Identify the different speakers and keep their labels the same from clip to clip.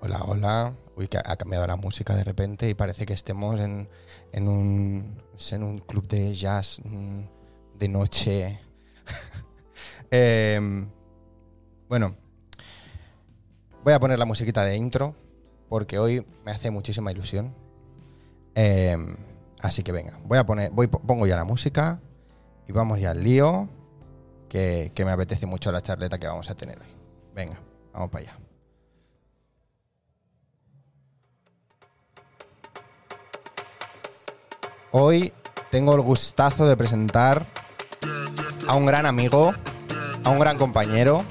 Speaker 1: Hola, hola. Uy, que ha cambiado la música de repente y parece que estemos en, en, un, en un club de jazz mm, de noche. Em, bueno, voy a poner la musiquita de intro porque hoy me hace muchísima ilusión. Em, así que venga, voy a poner, voy, pongo ya la música y vamos ya al lío que, que me apetece mucho la charleta que vamos a tener hoy. Venga, vamos para allá. Hoy tengo el gustazo de presentar a un gran amigo, a un gran compañero.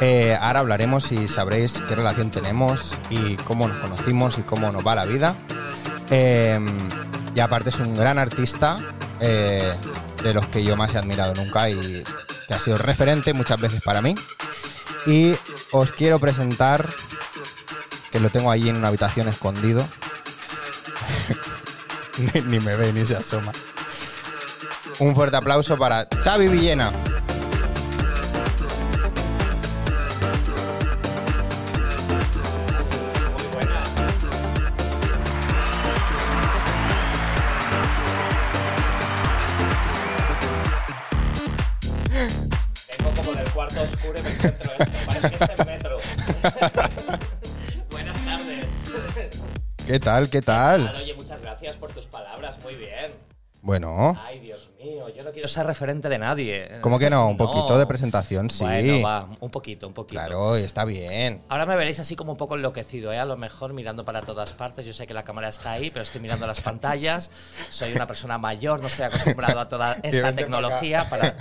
Speaker 1: Eh, ahora hablaremos y sabréis qué relación tenemos y cómo nos conocimos y cómo nos va la vida. Eh, y aparte es un gran artista eh, de los que yo más he admirado nunca y que ha sido referente muchas veces para mí. Y os quiero presentar, que lo tengo allí en una habitación escondido. ni, ni me ve ni se asoma. Un fuerte aplauso para Xavi Villena.
Speaker 2: Vengo como del cuarto oscuro y me encuentro esto. Parece que está en metro. Buenas tardes.
Speaker 1: ¿Qué tal? ¿Qué tal?
Speaker 2: Ah, oye, muchas gracias por tus palabras. Muy bien.
Speaker 1: Bueno,
Speaker 2: Ay, Dios mío, yo no quiero ser referente de nadie.
Speaker 1: ¿cómo que no? Un poquito de presentación, sí.
Speaker 2: Bueno, va, un poquito, un poquito.
Speaker 1: Claro, y está bien.
Speaker 2: Ahora me veréis así como un poco enloquecido, ¿eh? a lo mejor mirando para todas partes. Yo sé que la cámara está ahí, pero estoy mirando las pantallas. Soy una persona mayor, no estoy acostumbrado a toda
Speaker 1: vente pa'
Speaker 2: esta
Speaker 1: acá.
Speaker 2: tecnología. Para...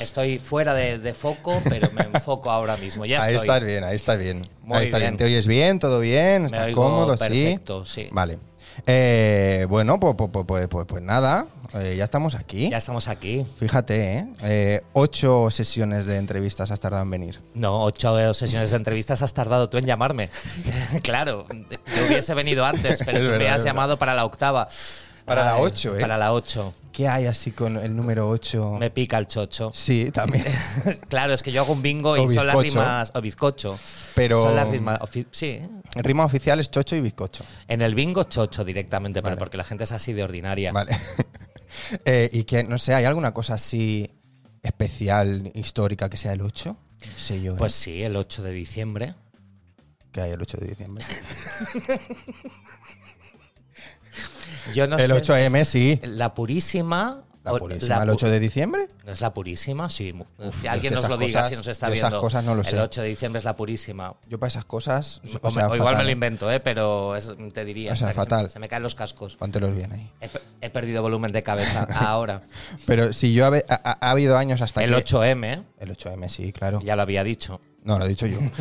Speaker 2: Estoy fuera de, de foco, pero me enfoco ahora mismo. Ya
Speaker 1: ahí
Speaker 2: estoy.
Speaker 1: estás bien, ahí estás bien.
Speaker 2: Muy
Speaker 1: ahí estás bien.
Speaker 2: bien.
Speaker 1: ¿Te oyes bien? ¿Todo bien? ¿Estás
Speaker 2: oigo
Speaker 1: cómodo?
Speaker 2: perfecto,
Speaker 1: sí.
Speaker 2: sí.
Speaker 1: Vale. Eh, bueno, pues, pues, pues, pues, pues- pues nada, eh, ya estamos aquí.
Speaker 2: Ya estamos aquí.
Speaker 1: Fíjate, ¿eh? Eh, ocho sesiones de entrevistas has tardado en venir.
Speaker 2: No, ocho sesiones de entrevistas has tardado tú en llamarme. claro, yo hubiese venido antes, pero
Speaker 1: Es
Speaker 2: tú me
Speaker 1: verdad,
Speaker 2: has
Speaker 1: es
Speaker 2: llamado para la octava.
Speaker 1: Para la ocho, ¿eh?
Speaker 2: Para la ocho.
Speaker 1: ¿Qué hay así con el número ocho?
Speaker 2: Me pica el chocho.
Speaker 1: Sí, también.
Speaker 2: claro, es que yo hago un bingo y
Speaker 1: O
Speaker 2: son las
Speaker 1: bizcocho.
Speaker 2: rimas. O bizcocho.
Speaker 1: Pero-
Speaker 2: Son las rimas. ofi- Sí.
Speaker 1: Rima oficial es chocho y bizcocho.
Speaker 2: En el bingo, chocho directamente, pero
Speaker 1: Vale.
Speaker 2: porque la gente es así de ordinaria.
Speaker 1: Vale. Eh, y que, no sé, ¿hay alguna cosa así especial, histórica, que sea el 8? No sé yo. ¿eh?
Speaker 2: Pues sí, el 8 de diciembre.
Speaker 1: que hay el 8 de diciembre.
Speaker 2: Yo no
Speaker 1: el
Speaker 2: sé,
Speaker 1: 8M, sí.
Speaker 2: La purísima.
Speaker 1: La
Speaker 2: o-
Speaker 1: purísima,
Speaker 2: la
Speaker 1: el
Speaker 2: pu-
Speaker 1: 8 de diciembre.
Speaker 2: ¿No es la purísima? Sí. mu-
Speaker 1: Uf,
Speaker 2: que
Speaker 1: yo
Speaker 2: alguien
Speaker 1: es que
Speaker 2: nos lo
Speaker 1: esas
Speaker 2: diga
Speaker 1: cosas-
Speaker 2: si nos está
Speaker 1: yo
Speaker 2: viendo.
Speaker 1: esas cosas no lo sé.
Speaker 2: El 8 de diciembre es la purísima.
Speaker 1: Yo para esas cosas.
Speaker 2: O,
Speaker 1: O sea,
Speaker 2: me- o igual me
Speaker 1: fatal.
Speaker 2: lo invento, ¿eh? pero es- te diría.
Speaker 1: O sea,
Speaker 2: espera, que se me-
Speaker 1: fatal.
Speaker 2: Se, me caen los cascos.
Speaker 1: Póntelos bien ahí.
Speaker 2: He, pe- he perdido volumen de cabeza ahora.
Speaker 1: Pero si yo habe- ha, ha- ha habido años hasta
Speaker 2: El
Speaker 1: que.
Speaker 2: 8M, ¿eh?
Speaker 1: El 8M, sí, claro.
Speaker 2: ya lo había dicho.
Speaker 1: No, lo he dicho yo.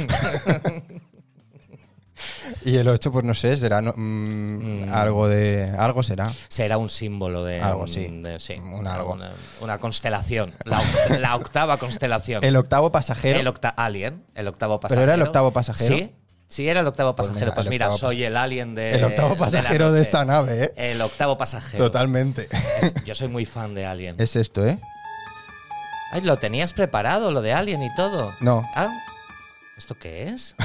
Speaker 1: y el 8, pues no sé, será no- mm, algo de. Algo será.
Speaker 2: Será un símbolo de.
Speaker 1: Algo,
Speaker 2: un-
Speaker 1: sí.
Speaker 2: de- sí,
Speaker 1: Un algo.
Speaker 2: Una, una constelación. La, oc- la octava constelación.
Speaker 1: El octavo pasajero.
Speaker 2: El octa- alien, el octavo pasajero.
Speaker 1: era el octavo pasajero?
Speaker 2: Sí, sí, era el octavo pasajero.
Speaker 1: mira,
Speaker 2: Pues
Speaker 1: el
Speaker 2: mira,
Speaker 1: octavo
Speaker 2: soy el alien de.
Speaker 1: El octavo
Speaker 2: eh, de la
Speaker 1: pasajero de
Speaker 2: noche.
Speaker 1: esta nave, ¿eh?
Speaker 2: El octavo pasajero.
Speaker 1: Totalmente.
Speaker 2: Es- yo soy muy fan de Alien.
Speaker 1: Es esto, ¿eh?
Speaker 2: Ay, lo tenías preparado, lo de Alien y todo.
Speaker 1: No.
Speaker 2: Ah, ¿Esto qué es?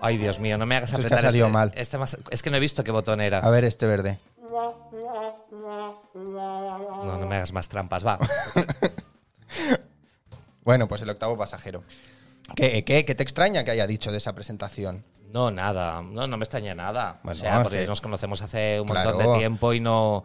Speaker 2: Ay, Dios mío, no me hagas
Speaker 1: Eso es que
Speaker 2: apretar
Speaker 1: ha salido
Speaker 2: este-
Speaker 1: mal.
Speaker 2: este más- es que no he visto qué botón
Speaker 1: A
Speaker 2: era.
Speaker 1: ver este verde.
Speaker 2: No, no me hagas más trampas, va.
Speaker 1: Bueno, pues el octavo pasajero. ¿Qué, qué, qué te extraña que haya dicho de esa presentación?
Speaker 2: No, nada. No, no me extraña nada.
Speaker 1: Bueno,
Speaker 2: o sea, porque
Speaker 1: que-
Speaker 2: nos conocemos hace un montón
Speaker 1: Claro.
Speaker 2: de tiempo y no.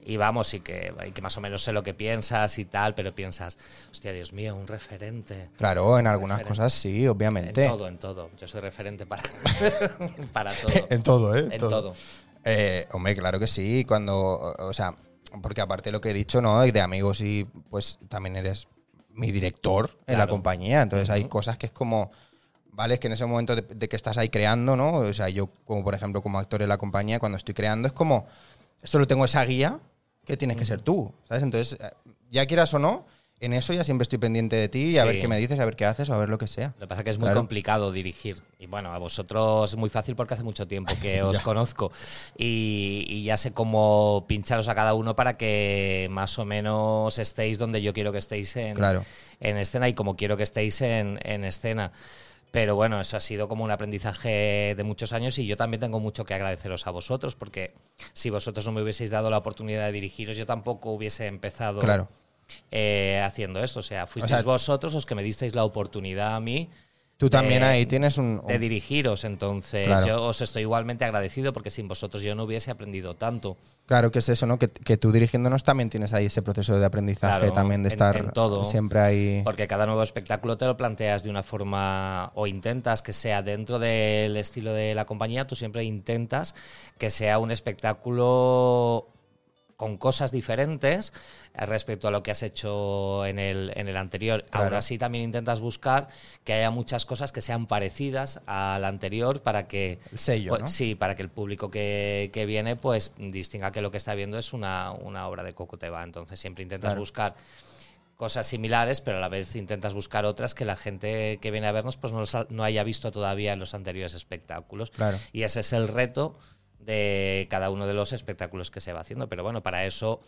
Speaker 2: Y vamos, y que, y que más o menos sé lo que piensas y tal, pero piensas, hostia, Dios mío, un referente.
Speaker 1: Claro, en algunas
Speaker 2: Referente.
Speaker 1: cosas sí, obviamente.
Speaker 2: En todo, en todo. Yo soy referente para, para todo.
Speaker 1: En todo, ¿eh?
Speaker 2: En todo.
Speaker 1: Eh, hombre, claro que sí. Cuando, o- o sea, porque aparte lo que he dicho, ¿no? De amigos y pues también eres mi director en la
Speaker 2: Claro.
Speaker 1: compañía. Entonces hay cosas que es como, vale, es que en ese momento de, de que estás ahí creando, ¿no? O sea, yo como por ejemplo como actor en la compañía, cuando estoy creando, es como, solo tengo esa guía que tienes que ser tú, ¿sabes? Entonces, eh, ya quieras o no, en eso ya siempre estoy pendiente de ti y a
Speaker 2: Sí.
Speaker 1: ver qué me dices, a ver qué haces o a ver lo que sea.
Speaker 2: Lo que pasa es que es muy
Speaker 1: Claro.
Speaker 2: complicado dirigir. Y bueno, a vosotros muy fácil porque hace mucho tiempo que os conozco. Y, y ya sé cómo pincharos a cada uno para que más o menos estéis donde yo quiero que estéis en,
Speaker 1: Claro.
Speaker 2: en escena y como quiero que estéis en, en escena. Pero bueno, eso ha sido como un aprendizaje de muchos años y yo también tengo mucho que agradeceros a vosotros porque si vosotros no me hubieseis dado la oportunidad de dirigiros, yo tampoco hubiese empezado
Speaker 1: Claro.
Speaker 2: eh, haciendo esto. O sea, fuisteis
Speaker 1: sea,
Speaker 2: vosotros los que me disteis la oportunidad a mí
Speaker 1: Tú
Speaker 2: de-
Speaker 1: también ahí tienes un...
Speaker 2: de dirigiros. Entonces,
Speaker 1: Claro.
Speaker 2: yo os estoy igualmente agradecido porque sin vosotros yo no hubiese aprendido tanto.
Speaker 1: Claro que es eso, ¿no? Que, que tú dirigiéndonos también tienes ahí ese proceso de aprendizaje
Speaker 2: Claro,
Speaker 1: también, de
Speaker 2: en-
Speaker 1: estar
Speaker 2: en todo.
Speaker 1: siempre ahí...
Speaker 2: Porque cada nuevo espectáculo te lo planteas de una forma o intentas que sea dentro del estilo de la compañía, tú siempre intentas que sea un espectáculo con cosas diferentes eh, respecto a lo que has hecho en el, en el anterior.
Speaker 1: Claro.
Speaker 2: Aún así también intentas buscar que haya muchas cosas que sean parecidas al anterior para que
Speaker 1: El sello,
Speaker 2: pues,
Speaker 1: ¿no?
Speaker 2: Sí, para que el público que, que viene pues distinga que lo que está viendo es una, una obra de Cocoteba. Entonces siempre intentas
Speaker 1: Claro.
Speaker 2: buscar cosas similares, pero a la vez intentas buscar otras que la gente que viene a vernos pues no, los ha- no haya visto todavía en los anteriores espectáculos.
Speaker 1: Claro.
Speaker 2: Y ese es el reto de cada uno de los espectáculos que se va haciendo. Pero bueno, para eso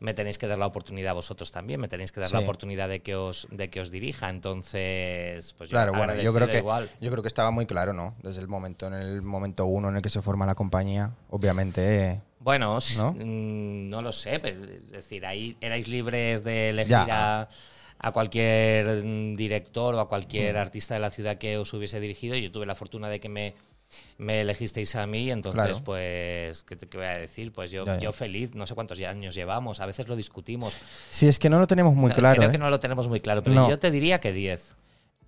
Speaker 2: me tenéis que dar la oportunidad vosotros también, me tenéis que dar la
Speaker 1: Sí.
Speaker 2: oportunidad de que os, de que os dirija. Entonces, pues yo
Speaker 1: Claro, bueno, yo creo
Speaker 2: agradecido
Speaker 1: que
Speaker 2: igual.
Speaker 1: yo creo que estaba muy claro, ¿no? Desde el momento en el momento uno en el que se forma la compañía, obviamente. eh,
Speaker 2: Bueno, s-
Speaker 1: ¿No?
Speaker 2: mm, no lo sé, pero es decir, ahí erais libres de elegir
Speaker 1: Ya.
Speaker 2: a, a cualquier mm, director o a cualquier
Speaker 1: Mm.
Speaker 2: artista de la ciudad que os hubiese dirigido. Yo tuve la fortuna de que me, me elegisteis a mí, entonces,
Speaker 1: Claro.
Speaker 2: pues, ¿qué, te- qué voy a decir? Pues yo,
Speaker 1: Ya, ya.
Speaker 2: yo feliz, no sé cuántos ya años llevamos, a veces lo discutimos.
Speaker 1: Sí, es que no lo tenemos muy
Speaker 2: No,
Speaker 1: claro.
Speaker 2: Creo
Speaker 1: ¿eh?
Speaker 2: que no lo tenemos muy claro, pero
Speaker 1: No.
Speaker 2: yo te diría que 10.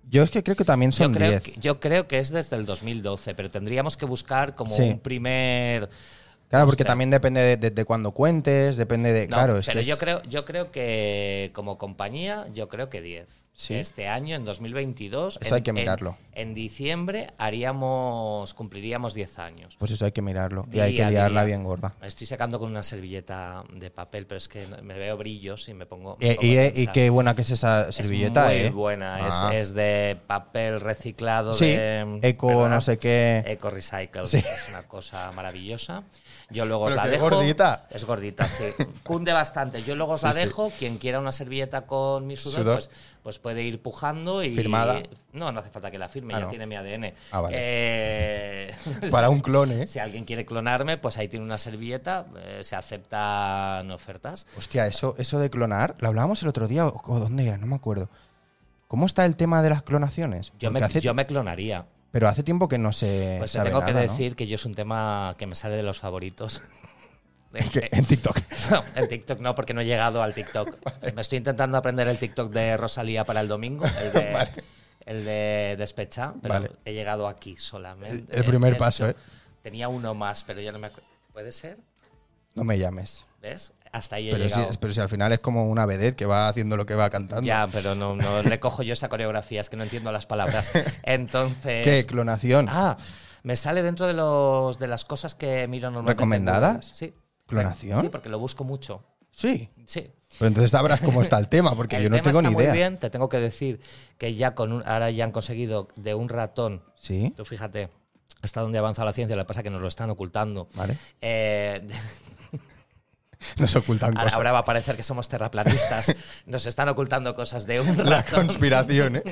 Speaker 1: Yo es que creo que también
Speaker 2: Yo
Speaker 1: son
Speaker 2: creo,
Speaker 1: 10.
Speaker 2: que, yo creo que es desde el 2012, pero tendríamos que buscar como
Speaker 1: Sí.
Speaker 2: un primer...
Speaker 1: Claro, porque
Speaker 2: no sé.
Speaker 1: también depende de, de- de cuándo cuentes, depende de.
Speaker 2: No,
Speaker 1: claro, es
Speaker 2: pero
Speaker 1: que
Speaker 2: yo
Speaker 1: es-
Speaker 2: creo yo creo que como compañía yo creo que 10.
Speaker 1: Sí.
Speaker 2: Este año en 2022
Speaker 1: Eso
Speaker 2: en-
Speaker 1: hay que
Speaker 2: en-
Speaker 1: mirarlo.
Speaker 2: En, diciembre haríamos cumpliríamos 10 años.
Speaker 1: Pues eso hay que mirarlo. Y
Speaker 2: Día
Speaker 1: hay que
Speaker 2: a
Speaker 1: liarla
Speaker 2: día.
Speaker 1: bien gorda.
Speaker 2: Me estoy sacando con una servilleta de papel, pero es que me veo brillos y me pongo
Speaker 1: Y,
Speaker 2: me pongo
Speaker 1: y-
Speaker 2: a
Speaker 1: eh, y
Speaker 2: pensar.
Speaker 1: qué buena que es esa
Speaker 2: Es
Speaker 1: servilleta,
Speaker 2: muy
Speaker 1: ¿eh?
Speaker 2: buena, es-
Speaker 1: Ah.
Speaker 2: es, de papel reciclado
Speaker 1: Sí,
Speaker 2: de
Speaker 1: eco,
Speaker 2: ¿verdad? Eh,
Speaker 1: no sé qué.
Speaker 2: Eco Recycle,
Speaker 1: Sí.
Speaker 2: es una cosa maravillosa. Yo luego os
Speaker 1: Pero
Speaker 2: la
Speaker 1: que es
Speaker 2: dejo.
Speaker 1: gordita.
Speaker 2: Es gordita, sí. Cunde bastante. Yo luego os la
Speaker 1: Sí, sí.
Speaker 2: dejo. Quien quiera una servilleta con mi sudor,
Speaker 1: Sudor.
Speaker 2: Pues, pues puede ir pujando y.
Speaker 1: Firmada.
Speaker 2: No, no hace falta que la firme,
Speaker 1: Ah,
Speaker 2: ya
Speaker 1: no.
Speaker 2: tiene mi ADN.
Speaker 1: Ah, vale.
Speaker 2: Eh,
Speaker 1: Para un clon, ¿eh?
Speaker 2: Si alguien quiere clonarme, pues ahí tiene una servilleta, eh, se aceptan ofertas.
Speaker 1: Hostia, eso, eso de clonar, lo hablábamos el otro día, o, o dónde era, no me acuerdo. ¿Cómo está el tema de las clonaciones?
Speaker 2: Yo,
Speaker 1: Porque
Speaker 2: me,
Speaker 1: hace-
Speaker 2: yo me clonaría.
Speaker 1: Pero hace tiempo que no se
Speaker 2: Pues te
Speaker 1: sabe
Speaker 2: tengo que
Speaker 1: nada, ¿no?
Speaker 2: decir que yo es un tema que me sale de los favoritos.
Speaker 1: Que- en TikTok.
Speaker 2: No, en TikTok no, porque no he llegado al TikTok. Me estoy intentando aprender el TikTok de Rosalía para el domingo, el de, el de Despechá, pero
Speaker 1: Vale.
Speaker 2: he llegado aquí solamente.
Speaker 1: El- el primer
Speaker 2: Es-
Speaker 1: paso, ¿eh?
Speaker 2: Tenía uno más, pero ya no me acuerdo. ¿Puede ser?
Speaker 1: No me llames.
Speaker 2: ¿Ves? Hasta ahí he
Speaker 1: Pero si,
Speaker 2: llegado.
Speaker 1: pero si al final es como una vedette que va haciendo lo que va cantando.
Speaker 2: ya, pero no, no le cojo yo esa coreografía, es que no entiendo las palabras. Entonces.
Speaker 1: ¿Qué? Clonación.
Speaker 2: Ah, me sale dentro de los de las cosas que miro normalmente. en
Speaker 1: ¿Recomendadas?
Speaker 2: Google. Sí.
Speaker 1: ¿Clonación?
Speaker 2: Sí, porque lo busco mucho.
Speaker 1: Sí.
Speaker 2: Sí.
Speaker 1: Pero entonces sabrás cómo está el tema, porque
Speaker 2: El
Speaker 1: yo no
Speaker 2: tema
Speaker 1: tengo
Speaker 2: está
Speaker 1: ni
Speaker 2: muy
Speaker 1: idea.
Speaker 2: bien, te tengo que decir que ya con un- ahora ya han conseguido de un ratón,
Speaker 1: Sí.
Speaker 2: tú fíjate, hasta donde avanza la ciencia, lo que pasa es que nos lo están ocultando.
Speaker 1: Vale.
Speaker 2: Eh,
Speaker 1: Nos ocultan
Speaker 2: ahora,
Speaker 1: cosas.
Speaker 2: ahora va a parecer que somos terraplanistas, nos están ocultando cosas de un
Speaker 1: La
Speaker 2: ratón.
Speaker 1: conspiración, ¿eh?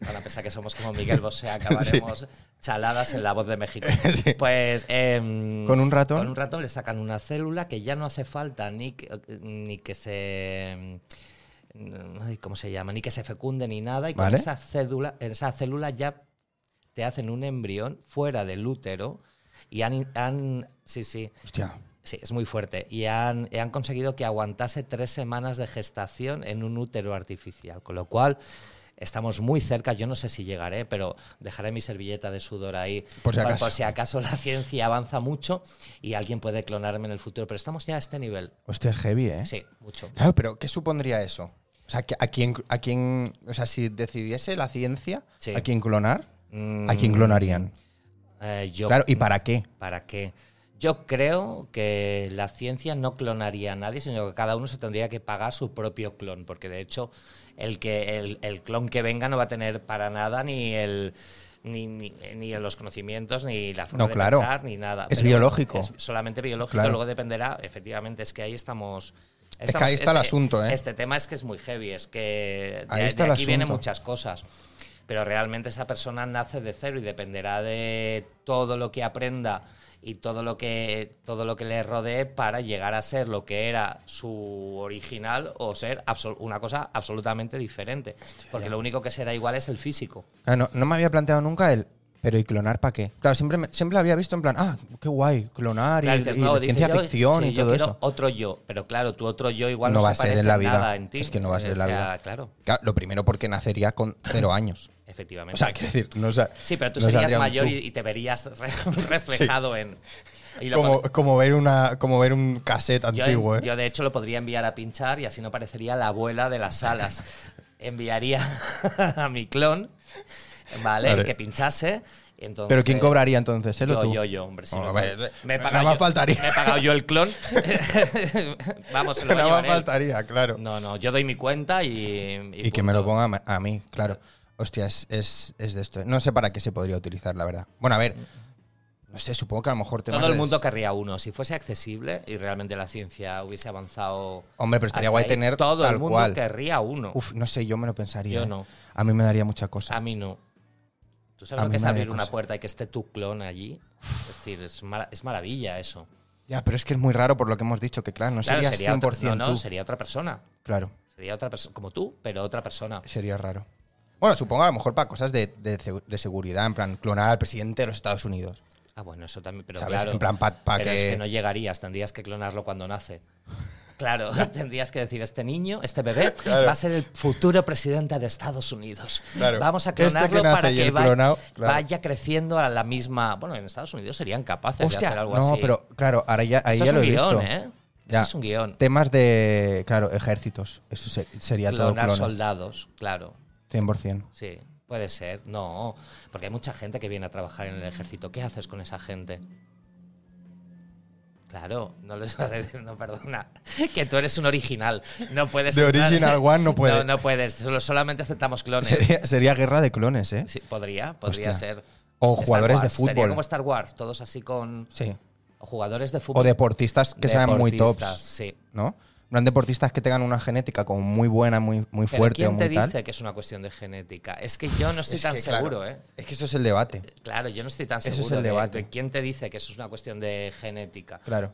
Speaker 2: Van a pensar que somos como Miguel Bosé, acabaremos chaladas en la voz de México.
Speaker 1: Sí.
Speaker 2: Pues em,
Speaker 1: ¿Con un ratón?
Speaker 2: Con un ratón le sacan una célula que ya no hace falta ni que, ni que se mm, ay, ¿cómo se llama? ni que se fecunde ni nada y con
Speaker 1: Vale.
Speaker 2: esa célula, esa célula ya te hacen un embrión fuera del útero y han, han sí, sí,
Speaker 1: Hostia.
Speaker 2: Sí, es muy fuerte. Y han, y han conseguido que aguantase tres semanas de gestación en un útero artificial. Con lo cual, estamos muy cerca. Yo no sé si llegaré, pero dejaré mi servilleta de sudor ahí.
Speaker 1: Por si
Speaker 2: pa-
Speaker 1: acaso.
Speaker 2: por si acaso la ciencia avanza mucho y alguien puede clonarme en el futuro. Pero estamos ya a este nivel.
Speaker 1: Hostia, es heavy, ¿eh?
Speaker 2: Sí, mucho.
Speaker 1: Claro, pero ¿qué supondría eso? O sea, que ¿a quién, a quién, o sea, si decidiese la ciencia,
Speaker 2: Sí.
Speaker 1: ¿a quién clonar?
Speaker 2: Mm,
Speaker 1: ¿A quién clonarían?
Speaker 2: eh, yo,
Speaker 1: Claro, ¿y para qué?
Speaker 2: ¿Para qué? Yo creo que la ciencia no clonaría a nadie, sino que cada uno se tendría que pagar su propio clon, porque de hecho el, que, el, el clon que venga no va a tener para nada ni el... Ni, ni, ni los conocimientos, ni la forma
Speaker 1: No,
Speaker 2: de
Speaker 1: claro.
Speaker 2: pensar, ni nada.
Speaker 1: Es
Speaker 2: Pero
Speaker 1: biológico.
Speaker 2: es solamente biológico,
Speaker 1: Claro.
Speaker 2: luego dependerá, efectivamente, es que ahí estamos...
Speaker 1: Es que ahí está el asunto, ¿eh?
Speaker 2: Este tema es que es muy heavy, es que de,
Speaker 1: Ahí
Speaker 2: de
Speaker 1: está el
Speaker 2: aquí vienen
Speaker 1: asunto.
Speaker 2: muchas cosas. Pero realmente esa persona nace de cero y dependerá de todo lo que aprenda y todo lo que, todo lo que le rodee para llegar a ser lo que era su original o ser absol- una cosa absolutamente diferente. Porque lo único que será igual es el físico.
Speaker 1: Ah, no, no me había planteado nunca el. Pero ¿y clonar para qué? Claro, siempre, me- siempre lo había visto en plan, ah, qué guay, clonar y,
Speaker 2: Claro, dices,
Speaker 1: y
Speaker 2: no, dices,
Speaker 1: ciencia
Speaker 2: yo-
Speaker 1: ficción
Speaker 2: sí,
Speaker 1: y
Speaker 2: yo
Speaker 1: todo
Speaker 2: quiero
Speaker 1: eso.
Speaker 2: otro yo, pero claro, tu otro yo igual no,
Speaker 1: No va
Speaker 2: se
Speaker 1: a ser
Speaker 2: parece
Speaker 1: en la
Speaker 2: en
Speaker 1: vida.
Speaker 2: nada en ti.
Speaker 1: Es que no va a ser en la
Speaker 2: O sea,
Speaker 1: vida.
Speaker 2: Claro,
Speaker 1: Claro, lo primero porque nacería con cero años.
Speaker 2: efectivamente.
Speaker 1: O sea, quiero decir, no sa-
Speaker 2: Sí, pero tú
Speaker 1: no
Speaker 2: serías
Speaker 1: saldría un
Speaker 2: mayor
Speaker 1: tú.
Speaker 2: y, y te verías re- reflejado en. y lo
Speaker 1: Como,
Speaker 2: pod-
Speaker 1: como ver una como ver un cassette
Speaker 2: yo,
Speaker 1: antiguo, ¿eh?
Speaker 2: yo, de hecho, lo podría enviar a pinchar y así no parecería la abuela de las salas. Enviaría a mi clon, ¿vale?
Speaker 1: Vale.
Speaker 2: Que pinchase. entonces-
Speaker 1: pero ¿quién cobraría entonces? ¿Él o
Speaker 2: yo,
Speaker 1: tú?
Speaker 2: yo, yo, hombre. si
Speaker 1: Oh,
Speaker 2: no-
Speaker 1: vale.
Speaker 2: me he
Speaker 1: Nada
Speaker 2: pagado
Speaker 1: más
Speaker 2: yo-
Speaker 1: faltaría.
Speaker 2: Me he pagado yo el clon. Vamos, se lo va a
Speaker 1: Nada más
Speaker 2: llevar él.
Speaker 1: faltaría, claro.
Speaker 2: No, no, yo doy mi cuenta y.
Speaker 1: y que me lo
Speaker 2: punto.
Speaker 1: ponga a ma- a mí, claro. Hostia, es, es- es de esto. No sé para qué se podría utilizar, la verdad. Bueno, a ver. No sé, supongo que a lo mejor te
Speaker 2: Todo el mundo querría uno. Si fuese accesible y realmente la ciencia hubiese avanzado.
Speaker 1: Hombre, pero estaría
Speaker 2: hasta
Speaker 1: guay
Speaker 2: ahí,
Speaker 1: tener
Speaker 2: Todo
Speaker 1: tal
Speaker 2: el mundo
Speaker 1: cual.
Speaker 2: querría uno.
Speaker 1: Uf, no sé, yo me lo pensaría.
Speaker 2: Yo
Speaker 1: ¿eh?
Speaker 2: no. Ah.
Speaker 1: A mí me daría mucha cosa.
Speaker 2: A mí no. ¿Tú sabes
Speaker 1: A
Speaker 2: lo
Speaker 1: mí
Speaker 2: que es
Speaker 1: me daría
Speaker 2: abrir una
Speaker 1: cosa.
Speaker 2: puerta y que esté tu clon allí? Es decir, es, mara- es maravilla eso.
Speaker 1: Ya, pero es que es muy raro por lo que hemos dicho, que claro, no
Speaker 2: Claro,
Speaker 1: serías
Speaker 2: sería
Speaker 1: 100%
Speaker 2: otra- no, no,
Speaker 1: tú.
Speaker 2: sería otra persona.
Speaker 1: Claro,
Speaker 2: Sería otra persona, como tú, pero otra persona.
Speaker 1: sería raro. Bueno, supongo a lo mejor para cosas de, de segu- de seguridad, en plan, clonar al presidente de los Estados Unidos.
Speaker 2: Ah, bueno, eso también, pero
Speaker 1: ¿Sabes?
Speaker 2: claro.
Speaker 1: En plan, pa- pa
Speaker 2: pero es
Speaker 1: que-
Speaker 2: que no llegarías, tendrías que clonarlo cuando nace. Claro, tendrías que decir, este niño, este bebé, va a ser el futuro presidente de Estados Unidos.
Speaker 1: Claro.
Speaker 2: Vamos a
Speaker 1: Este que
Speaker 2: clonarlo
Speaker 1: nace
Speaker 2: para
Speaker 1: y
Speaker 2: que
Speaker 1: el
Speaker 2: va-
Speaker 1: clonado, claro.
Speaker 2: vaya creciendo a la misma... Bueno, en Estados Unidos serían capaces de
Speaker 1: Hostia,
Speaker 2: hacer algo
Speaker 1: no,
Speaker 2: así.
Speaker 1: pero claro, ahora ya, ahí
Speaker 2: Eso
Speaker 1: ya
Speaker 2: es
Speaker 1: lo
Speaker 2: un
Speaker 1: he
Speaker 2: guión,
Speaker 1: visto.
Speaker 2: ¿eh?
Speaker 1: Ya.
Speaker 2: Eso es un guión.
Speaker 1: Temas de, claro, ejércitos. Eso se- sería todo
Speaker 2: Clonar
Speaker 1: clones.
Speaker 2: soldados, claro.
Speaker 1: 100%.
Speaker 2: Sí, puede ser. No, porque hay mucha gente que viene a trabajar en el ejército. ¿Qué haces con esa gente? Claro, no les vas a decir, no, perdona, que tú eres un original. No puedes.
Speaker 1: The
Speaker 2: entrar-
Speaker 1: original one no puede.
Speaker 2: No, no puedes. solo- solamente aceptamos clones.
Speaker 1: Sería, sería guerra de clones, ¿eh?
Speaker 2: Sí, podría, podría
Speaker 1: Hostia.
Speaker 2: ser.
Speaker 1: O
Speaker 2: Star
Speaker 1: jugadores de
Speaker 2: Wars, sería
Speaker 1: fútbol.
Speaker 2: como Star Wars, todos así con.
Speaker 1: Sí.
Speaker 2: O jugadores de fútbol.
Speaker 1: O deportistas que sean muy
Speaker 2: Deportistas,
Speaker 1: tops,
Speaker 2: Sí.
Speaker 1: ¿no? No deportistas que tengan una genética como muy buena, muy, muy
Speaker 2: Pero
Speaker 1: fuerte o
Speaker 2: ¿Quién
Speaker 1: muy
Speaker 2: te
Speaker 1: tal.
Speaker 2: dice que es una cuestión de genética? Es que yo no estoy
Speaker 1: Es
Speaker 2: tan
Speaker 1: que, claro,
Speaker 2: seguro, ¿eh?
Speaker 1: Es que eso es el debate,
Speaker 2: Claro, yo no estoy tan
Speaker 1: Eso es
Speaker 2: seguro
Speaker 1: el
Speaker 2: de-
Speaker 1: debate.
Speaker 2: de quién te dice que eso es una cuestión de genética.
Speaker 1: claro.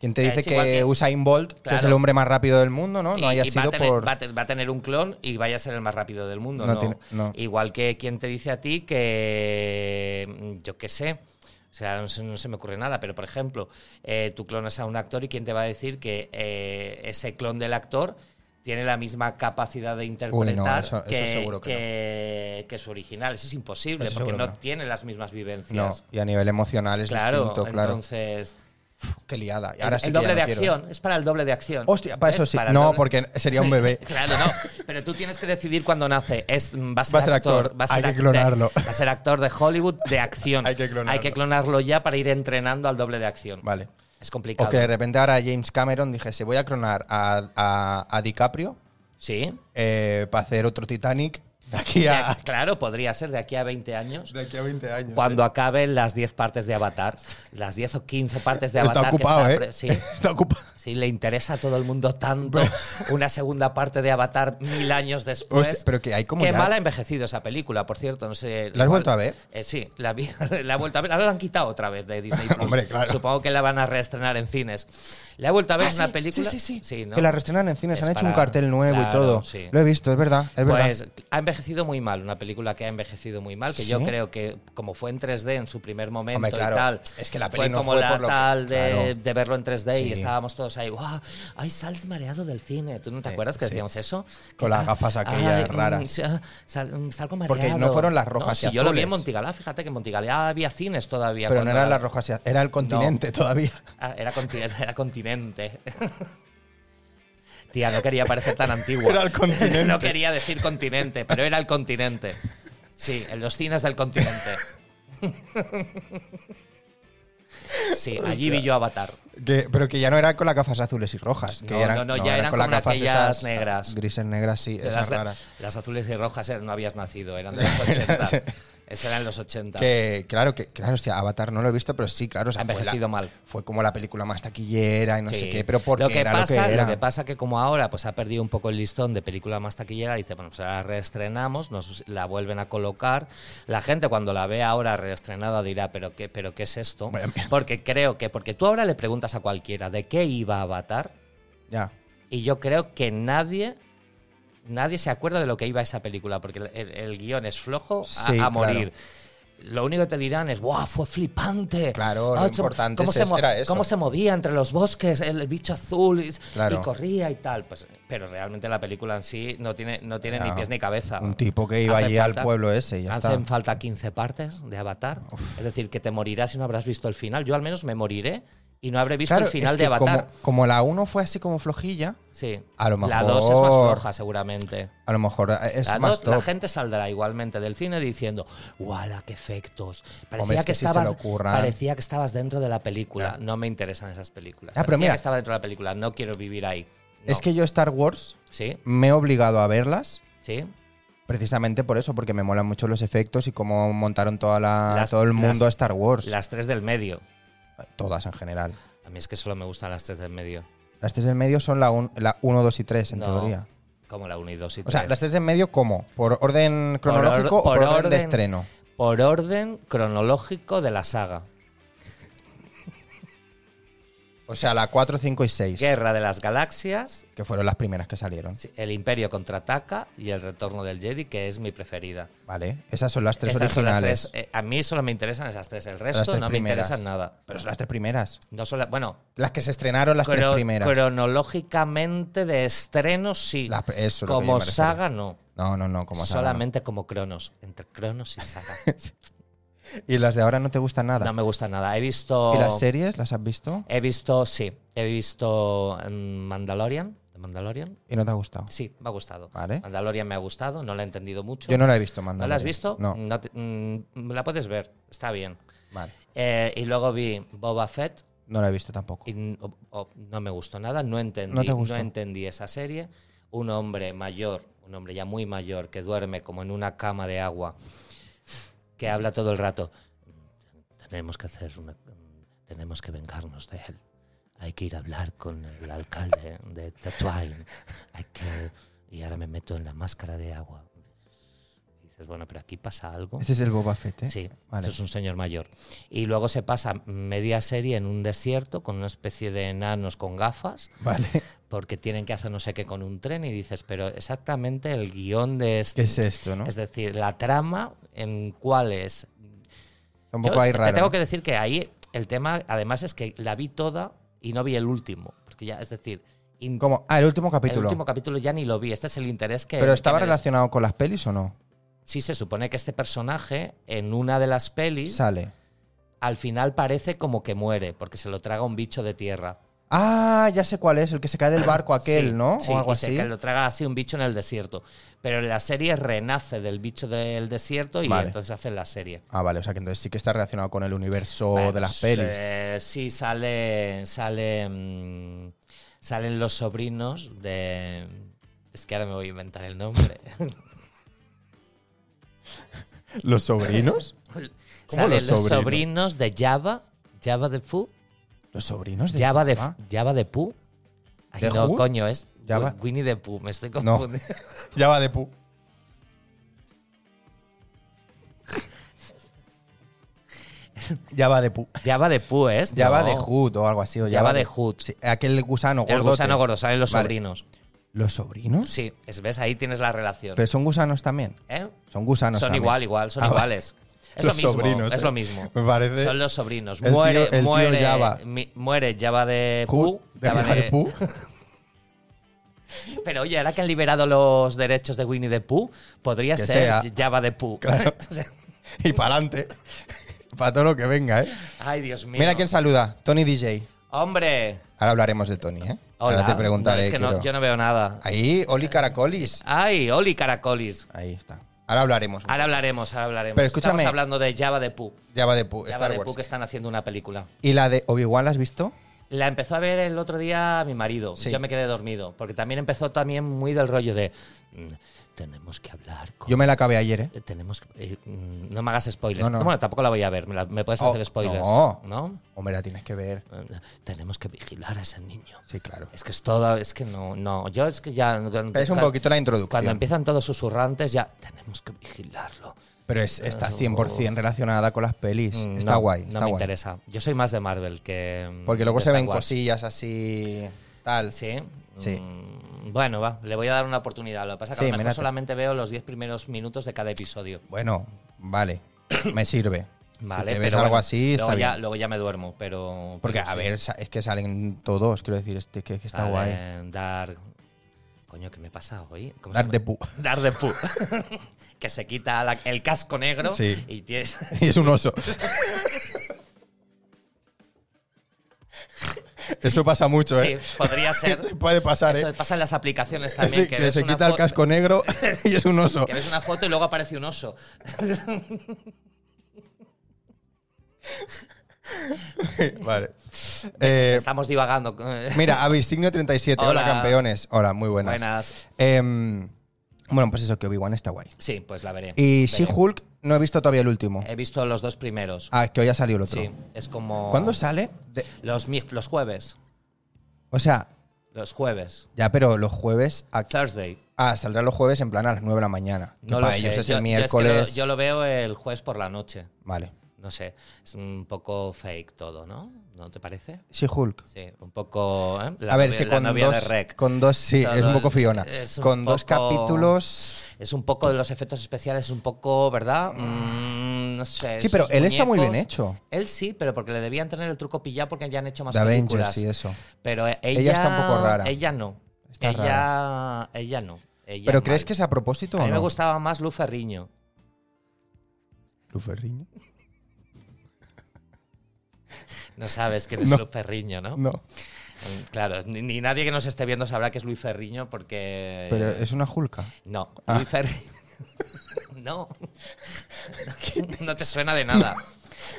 Speaker 1: Quien te
Speaker 2: Es
Speaker 1: dice que,
Speaker 2: igual que-
Speaker 1: Usain Bolt, que es
Speaker 2: Claro.
Speaker 1: el hombre más rápido del mundo, ¿no? No
Speaker 2: Y-
Speaker 1: haya
Speaker 2: y va
Speaker 1: sido
Speaker 2: a tener,
Speaker 1: por.
Speaker 2: va a te- va a tener un clon y vaya a ser el más rápido del mundo.
Speaker 1: No
Speaker 2: No
Speaker 1: tiene- no.
Speaker 2: Igual que quien te dice a ti que. mm, Yo qué sé. O sea, no se, no se me ocurre nada, pero por ejemplo, eh, tú clonas a un actor y quién te va a decir que eh, ese clon del actor tiene la misma capacidad de interpretar
Speaker 1: eso- eso
Speaker 2: que,
Speaker 1: seguro que
Speaker 2: que- que su original. Eso es imposible,
Speaker 1: Eso
Speaker 2: porque
Speaker 1: seguro
Speaker 2: no,
Speaker 1: que no.
Speaker 2: tiene las mismas
Speaker 1: No,
Speaker 2: vivencias.
Speaker 1: y a nivel emocional es
Speaker 2: claro,
Speaker 1: distinto, claro.
Speaker 2: entonces.
Speaker 1: Uf, qué liada. Y
Speaker 2: El-
Speaker 1: ahora
Speaker 2: el,
Speaker 1: sí que
Speaker 2: doble
Speaker 1: ya no
Speaker 2: de
Speaker 1: quiero.
Speaker 2: acción, es para el doble de acción.
Speaker 1: Hostia, para eso
Speaker 2: ¿Ves?
Speaker 1: sí.
Speaker 2: Para el
Speaker 1: No,
Speaker 2: doble-
Speaker 1: porque sería un bebé.
Speaker 2: Claro, no. Pero tú tienes que decidir cuando nace. Es, mm, va a ser,
Speaker 1: Va a ser actor,
Speaker 2: va a ser
Speaker 1: hay que
Speaker 2: ac-
Speaker 1: clonarlo.
Speaker 2: de- va a ser actor de Hollywood de acción.
Speaker 1: Hay que clonarlo.
Speaker 2: Hay que clonarlo ya para ir entrenando al doble de acción.
Speaker 1: Vale.
Speaker 2: Es complicado.
Speaker 1: O que de repente ahora James Cameron dijese, voy a clonar a, a- a DiCaprio
Speaker 2: Sí.
Speaker 1: para hacer otro Titanic de aquí
Speaker 2: De
Speaker 1: a,
Speaker 2: aquí- claro, podría ser de aquí a 20 años.
Speaker 1: de aquí a 20 años. eh".
Speaker 2: Cuando acaben las 10 partes de Avatar, las 10 o 15 partes de
Speaker 1: Está
Speaker 2: Avatar. que
Speaker 1: ocupado,
Speaker 2: está
Speaker 1: ¿eh?
Speaker 2: pre- Sí,
Speaker 1: Está ocupado.
Speaker 2: sí, le interesa a todo el mundo tanto una segunda parte de Avatar mil años después.
Speaker 1: Hostia, pero que hay como
Speaker 2: Qué
Speaker 1: ya-
Speaker 2: mal ha envejecido esa película, por cierto. No sé.
Speaker 1: ¿La has
Speaker 2: igual-
Speaker 1: vuelto a ver?
Speaker 2: Eh, sí, la, vi- la he vuelto a ver. Ahora la han quitado otra vez de Disney Plus.
Speaker 1: Hombre, claro. Ah,
Speaker 2: Supongo que la van a reestrenar en cines. La he vuelto a ver es una película.
Speaker 1: Sí, sí, sí.
Speaker 2: ¿no?
Speaker 1: Que la reestrenan en cines,
Speaker 2: Es
Speaker 1: han hecho un
Speaker 2: para-
Speaker 1: cartel nuevo y
Speaker 2: claro,
Speaker 1: todo.
Speaker 2: sí.
Speaker 1: Lo he visto, es verdad, es verdad.
Speaker 2: Pues ha envejecido muy mal, una película que ha envejecido muy mal, que yo
Speaker 1: ¿Sí?
Speaker 2: creo que como fue en 3D en su primer momento
Speaker 1: Hombre, claro,
Speaker 2: y tal,
Speaker 1: es que la
Speaker 2: fue
Speaker 1: peli no
Speaker 2: como
Speaker 1: fue
Speaker 2: la
Speaker 1: por lo que-
Speaker 2: tal de,
Speaker 1: claro.
Speaker 2: de verlo en 3D
Speaker 1: Sí.
Speaker 2: y estábamos todos ahí, ¡guau! ¡Ay, sales mareado del cine! ¿Tú no te
Speaker 1: Sí,
Speaker 2: acuerdas que
Speaker 1: sí.
Speaker 2: decíamos eso?
Speaker 1: Con
Speaker 2: Que,
Speaker 1: las
Speaker 2: ah,
Speaker 1: gafas aquellas
Speaker 2: ay, mm,
Speaker 1: raras.
Speaker 2: sí, ah, sal- mm, salgo mareado.
Speaker 1: Porque no fueron las rojas
Speaker 2: si
Speaker 1: y
Speaker 2: yo lo vi en
Speaker 1: azules.
Speaker 2: Montigalá, fíjate que en Montigalá había cines todavía.
Speaker 1: Pero no
Speaker 2: cuando
Speaker 1: eran las rojas, y az- era el continente todavía.
Speaker 2: Ah, era, conti- era continente. Tía, no quería parecer tan antiguo.
Speaker 1: Era el continente.
Speaker 2: no quería decir continente, pero era el continente. Sí, en los cines del continente. Sí, allí vi yo Avatar.
Speaker 1: Que- pero que ya no era con las gafas azules y rojas. que
Speaker 2: No,
Speaker 1: eran,
Speaker 2: no, no, ya eran
Speaker 1: con las
Speaker 2: como
Speaker 1: gafas
Speaker 2: aquellas
Speaker 1: esas
Speaker 2: negras.
Speaker 1: Grises negras, sí,
Speaker 2: De
Speaker 1: esas
Speaker 2: las,
Speaker 1: raras.
Speaker 2: las azules y rojas eh, no habías nacido, eran de los 80. Esos eran los 80.
Speaker 1: Que claro, que claro, hostia, Avatar no lo he visto, pero sí, claro, o sea,
Speaker 2: Ha
Speaker 1: fue la-
Speaker 2: envejecido mal.
Speaker 1: Fue como la película más taquillera y no sé
Speaker 2: Sí.
Speaker 1: qué, pero porque
Speaker 2: lo que
Speaker 1: era
Speaker 2: pasa,
Speaker 1: lo que era.
Speaker 2: pasa que como ahora pues ha perdido un poco el listón de película más taquillera, dice, bueno, pues ahora la reestrenamos, nos la vuelven a colocar. La gente cuando la ve ahora reestrenada dirá, pero qué, pero qué es esto?
Speaker 1: Vaya mierda.
Speaker 2: Porque creo que porque tú ahora le preguntas a cualquiera de qué iba Avatar
Speaker 1: Ya.
Speaker 2: y yo creo que nadie nadie se acuerda de lo que iba esa película porque el, el- el guión es flojo a,
Speaker 1: Sí,
Speaker 2: a
Speaker 1: claro.
Speaker 2: morir. Lo único que te dirán es, ¡guau! Fue flipante.
Speaker 1: Claro, lo
Speaker 2: Ah, se-
Speaker 1: importante es-
Speaker 2: se mo-
Speaker 1: era eso.
Speaker 2: Cómo se movía entre los bosques, el, el bicho azul y,
Speaker 1: Claro.
Speaker 2: y corría y tal. Pues, pero realmente la película en sí no tiene, no tiene ni
Speaker 1: Ya.
Speaker 2: pies ni cabeza.
Speaker 1: Un tipo que iba
Speaker 2: Hace
Speaker 1: allí al
Speaker 2: falta-
Speaker 1: pueblo ese y ya
Speaker 2: Hacen
Speaker 1: está.
Speaker 2: falta 15 partes de Avatar. Es decir, que te morirás y no habrás visto el final. Yo al menos me moriré y no habré visto
Speaker 1: Claro,
Speaker 2: el final
Speaker 1: es
Speaker 2: de
Speaker 1: que
Speaker 2: Avatar.
Speaker 1: Como, como la 1 fue así como flojilla,
Speaker 2: Sí.
Speaker 1: A lo
Speaker 2: La 2 es más
Speaker 1: mejor-
Speaker 2: floja, seguramente.
Speaker 1: a lo mejor eh, es
Speaker 2: La,
Speaker 1: más
Speaker 2: dos, la
Speaker 1: top.
Speaker 2: gente saldrá igualmente del cine diciendo, ¡guala, qué efectos! Parecía,
Speaker 1: Hombre, es
Speaker 2: que
Speaker 1: que si se le
Speaker 2: estabas,
Speaker 1: ocurran.
Speaker 2: parecía que estabas dentro de la película. No me interesan esas películas.
Speaker 1: Ah, pero
Speaker 2: Parecía
Speaker 1: mira.
Speaker 2: que estaba dentro de la película. No quiero vivir ahí. No.
Speaker 1: Es que yo Star Wars
Speaker 2: Sí,
Speaker 1: me he obligado a verlas
Speaker 2: sí.
Speaker 1: precisamente por eso, porque me molan mucho los efectos y cómo montaron toda la,
Speaker 2: Las-
Speaker 1: todo el
Speaker 2: las-
Speaker 1: mundo a Star Wars.
Speaker 2: Las tres del medio.
Speaker 1: Todas en general.
Speaker 2: A mí es que solo me gustan las tres del medio.
Speaker 1: Las tres del medio son la 1, dos y tres, en
Speaker 2: No,
Speaker 1: teoría.
Speaker 2: Como la 1 y 2 y 3.
Speaker 1: O sea, las tres del medio, ¿cómo? ¿Por orden
Speaker 2: Por or-
Speaker 1: cronológico
Speaker 2: por
Speaker 1: o por orden, de
Speaker 2: orden-
Speaker 1: estreno?
Speaker 2: Por orden cronológico de la saga.
Speaker 1: O sea, la 4, 5 y 6,
Speaker 2: Guerra de las Galaxias,
Speaker 1: que fueron las primeras que salieron.
Speaker 2: Sí, El Imperio contraataca y El Retorno del Jedi, que es mi preferida.
Speaker 1: Vale, esas son las tres
Speaker 2: Estas son las
Speaker 1: originales.
Speaker 2: tres, eh, a mí solo me interesan esas tres, el resto
Speaker 1: Las tres
Speaker 2: no me
Speaker 1: primeras.
Speaker 2: interesan nada.
Speaker 1: Pero son las tres primeras.
Speaker 2: No son la- bueno,
Speaker 1: Las que se estrenaron las tres
Speaker 2: cro-
Speaker 1: primeras.
Speaker 2: cronológicamente de estreno sí,
Speaker 1: Las pre- eso es lo que yo
Speaker 2: como
Speaker 1: me refiero.
Speaker 2: saga no,
Speaker 1: No, no, no, como saga, no.
Speaker 2: solamente como Cronos, entre Cronos y saga.
Speaker 1: Y las de ahora no te gustan nada.
Speaker 2: no me gusta nada. He visto
Speaker 1: ¿Y las series las has visto?
Speaker 2: He visto, sí, he visto mm, Mandalorian, The Mandalorian.
Speaker 1: Y no te ha gustado.
Speaker 2: Sí, me ha gustado.
Speaker 1: Vale.
Speaker 2: Mandalorian me ha gustado, no la he entendido mucho.
Speaker 1: Yo no la he visto,
Speaker 2: ¿No
Speaker 1: Mandalorian.
Speaker 2: la has visto?
Speaker 1: No.
Speaker 2: No te- mm, la puedes ver, está bien.
Speaker 1: Vale.
Speaker 2: Eh, y luego vi Boba Fett
Speaker 1: No la he visto tampoco.
Speaker 2: y n- o- o no me gustó nada, no entendí,
Speaker 1: No te gustó.
Speaker 2: entendí esa serie. Un hombre mayor, un hombre ya muy mayor, que duerme como en una cama de agua, que habla todo el rato. Tenemos que hacer una- tenemos que vengarnos de él. Hay que ir a hablar con el alcalde de Tatooine. Hay que y ahora me meto en la máscara de agua. Y dices, bueno, pero aquí pasa algo.
Speaker 1: Ese es el Boba Fett, ¿eh?
Speaker 2: Sí,
Speaker 1: Vale.
Speaker 2: eso es un señor mayor. Y luego se pasa media serie en un desierto con una especie de enanos con gafas
Speaker 1: Vale.
Speaker 2: porque tienen que hacer no sé qué con un tren y dices, pero exactamente el guión de
Speaker 1: ¿Qué
Speaker 2: este...
Speaker 1: es esto, no?
Speaker 2: Es decir, la trama en cuál es.
Speaker 1: un poco
Speaker 2: Yo
Speaker 1: ahí raro.
Speaker 2: Te tengo
Speaker 1: ¿no?
Speaker 2: que decir que ahí el tema, además, es que la vi toda y no vi el último. Porque ya, es decir, in-
Speaker 1: ¿Cómo? Ah, el último
Speaker 2: el
Speaker 1: capítulo.
Speaker 2: último capítulo ya ni lo vi. Este es el interés que...
Speaker 1: ¿Pero
Speaker 2: que
Speaker 1: estaba
Speaker 2: merece.
Speaker 1: relacionado con las pelis o no?
Speaker 2: Sí, se supone que este personaje en una de las pelis...
Speaker 1: Sale.
Speaker 2: al final parece como que muere, porque se lo traga un bicho de tierra.
Speaker 1: Ah, ya sé cuál es, el que se cae del barco aquel,
Speaker 2: Ah, Sí,
Speaker 1: ¿no?
Speaker 2: Sí,
Speaker 1: o algo
Speaker 2: y se-
Speaker 1: así.
Speaker 2: que lo traga así un bicho en el desierto. Pero en la serie renace del bicho del desierto y
Speaker 1: Vale.
Speaker 2: entonces hacen la serie.
Speaker 1: Ah, vale, o sea que entonces sí que está relacionado con el universo
Speaker 2: Bueno,
Speaker 1: de las pelis.
Speaker 2: eh, sí, sale. sale mm, salen los sobrinos de. Es que ahora me voy a inventar el nombre.
Speaker 1: ¿Los sobrinos?
Speaker 2: salen los
Speaker 1: los sobrinos?
Speaker 2: sobrinos? de Java. Java de Fu.
Speaker 1: ¿Los sobrinos de
Speaker 2: Java de,
Speaker 1: Java?
Speaker 2: Java de Pu. Ay,
Speaker 1: ¿De
Speaker 2: no,
Speaker 1: Who?
Speaker 2: coño, es
Speaker 1: Java-
Speaker 2: Winnie de Pooh. Me estoy
Speaker 1: No.
Speaker 2: confundiendo.
Speaker 1: Java de Pu. Java de Pu.
Speaker 2: Java de Pooh es.
Speaker 1: Java
Speaker 2: ¿no?
Speaker 1: de Hood o algo así. O
Speaker 2: Java de Hood.
Speaker 1: Sí, aquel gusano gordo.
Speaker 2: El gusano gordo, salen los
Speaker 1: Vale.
Speaker 2: sobrinos.
Speaker 1: ¿Los sobrinos?
Speaker 2: Sí, es- ves, ahí tienes la relación.
Speaker 1: Pero son gusanos también.
Speaker 2: ¿eh?
Speaker 1: Son gusanos
Speaker 2: son
Speaker 1: también.
Speaker 2: igual, igual, son
Speaker 1: Ah, vale.
Speaker 2: iguales. Es lo
Speaker 1: Los
Speaker 2: mismo,
Speaker 1: sobrinos,
Speaker 2: es
Speaker 1: eh.
Speaker 2: lo mismo.
Speaker 1: Me parece.
Speaker 2: Son los sobrinos.
Speaker 1: El tío-
Speaker 2: Muere,
Speaker 1: el tío
Speaker 2: muere,
Speaker 1: Java.
Speaker 2: mi- muere Java de
Speaker 1: Hood,
Speaker 2: Pooh.
Speaker 1: de
Speaker 2: Java
Speaker 1: Java de
Speaker 2: de-
Speaker 1: Pu.
Speaker 2: Pero oye, ahora que han liberado los derechos de Winnie the Pooh, podría
Speaker 1: Que
Speaker 2: ser
Speaker 1: sea.
Speaker 2: Java de Pooh. O sea,
Speaker 1: y para adelante. para todo lo que venga, ¿eh?
Speaker 2: Ay, Dios mío.
Speaker 1: Mira quién saluda. Tony DJ.
Speaker 2: Hombre.
Speaker 1: Ahora hablaremos de Tony, ¿eh?
Speaker 2: Hola.
Speaker 1: Ahora te preguntaré.
Speaker 2: No, es que no-
Speaker 1: quiero-
Speaker 2: yo no veo nada.
Speaker 1: Ahí, Oli Caracolis.
Speaker 2: Ay, Oli Caracolis.
Speaker 1: Ahí está. Ahora hablaremos.
Speaker 2: Ahora hablaremos, ahora hablaremos.
Speaker 1: Pero escúchame.
Speaker 2: Estamos hablando de Java de Pooh.
Speaker 1: Java de Pooh,
Speaker 2: Java
Speaker 1: Star
Speaker 2: de
Speaker 1: Wars.
Speaker 2: Pooh que están haciendo una película.
Speaker 1: ¿Y la de Obi-Wan la has visto?
Speaker 2: La empezó a ver el otro día mi marido.
Speaker 1: Sí.
Speaker 2: Yo me quedé dormido. Porque también empezó también muy del rollo de. "Mm, Tenemos que hablar con.
Speaker 1: Yo me la acabé ayer, ¿eh?
Speaker 2: eh, Tenemos que- eh, mm, no me hagas spoilers.
Speaker 1: No, no.
Speaker 2: Bueno, tampoco la voy a ver. Me, la- me puedes
Speaker 1: Oh,
Speaker 2: hacer spoilers.
Speaker 1: no.
Speaker 2: ¿No?
Speaker 1: Hombre, la tienes que ver.
Speaker 2: Eh, Tenemos que vigilar a ese niño.
Speaker 1: Sí, claro.
Speaker 2: Es que es todo. Es que no. no Yo es que ya.
Speaker 1: Es un poquito la introducción.
Speaker 2: Cuando empiezan todos susurrantes, ya. Tenemos que vigilarlo.
Speaker 1: Pero es- está 100% relacionada con las pelis.
Speaker 2: Mm,
Speaker 1: está
Speaker 2: no,
Speaker 1: guay.
Speaker 2: No
Speaker 1: está
Speaker 2: me
Speaker 1: guay.
Speaker 2: interesa. Yo soy más de Marvel que.
Speaker 1: Porque luego
Speaker 2: de
Speaker 1: se
Speaker 2: Star
Speaker 1: ven
Speaker 2: Wars.
Speaker 1: cosillas así. Tal.
Speaker 2: Sí.
Speaker 1: Sí.
Speaker 2: Mm, Bueno, va, le voy a dar una oportunidad. Lo que pasa es que
Speaker 1: Sí,
Speaker 2: a lo mejor
Speaker 1: mírate.
Speaker 2: solamente veo los 10 primeros minutos de cada episodio.
Speaker 1: Bueno, vale. me sirve.
Speaker 2: Vale,
Speaker 1: si te ves
Speaker 2: pero
Speaker 1: algo
Speaker 2: bueno,
Speaker 1: así,
Speaker 2: luego
Speaker 1: está
Speaker 2: ya,
Speaker 1: bien.
Speaker 2: Luego ya me duermo, pero.
Speaker 1: Porque,
Speaker 2: pero
Speaker 1: a
Speaker 2: sí.
Speaker 1: ver, sa- es que salen todos, quiero decir, es que, que está guay.
Speaker 2: Dark- Dark. Coño, ¿qué me pasa hoy? ¿Cómo se
Speaker 1: Dar
Speaker 2: llama?
Speaker 1: de pu.
Speaker 2: Dark de Pooh. que se quita la- el casco negro
Speaker 1: Sí.
Speaker 2: y tienes.
Speaker 1: Y es un oso. Eso pasa mucho,
Speaker 2: Sí,
Speaker 1: ¿eh?
Speaker 2: podría ser.
Speaker 1: Puede pasar,
Speaker 2: Eso
Speaker 1: ¿eh?
Speaker 2: pasa en las aplicaciones
Speaker 1: Es
Speaker 2: también.
Speaker 1: que,
Speaker 2: ves
Speaker 1: se
Speaker 2: una
Speaker 1: quita el
Speaker 2: fo-
Speaker 1: casco negro y es un oso.
Speaker 2: Que ves una foto y luego aparece un oso.
Speaker 1: Vale. Eh,
Speaker 2: Estamos divagando.
Speaker 1: mira, Avisignio37. Hola.
Speaker 2: Hola.
Speaker 1: campeones. Hola, muy buenas.
Speaker 2: Buenas.
Speaker 1: Em, bueno, pues eso, que Obi-Wan está guay.
Speaker 2: Sí, pues la veré.
Speaker 1: Y
Speaker 2: Veré.
Speaker 1: She-Hulk no he visto todavía el último.
Speaker 2: He visto los dos primeros.
Speaker 1: Ah, que hoy ha salido el otro.
Speaker 2: sí, es como.
Speaker 1: ¿Cuándo sale? De-
Speaker 2: Los, mi- los jueves.
Speaker 1: o sea,
Speaker 2: Los jueves.
Speaker 1: ya, pero los jueves. a-
Speaker 2: Thursday.
Speaker 1: ah, saldrá los jueves en plan a las 9 de la mañana. Que
Speaker 2: No lo
Speaker 1: para
Speaker 2: sé.
Speaker 1: ellos es el
Speaker 2: Yo- yo es que
Speaker 1: miércoles.
Speaker 2: lo- yo lo veo el jueves por la noche.
Speaker 1: Vale.
Speaker 2: No sé. Es un poco fake todo, ¿no? ¿No te parece?
Speaker 1: She-Hulk.
Speaker 2: Sí, un poco. ¿eh? La
Speaker 1: A ver,
Speaker 2: novia-
Speaker 1: es que
Speaker 2: la
Speaker 1: con
Speaker 2: novia de
Speaker 1: dos,
Speaker 2: Rec.
Speaker 1: con dos, sí,
Speaker 2: Todo
Speaker 1: es un
Speaker 2: el-
Speaker 1: poco Fiona.
Speaker 2: es un
Speaker 1: Con dos
Speaker 2: poco-
Speaker 1: capítulos.
Speaker 2: Es un poco de los efectos especiales, un poco, ¿verdad? Mm, no sé.
Speaker 1: Sí,
Speaker 2: esos
Speaker 1: pero él está muy
Speaker 2: muñecos-
Speaker 1: bien hecho.
Speaker 2: Él sí, pero porque le debían tener el truco pillado porque ya han hecho más
Speaker 1: De Avengers
Speaker 2: películas.
Speaker 1: y eso.
Speaker 2: Pero e- ella,
Speaker 1: Ella está un poco rara.
Speaker 2: Ella no.
Speaker 1: Está
Speaker 2: ella, ella no. Ella
Speaker 1: ¿Pero
Speaker 2: mal.
Speaker 1: crees que es a propósito
Speaker 2: A
Speaker 1: o
Speaker 2: mí me
Speaker 1: no?
Speaker 2: gustaba más Lu Ferriño.
Speaker 1: ¿Luferriño?
Speaker 2: No sabes quién es
Speaker 1: No.
Speaker 2: Lu Ferriño, ¿no?
Speaker 1: No.
Speaker 2: Mm, Claro, ni, ni nadie que nos esté viendo sabrá que es Luis Ferriño porque.
Speaker 1: Pero es una Hulka.
Speaker 2: Eh, No,
Speaker 1: Ah.
Speaker 2: Luis Ferriño. no. No te suena de nada.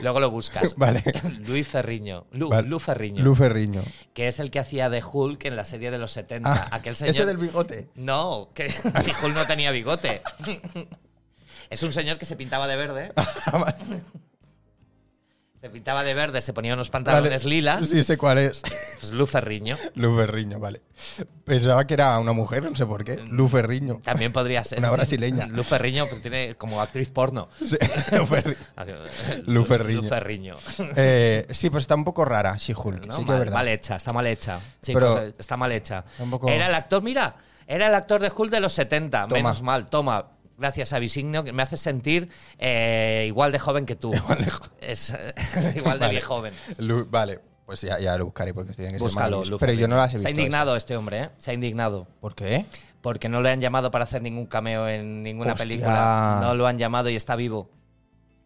Speaker 2: Luego lo buscas.
Speaker 1: Vale.
Speaker 2: Luis Ferriño. Lu,
Speaker 1: Vale.
Speaker 2: Lu Ferriño.
Speaker 1: Luferriño.
Speaker 2: Que es el que hacía de Hulk en la serie de los 70.
Speaker 1: Ah,
Speaker 2: Aquel señor.
Speaker 1: ese del bigote.
Speaker 2: No, que si Hulk no tenía bigote. Es un señor que se pintaba de verde.
Speaker 1: Ah.
Speaker 2: Se pintaba de verde, se ponía unos pantalones
Speaker 1: Vale.
Speaker 2: lilas.
Speaker 1: Sí, sé cuál es.
Speaker 2: Pues Lu Ferriño.
Speaker 1: Luferriño, vale. Pensaba que era una mujer, no sé por
Speaker 2: Mm.
Speaker 1: qué. Luferriño.
Speaker 2: También podría ser.
Speaker 1: Una brasileña.
Speaker 2: Lu Ferriño pues, tiene como actriz porno. Ah,
Speaker 1: Sí, Luferri- Lu Ferriño.
Speaker 2: Lu Ferriño.
Speaker 1: Eh, sí, pues está un poco rara She-Hulk.
Speaker 2: No,
Speaker 1: sí, que
Speaker 2: mal,
Speaker 1: es verdad.
Speaker 2: mal hecha, está mal hecha.
Speaker 1: Pero-
Speaker 2: Chicos, eh, está mal hecha.
Speaker 1: Tampoco-
Speaker 2: Era el actor, mira, era el actor de Hulk de los 70.
Speaker 1: Toma.
Speaker 2: Menos mal, toma. Gracias a Visignio, que me haces sentir eh, igual de joven que tú. Igual de, igual de
Speaker 1: Vale.
Speaker 2: bien joven.
Speaker 1: Lu- vale, pues ya, ya lo buscaré porque tienen que ser
Speaker 2: Búscalo,
Speaker 1: maravillosos.
Speaker 2: Lu
Speaker 1: Pero yo no
Speaker 2: Ferriño.
Speaker 1: las he visto.
Speaker 2: Está indignado
Speaker 1: esas.
Speaker 2: este hombre, ¿eh? Se ha indignado.
Speaker 1: ¿Por qué?
Speaker 2: Porque no le han llamado para hacer ningún cameo en ninguna
Speaker 1: Hostia.
Speaker 2: película. No lo han llamado y está vivo.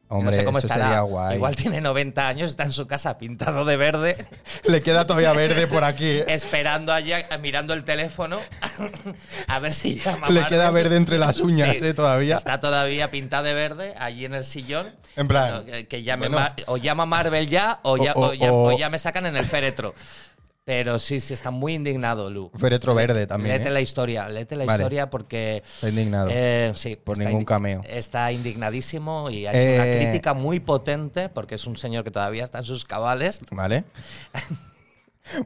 Speaker 1: Hombre,
Speaker 2: no sé cómo
Speaker 1: eso
Speaker 2: estará.
Speaker 1: sería guay.
Speaker 2: Igual tiene 90 años, está en su casa pintado de verde,
Speaker 1: Le queda todavía verde por aquí. ¿eh?
Speaker 2: esperando allá, mirando el teléfono, a ver si llama.
Speaker 1: Le
Speaker 2: Marco.
Speaker 1: queda verde entre las uñas,
Speaker 2: Sí.
Speaker 1: ¿eh? Todavía.
Speaker 2: Está todavía pintado de verde allí en el sillón.
Speaker 1: En plan,
Speaker 2: No, que- que llame
Speaker 1: bueno.
Speaker 2: Mar- o llama Marvel ya o ya,
Speaker 1: O-
Speaker 2: o ya-
Speaker 1: o-
Speaker 2: o ya me sacan en el féretro. Pero sí, sí, está muy indignado, Lu.
Speaker 1: Féretro verde también.
Speaker 2: léete
Speaker 1: ¿eh?
Speaker 2: la historia, léete la
Speaker 1: Vale.
Speaker 2: historia porque.
Speaker 1: Está indignado.
Speaker 2: eh, sí,
Speaker 1: Por
Speaker 2: está
Speaker 1: ningún
Speaker 2: indi- eh.
Speaker 1: cameo.
Speaker 2: Está indignadísimo y ha hecho una
Speaker 1: Eh.
Speaker 2: crítica muy potente porque es un señor que todavía está en sus cabales.
Speaker 1: ¿Vale?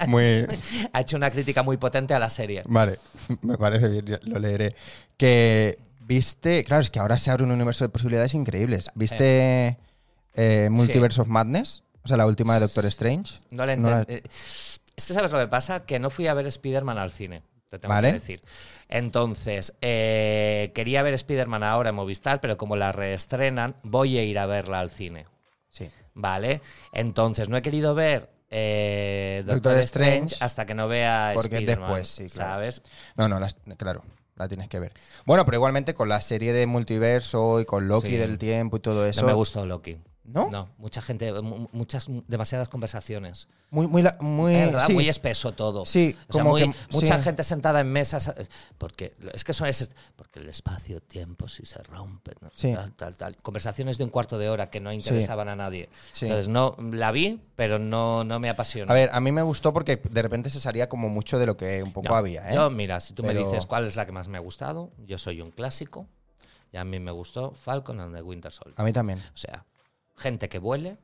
Speaker 1: Muy.
Speaker 2: Ha hecho una crítica muy potente a la serie.
Speaker 1: Vale, me parece bien, ya lo leeré. Que viste. Claro, es que ahora se abre un universo de posibilidades increíbles. ¿Viste eh, Multiverse of Madness? O sea, la última de Doctor Strange.
Speaker 2: No la
Speaker 1: la-
Speaker 2: enten- eh, Es que sabes lo que pasa, que no fui a ver Spider-Man al cine. Te tengo
Speaker 1: Vale.
Speaker 2: que decir. Entonces, eh, quería ver Spider-Man ahora en Movistar, pero como la reestrenan, voy a ir a verla al cine.
Speaker 1: Sí.
Speaker 2: ¿Vale? Entonces, no he querido ver eh, Doctor,
Speaker 1: Doctor
Speaker 2: Strange,
Speaker 1: Strange,
Speaker 2: hasta que no vea
Speaker 1: porque es
Speaker 2: Spider-Man,
Speaker 1: después, sí, claro.
Speaker 2: ¿Sabes?
Speaker 1: No, no, las- claro, la tienes que ver. Bueno, pero igualmente con la serie de multiverso y con Loki
Speaker 2: Sí.
Speaker 1: del tiempo y todo eso.
Speaker 2: No me gustó Loki.
Speaker 1: ¿No?
Speaker 2: No, mucha gente, mu- muchas, demasiadas conversaciones.
Speaker 1: Muy, muy, la- muy,
Speaker 2: Es ¿Eh? verdad,
Speaker 1: sí.
Speaker 2: muy espeso todo.
Speaker 1: Sí,
Speaker 2: O sea,
Speaker 1: como
Speaker 2: muy-
Speaker 1: que-
Speaker 2: mucha
Speaker 1: sí.
Speaker 2: gente sentada en mesas. eh, Porque es que son ese- porque el espacio-tiempo si se rompe. ¿no?
Speaker 1: Sí.
Speaker 2: Tal, tal, tal. Conversaciones de un cuarto de hora que no interesaban a nadie.
Speaker 1: Sí.
Speaker 2: Entonces no la vi, pero no, no me apasionó.
Speaker 1: A ver, a mí me gustó porque de repente se salía como mucho de lo que un poco
Speaker 2: No,
Speaker 1: había, ¿eh?
Speaker 2: Yo, mira, si tú me
Speaker 1: Pero-
Speaker 2: dices cuál es la que más me ha gustado, yo soy un clásico. Y a mí me gustó Falcon and the Winter Soldier.
Speaker 1: A mí también.
Speaker 2: O sea, gente que vuele.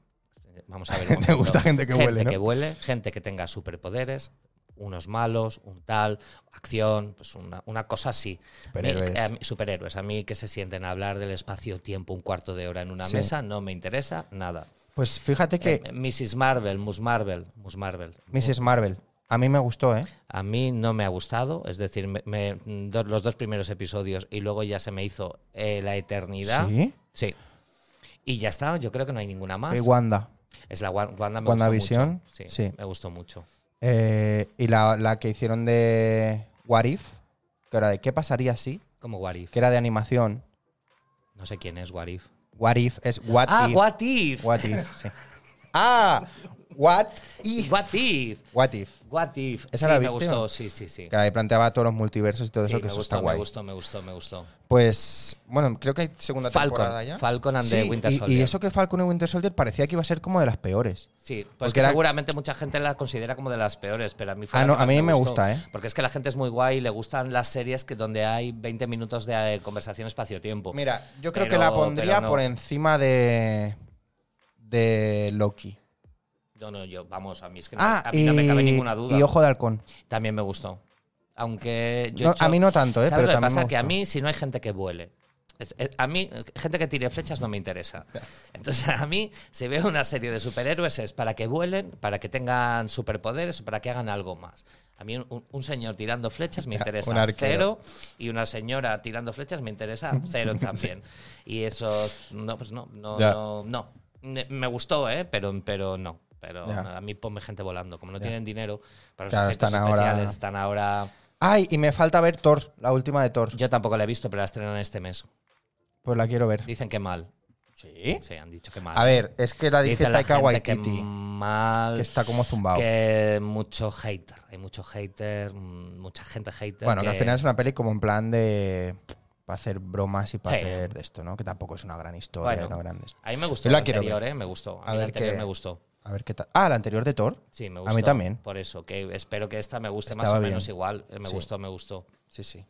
Speaker 2: Vamos a ver. un
Speaker 1: Te
Speaker 2: momento.
Speaker 1: gusta gente que vuele, ¿no?
Speaker 2: que vuele, gente que tenga superpoderes, unos malos, un tal, acción, pues una, una cosa así. A mí-
Speaker 1: Superhéroes.
Speaker 2: a mí- superhéroes. A mí que se sienten a hablar del espacio-tiempo un cuarto de hora en una
Speaker 1: Sí.
Speaker 2: mesa no me interesa nada.
Speaker 1: Pues fíjate que
Speaker 2: Eh, Mrs. Marvel, Mus Marvel, Mus Marvel.
Speaker 1: Mrs. Marvel, a mí me gustó, ¿eh?
Speaker 2: A mí no me ha gustado, es decir, me- me- do- los dos primeros episodios y luego ya se me hizo eh, la eternidad.
Speaker 1: ¿Sí?
Speaker 2: Sí. Y ya está, yo creo que no hay ninguna más.
Speaker 1: Y Eh, Wanda.
Speaker 2: Es la Wan- Wanda me
Speaker 1: WandaVision,
Speaker 2: gustó mucho. Sí,
Speaker 1: sí.
Speaker 2: me gustó mucho.
Speaker 1: Eh, y la, la que hicieron de What If, que era de ¿Qué pasaría si?
Speaker 2: Como What If.
Speaker 1: Que era de animación.
Speaker 2: No sé quién es What If.
Speaker 1: What If es What
Speaker 2: ah,
Speaker 1: If.
Speaker 2: What If. What,
Speaker 1: What If, sí. ¡Ah! What If.
Speaker 2: If.
Speaker 1: What If.
Speaker 2: What If.
Speaker 1: ¿Esa
Speaker 2: Sí,
Speaker 1: la
Speaker 2: me
Speaker 1: viste
Speaker 2: gustó,
Speaker 1: o-
Speaker 2: sí, sí, sí.
Speaker 1: Que ahí planteaba todos los multiversos y todo
Speaker 2: Sí,
Speaker 1: eso, que
Speaker 2: me,
Speaker 1: eso está
Speaker 2: gustó, me
Speaker 1: guay.
Speaker 2: gustó, me gustó, me gustó.
Speaker 1: Pues, bueno, creo que hay segunda temporada
Speaker 2: Falcon.
Speaker 1: ya.
Speaker 2: Falcon and the
Speaker 1: Sí,
Speaker 2: Winter
Speaker 1: y-
Speaker 2: Soldier.
Speaker 1: Y, eso que Falcon y Winter Soldier parecía que iba a ser como de las peores.
Speaker 2: Sí, pues
Speaker 1: Porque
Speaker 2: que
Speaker 1: era-
Speaker 2: seguramente mucha gente la considera como de las peores, pero a mí fue
Speaker 1: Ah,
Speaker 2: la
Speaker 1: no,
Speaker 2: que
Speaker 1: a
Speaker 2: más
Speaker 1: mí me
Speaker 2: gustó.
Speaker 1: gusta, ¿eh?
Speaker 2: Porque es que la gente es muy guay y le gustan las series que donde hay 20 minutos de eh, conversación espacio-tiempo.
Speaker 1: Mira, yo creo que
Speaker 2: Pero-
Speaker 1: la pondría
Speaker 2: pero no.
Speaker 1: por encima de. de Loki.
Speaker 2: No, no, yo, vamos, a mí es que no-
Speaker 1: Ah,
Speaker 2: a mí no me cabe
Speaker 1: y-
Speaker 2: ninguna duda.
Speaker 1: Y Ojo de Halcón.
Speaker 2: También me gustó. Aunque yo he
Speaker 1: No,
Speaker 2: hecho-
Speaker 1: a mí no tanto, ¿eh?
Speaker 2: ¿Sabes
Speaker 1: Pero
Speaker 2: lo que
Speaker 1: también me
Speaker 2: pasa? Que a
Speaker 1: gustó.
Speaker 2: mí, si no hay gente que vuele. es- eh, A mí, eh, gente que tire flechas no me interesa. Entonces, a mí, si veo una serie de superhéroes es para que vuelen, para que tengan superpoderes, para que hagan algo más. A mí, un, un señor tirando flechas me interesa
Speaker 1: un arquero.
Speaker 2: cero y una señora tirando flechas me interesa cero también. Y eso, no, pues no, no,
Speaker 1: Ya.
Speaker 2: no, no. Ne- Me gustó, ¿eh? Pero, pero no. Pero
Speaker 1: Ya.
Speaker 2: a mí ponme gente volando. Como no tienen dinero para los
Speaker 1: Claro,
Speaker 2: efectos
Speaker 1: están ahora-
Speaker 2: especiales, están ahora.
Speaker 1: Ay, y me falta ver Thor, la última de Thor.
Speaker 2: Yo tampoco la he visto, pero la estrenan este mes.
Speaker 1: Pues la quiero ver.
Speaker 2: Dicen que mal.
Speaker 1: ¿Sí?
Speaker 2: Sí, han dicho que mal.
Speaker 1: A ver, es que la
Speaker 2: Dice
Speaker 1: dije
Speaker 2: la
Speaker 1: Taika
Speaker 2: gente que
Speaker 1: Waititi,
Speaker 2: mal.
Speaker 1: que está como zumbado.
Speaker 2: que mucho hater. Hay mucho hater, mm, mucha gente hater.
Speaker 1: Bueno, que al final es una peli como en plan de. para hacer bromas y para
Speaker 2: Sí.
Speaker 1: hacer de esto, ¿no? Que tampoco es una gran historia,
Speaker 2: Bueno.
Speaker 1: una gran. de esto.
Speaker 2: A mí me gustó
Speaker 1: Yo la
Speaker 2: la
Speaker 1: quiero
Speaker 2: anterior,
Speaker 1: ver.
Speaker 2: ¿eh? Me gustó.
Speaker 1: A
Speaker 2: A, mí la
Speaker 1: ver
Speaker 2: anterior
Speaker 1: qué-
Speaker 2: me gustó.
Speaker 1: A ver qué tal. Ah, la anterior de Thor.
Speaker 2: Sí, me
Speaker 1: A
Speaker 2: gustó.
Speaker 1: mí también.
Speaker 2: Por eso, que espero que esta me guste más
Speaker 1: Estaba
Speaker 2: o menos
Speaker 1: bien.
Speaker 2: igual. Eh, Me
Speaker 1: Sí.
Speaker 2: gustó, me gustó.
Speaker 1: Sí, sí.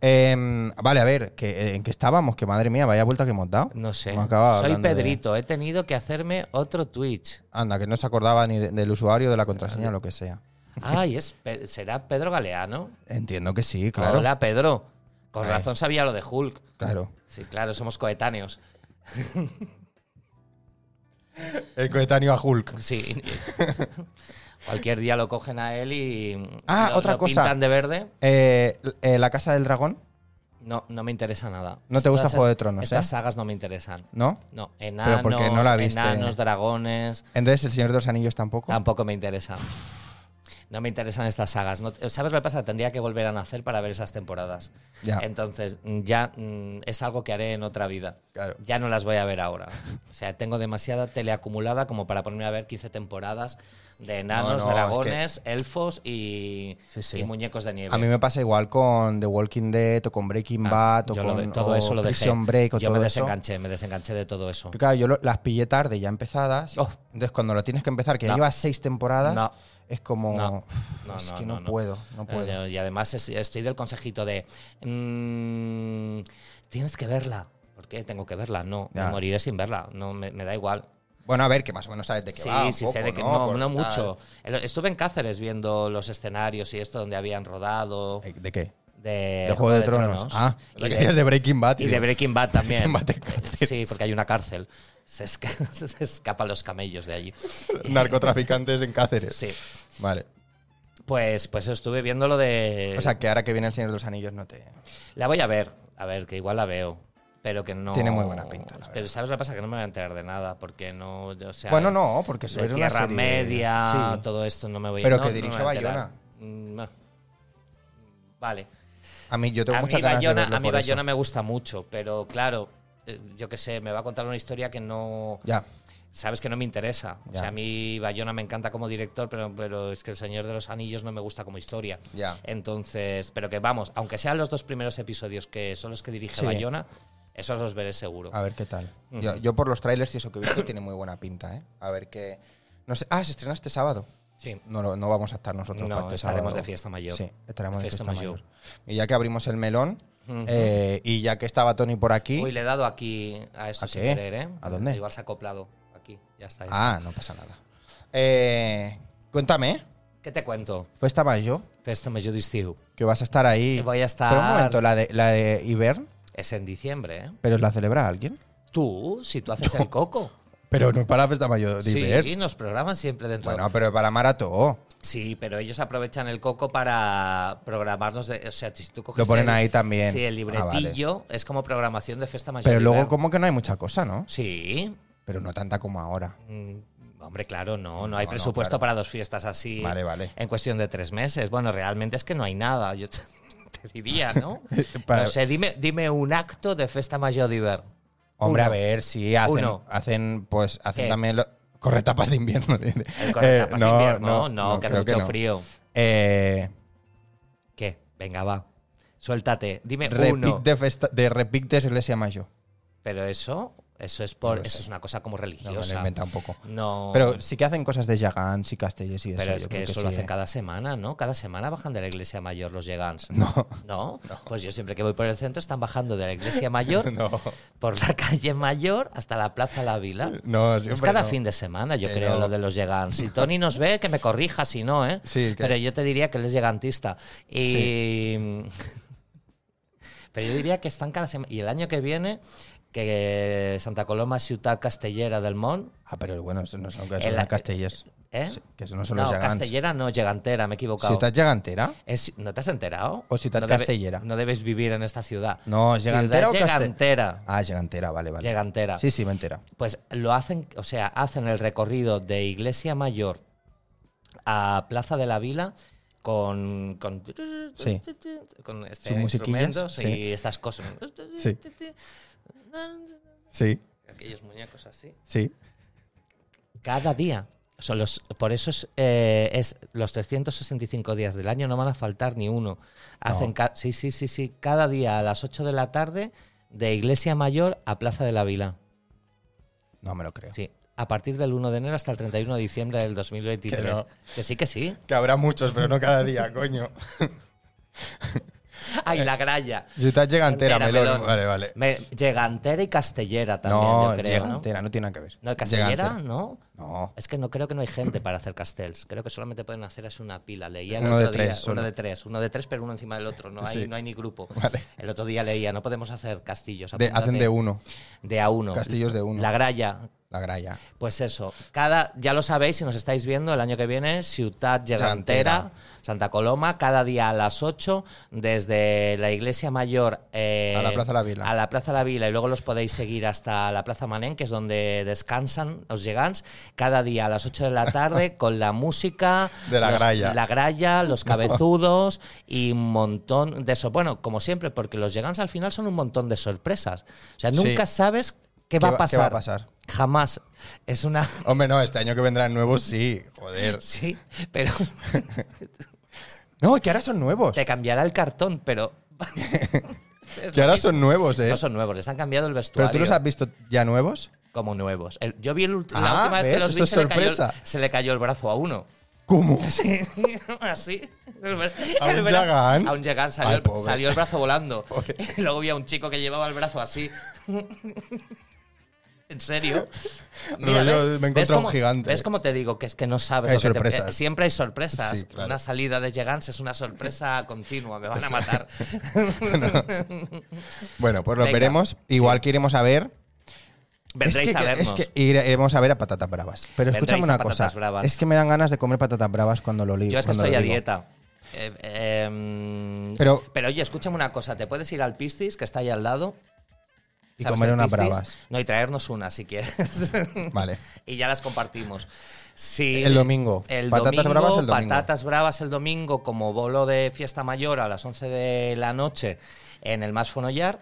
Speaker 1: Em, vale, a ver, que, eh, ¿en qué estábamos? Que madre mía, vaya vuelta que hemos dado.
Speaker 2: No sé.
Speaker 1: Hemos acabado
Speaker 2: Soy
Speaker 1: hablando de-
Speaker 2: Pedrito. He tenido que hacerme otro Twitch.
Speaker 1: Anda, que no se acordaba ni de- del usuario, de la contraseña, lo que sea.
Speaker 2: Ay, es Pe- será Pedro Galeano.
Speaker 1: Entiendo que sí, claro.
Speaker 2: Hola, Pedro. Con
Speaker 1: Ay.
Speaker 2: razón sabía lo de Hulk.
Speaker 1: Claro.
Speaker 2: Sí, claro, somos coetáneos.
Speaker 1: El coetáneo a Hulk.
Speaker 2: Sí. Cualquier día lo cogen a él y.
Speaker 1: Ah,
Speaker 2: lo-
Speaker 1: otra
Speaker 2: lo
Speaker 1: cosa.
Speaker 2: pintan de verde.
Speaker 1: Eh, eh, la Casa del Dragón,
Speaker 2: No, no me interesa nada.
Speaker 1: No te gusta
Speaker 2: Todas
Speaker 1: Juego de
Speaker 2: es-
Speaker 1: Tronos,
Speaker 2: Estas
Speaker 1: ¿eh?
Speaker 2: sagas no me interesan.
Speaker 1: ¿no?
Speaker 2: No, enanos,
Speaker 1: ¿por qué no la viste?
Speaker 2: enanos, dragones.
Speaker 1: Entonces, El Señor de los Anillos tampoco.
Speaker 2: Tampoco me interesa. No me interesan estas sagas. No- ¿Sabes lo que pasa? Tendría que volver a nacer para ver esas temporadas.
Speaker 1: Ya.
Speaker 2: Entonces, mm, ya mm, es algo que haré en otra vida.
Speaker 1: Claro.
Speaker 2: Ya no las voy a ver ahora. O sea, tengo demasiada tele acumulada como para ponerme a ver 15 temporadas de enanos,
Speaker 1: No, no, es
Speaker 2: dragones, elfos y,
Speaker 1: Sí, sí.
Speaker 2: y muñecos de nieve.
Speaker 1: A mí me pasa igual con The Walking Dead o con Breaking Bad o
Speaker 2: Ah, Yo
Speaker 1: con
Speaker 2: lo de- todo
Speaker 1: o
Speaker 2: eso lo dejé.
Speaker 1: Prison Break o
Speaker 2: yo
Speaker 1: todo
Speaker 2: me
Speaker 1: eso.
Speaker 2: desenganché, me desenganché de todo eso.
Speaker 1: Que claro, yo lo- las pillé tarde, ya empezadas.
Speaker 2: Oh.
Speaker 1: Entonces, cuando lo tienes que empezar, que ya
Speaker 2: No.
Speaker 1: llevas seis temporadas,
Speaker 2: No.
Speaker 1: es como.
Speaker 2: No. No,
Speaker 1: es
Speaker 2: no,
Speaker 1: que no,
Speaker 2: no, no.
Speaker 1: puedo, no puedo.
Speaker 2: Eh, Y además es- estoy del consejito de. mm, tienes que verla. ¿Por qué tengo que verla? No,
Speaker 1: Ya.
Speaker 2: me moriré sin verla. No, me, me da igual.
Speaker 1: Bueno, a ver, que más o menos sabes de qué
Speaker 2: Sí,
Speaker 1: va. un
Speaker 2: sí,
Speaker 1: poco,
Speaker 2: sé de que no,
Speaker 1: Por
Speaker 2: no
Speaker 1: tal.
Speaker 2: mucho. El- Estuve en Cáceres viendo los escenarios y esto donde habían rodado.
Speaker 1: Eh, ¿De qué?
Speaker 2: Eh, De,
Speaker 1: De Juego de, Tronos. Ah,
Speaker 2: y
Speaker 1: lo que
Speaker 2: de-
Speaker 1: decías de Breaking Bad.
Speaker 2: y de Breaking Bad
Speaker 1: Breaking
Speaker 2: también.
Speaker 1: Bad en cárcel.
Speaker 2: Sí, porque hay una cárcel. Se, esca- se escapan los camellos de allí.
Speaker 1: Narcotraficantes en Cáceres.
Speaker 2: Sí.
Speaker 1: Vale.
Speaker 2: Pues, pues estuve viendo lo de.
Speaker 1: O sea, que ahora que viene El Señor de los Anillos no te...
Speaker 2: La voy a ver, a ver, que igual la veo. Pero que no.
Speaker 1: Tiene muy buena pinta, la
Speaker 2: pero
Speaker 1: verdad.
Speaker 2: ¿sabes lo que pasa? Que no me voy a enterar de nada, porque no. O sea,
Speaker 1: Bueno, no, porque
Speaker 2: de
Speaker 1: soy una
Speaker 2: Tierra
Speaker 1: serie-
Speaker 2: Media,
Speaker 1: Sí.
Speaker 2: todo esto no me voy a
Speaker 1: Pero
Speaker 2: no,
Speaker 1: que
Speaker 2: no me
Speaker 1: dirige
Speaker 2: voy a enterar.
Speaker 1: Bayona.
Speaker 2: Mm, no. Vale.
Speaker 1: A mí yo tengo
Speaker 2: A mí,
Speaker 1: muchas ganas de
Speaker 2: Bayona,
Speaker 1: verlo
Speaker 2: a mí
Speaker 1: por eso.
Speaker 2: Bayona me gusta mucho, pero claro, eh, yo qué sé, me va a contar una historia que no.
Speaker 1: Ya.
Speaker 2: sabes que no me interesa. O
Speaker 1: Ya.
Speaker 2: sea, a mí Bayona me encanta como director, pero, pero es que El Señor de los Anillos no me gusta como historia.
Speaker 1: Ya.
Speaker 2: Entonces, pero que vamos, aunque sean los dos primeros episodios que son los que dirige
Speaker 1: Sí. Ah.
Speaker 2: Bayona, esos los veré seguro.
Speaker 1: A ver qué tal. yo, yo por los trailers y eso que he visto tiene muy buena pinta, ¿eh? A ver qué. No sé. Ah, se estrena este sábado.
Speaker 2: Sí.
Speaker 1: No, lo- no vamos a estar nosotros
Speaker 2: No,
Speaker 1: para este
Speaker 2: estaremos
Speaker 1: sábado.
Speaker 2: de fiesta mayor.
Speaker 1: Sí, estaremos de
Speaker 2: Fiesta
Speaker 1: fiesta,
Speaker 2: mayor.
Speaker 1: mayor. Y ya que abrimos el melón, eh, y ya que estaba Tony por aquí.
Speaker 2: Uy, le he dado aquí a esto
Speaker 1: ¿A
Speaker 2: sin
Speaker 1: qué?
Speaker 2: querer, ¿eh?
Speaker 1: ¿A dónde?
Speaker 2: Igual se ha acoplado. Aquí, ya está. ya está.
Speaker 1: ah, no pasa nada. Eh, cuéntame,
Speaker 2: ¿Qué te cuento?
Speaker 1: Festa Mayo,
Speaker 2: Festa Major Distiu.
Speaker 1: que vas a estar ahí.
Speaker 2: Voy a estar-
Speaker 1: Pero un momento, la de, la de Ibern,
Speaker 2: Es en diciembre, ¿eh?
Speaker 1: pero la celebra alguien.
Speaker 2: Tú, si tú haces el coco.
Speaker 1: Pero no para la Festa Mayo de Ibern.
Speaker 2: Sí, nos programan siempre dentro.
Speaker 1: Bueno, pero para Marató.
Speaker 2: Sí, pero ellos aprovechan el coco para programarnos. de- o sea, si tú coges
Speaker 1: Lo ponen
Speaker 2: el-
Speaker 1: ahí también.
Speaker 2: Sí, el
Speaker 1: Ah, vale.
Speaker 2: libretillo es como programación de Festa Mayor.
Speaker 1: Pero luego,
Speaker 2: Iber.
Speaker 1: como que no hay mucha cosa, ¿no?
Speaker 2: Sí.
Speaker 1: Pero no tanta como ahora.
Speaker 2: Mm, Hombre, claro, no, no hay
Speaker 1: No, no,
Speaker 2: presupuesto
Speaker 1: claro.
Speaker 2: para dos fiestas así
Speaker 1: Vale, vale.
Speaker 2: en cuestión de tres meses. Bueno, realmente es que no hay nada, yo te, te diría, ¿no?
Speaker 1: Para-
Speaker 2: No sé, dime, dime un acto de Festa Mayor Diver.
Speaker 1: Hombre,
Speaker 2: Uno.
Speaker 1: a ver, sí, hacen,
Speaker 2: Uno.
Speaker 1: hacen pues hacen
Speaker 2: ¿Qué?
Speaker 1: también lo, corre tapas de invierno.
Speaker 2: El corretapas de invierno, no, que
Speaker 1: creo
Speaker 2: hace mucho
Speaker 1: Eh, no.
Speaker 2: frío.
Speaker 1: Eh,
Speaker 2: ¿Qué? Venga, va. Suéltate, dime
Speaker 1: repic
Speaker 2: uno.
Speaker 1: de, festa, de repic de Iglesia Mayo.
Speaker 2: Pero eso, eso es por,
Speaker 1: No lo
Speaker 2: eso
Speaker 1: sé.
Speaker 2: es una cosa como
Speaker 1: No, me lo
Speaker 2: religiosa.
Speaker 1: he inventado un poco.
Speaker 2: No,
Speaker 1: Pero sí que hacen cosas de Yagán, sí, Castellers y eso.
Speaker 2: pero
Speaker 1: yo
Speaker 2: es que
Speaker 1: creo
Speaker 2: eso lo
Speaker 1: sí,
Speaker 2: hacen
Speaker 1: eh.
Speaker 2: cada semana, ¿no? Cada semana bajan de la iglesia mayor los llegans.
Speaker 1: No,
Speaker 2: ¿No? Pues yo siempre que voy por el centro están bajando de la iglesia mayor,
Speaker 1: no,
Speaker 2: por la calle mayor hasta la plaza La Vila.
Speaker 1: no.
Speaker 2: es
Speaker 1: siempre
Speaker 2: cada
Speaker 1: no.
Speaker 2: fin de semana, yo
Speaker 1: Que
Speaker 2: creo,
Speaker 1: no.
Speaker 2: lo de los llegans. Si Tony nos ve, que me corrija, si no, ¿eh?
Speaker 1: Sí, que-
Speaker 2: Pero yo te diría que él es llegantista. Y. Pero yo diría que están cada semana. Y el año que viene, que Santa Coloma es ciudad castellera del Mont.
Speaker 1: Ah, pero bueno, eso no son, que
Speaker 2: El-
Speaker 1: son las Castellers.
Speaker 2: ¿eh?
Speaker 1: Sí, que eso no son los Yagans.
Speaker 2: castellera no, llegantera, me he equivocado.
Speaker 1: ¿Ciudad Yagantera?
Speaker 2: Es- ¿No te has enterado?
Speaker 1: O ciudad
Speaker 2: no debe-
Speaker 1: castellera.
Speaker 2: no debes vivir en esta ciudad.
Speaker 1: No, ¿Llegantera o
Speaker 2: Ciudad
Speaker 1: Caste-
Speaker 2: Llegantera.
Speaker 1: Ah, Yagantera, vale, vale.
Speaker 2: Llegantera.
Speaker 1: Sí, sí, me entera.
Speaker 2: Pues lo hacen, o sea, hacen el recorrido de Iglesia Mayor a Plaza de la Vila con con,
Speaker 1: Sí.
Speaker 2: con este
Speaker 1: Sus musiquillas,
Speaker 2: instrumentos
Speaker 1: sí.
Speaker 2: y estas cosas.
Speaker 1: Sí. Sí,
Speaker 2: Aquellos muñecos así.
Speaker 1: sí.
Speaker 2: Cada día. Son los, por eso es, eh, es los 365 días del año, no van a faltar ni uno. Hacen ca- sí, sí, sí, sí, cada día a las 8 de la tarde de Iglesia Mayor a Plaza de la Vila.
Speaker 1: No me lo creo.
Speaker 2: Sí, a partir del 1 de enero hasta el 31 de diciembre del 2023. Que,
Speaker 1: Que no.
Speaker 2: sí, que sí.
Speaker 1: Que habrá muchos, pero no cada día, coño.
Speaker 2: Ay, la gralla.
Speaker 1: Ciudad Llegantera,
Speaker 2: Entera,
Speaker 1: melón.
Speaker 2: melón.
Speaker 1: Vale, vale.
Speaker 2: Me- llegantera y castellera también,
Speaker 1: No,
Speaker 2: yo creo.
Speaker 1: Llegantera, ¿no? tiene nada que ver.
Speaker 2: ¿no? No, castellera,
Speaker 1: Llegantera.
Speaker 2: ¿no?
Speaker 1: No.
Speaker 2: Es que no creo que no hay gente para hacer castells. Creo que solamente pueden hacer así una pila. Leía el
Speaker 1: Uno de
Speaker 2: otro día,
Speaker 1: tres, solo.
Speaker 2: uno de tres, uno de tres, pero uno encima del otro. No hay,
Speaker 1: Sí.
Speaker 2: no hay ni grupo.
Speaker 1: Vale.
Speaker 2: El otro día leía, no podemos hacer castillos.
Speaker 1: De-
Speaker 2: apúntate.
Speaker 1: hacen de uno,
Speaker 2: De a uno.
Speaker 1: Castillos de uno.
Speaker 2: La gralla.
Speaker 1: la gralla.
Speaker 2: Pues eso, cada, ya lo sabéis si nos estáis viendo, el año que viene, Ciudad Llegantera,
Speaker 1: Llantera.
Speaker 2: Santa Coloma, cada día a las 8, desde la Iglesia Mayor eh,
Speaker 1: A la Plaza La Vila.
Speaker 2: A la Plaza La Vila, y luego los podéis seguir hasta la Plaza Manén, que es donde descansan los llegans, cada día a las 8 de la tarde con la música.
Speaker 1: De la
Speaker 2: los-
Speaker 1: gralla.
Speaker 2: La gralla, los cabezudos y un montón de eso. Bueno, como siempre, porque los llegans al final son un montón de sorpresas. O sea, nunca sabes qué va, a
Speaker 1: ¿Qué
Speaker 2: pasar.
Speaker 1: va a pasar?
Speaker 2: Jamás. Es una.
Speaker 1: Hombre, no, este año que vendrán nuevos, sí. Joder.
Speaker 2: Sí, pero
Speaker 1: No, que ahora son nuevos.
Speaker 2: te cambiará el cartón, pero.
Speaker 1: Que ahora son nuevos, ¿eh?
Speaker 2: No son nuevos, les han cambiado el vestuario.
Speaker 1: Pero tú los has visto ya nuevos.
Speaker 2: Como nuevos. El- yo vi el ulti- la
Speaker 1: Ah,
Speaker 2: última vez que
Speaker 1: ¿ves?
Speaker 2: los vi
Speaker 1: Eso es
Speaker 2: se le, cayó, el-
Speaker 1: sorpresa.
Speaker 2: se le cayó el brazo a uno.
Speaker 1: ¿Cómo?
Speaker 2: Sí, así. El bra-
Speaker 1: ¿A
Speaker 2: el
Speaker 1: un
Speaker 2: bra-
Speaker 1: Jagan?
Speaker 2: A un Jagan salió,
Speaker 1: Ay,
Speaker 2: el-
Speaker 1: pobre.
Speaker 2: salió el brazo volando. Y luego vi a un chico que llevaba el brazo así. ¿En serio?
Speaker 1: Rollo, me he
Speaker 2: ¿ves? ¿Ves
Speaker 1: encontrado un
Speaker 2: cómo-
Speaker 1: gigante.
Speaker 2: ¿Ves cómo te digo que es que no sabes?
Speaker 1: Hay
Speaker 2: lo que te-
Speaker 1: sorpresas.
Speaker 2: siempre hay sorpresas.
Speaker 1: Sí, claro.
Speaker 2: Una salida de Jagans es una sorpresa continua. Me van a matar.
Speaker 1: Bueno, pues los
Speaker 2: Venga.
Speaker 1: veremos. Igual que iremos a ver. Es
Speaker 2: Vendréis
Speaker 1: que,
Speaker 2: a vernos.
Speaker 1: es que ire- iremos a ver a patatas bravas. Pero
Speaker 2: Vendréis
Speaker 1: escúchame
Speaker 2: a
Speaker 1: una
Speaker 2: patatas
Speaker 1: cosa.
Speaker 2: bravas.
Speaker 1: Es que me dan ganas de comer patatas bravas cuando lo leo.
Speaker 2: Yo es que
Speaker 1: cuando
Speaker 2: estoy
Speaker 1: lo
Speaker 2: a
Speaker 1: digo.
Speaker 2: dieta. Eh, eh, pero,
Speaker 1: Pero-
Speaker 2: oye, escúchame una cosa. ¿Te puedes ir al Pistis, que está ahí al lado?
Speaker 1: Y
Speaker 2: ¿Sabes
Speaker 1: comer
Speaker 2: el
Speaker 1: unas
Speaker 2: Pistis?
Speaker 1: bravas.
Speaker 2: No, y traernos una si quieres.
Speaker 1: Vale.
Speaker 2: y ya las compartimos. Sí,
Speaker 1: El domingo.
Speaker 2: El
Speaker 1: Patatas
Speaker 2: domingo,
Speaker 1: bravas el domingo.
Speaker 2: Patatas bravas el domingo como bolo de fiesta mayor a las 11 de la noche en el Más Fonollar.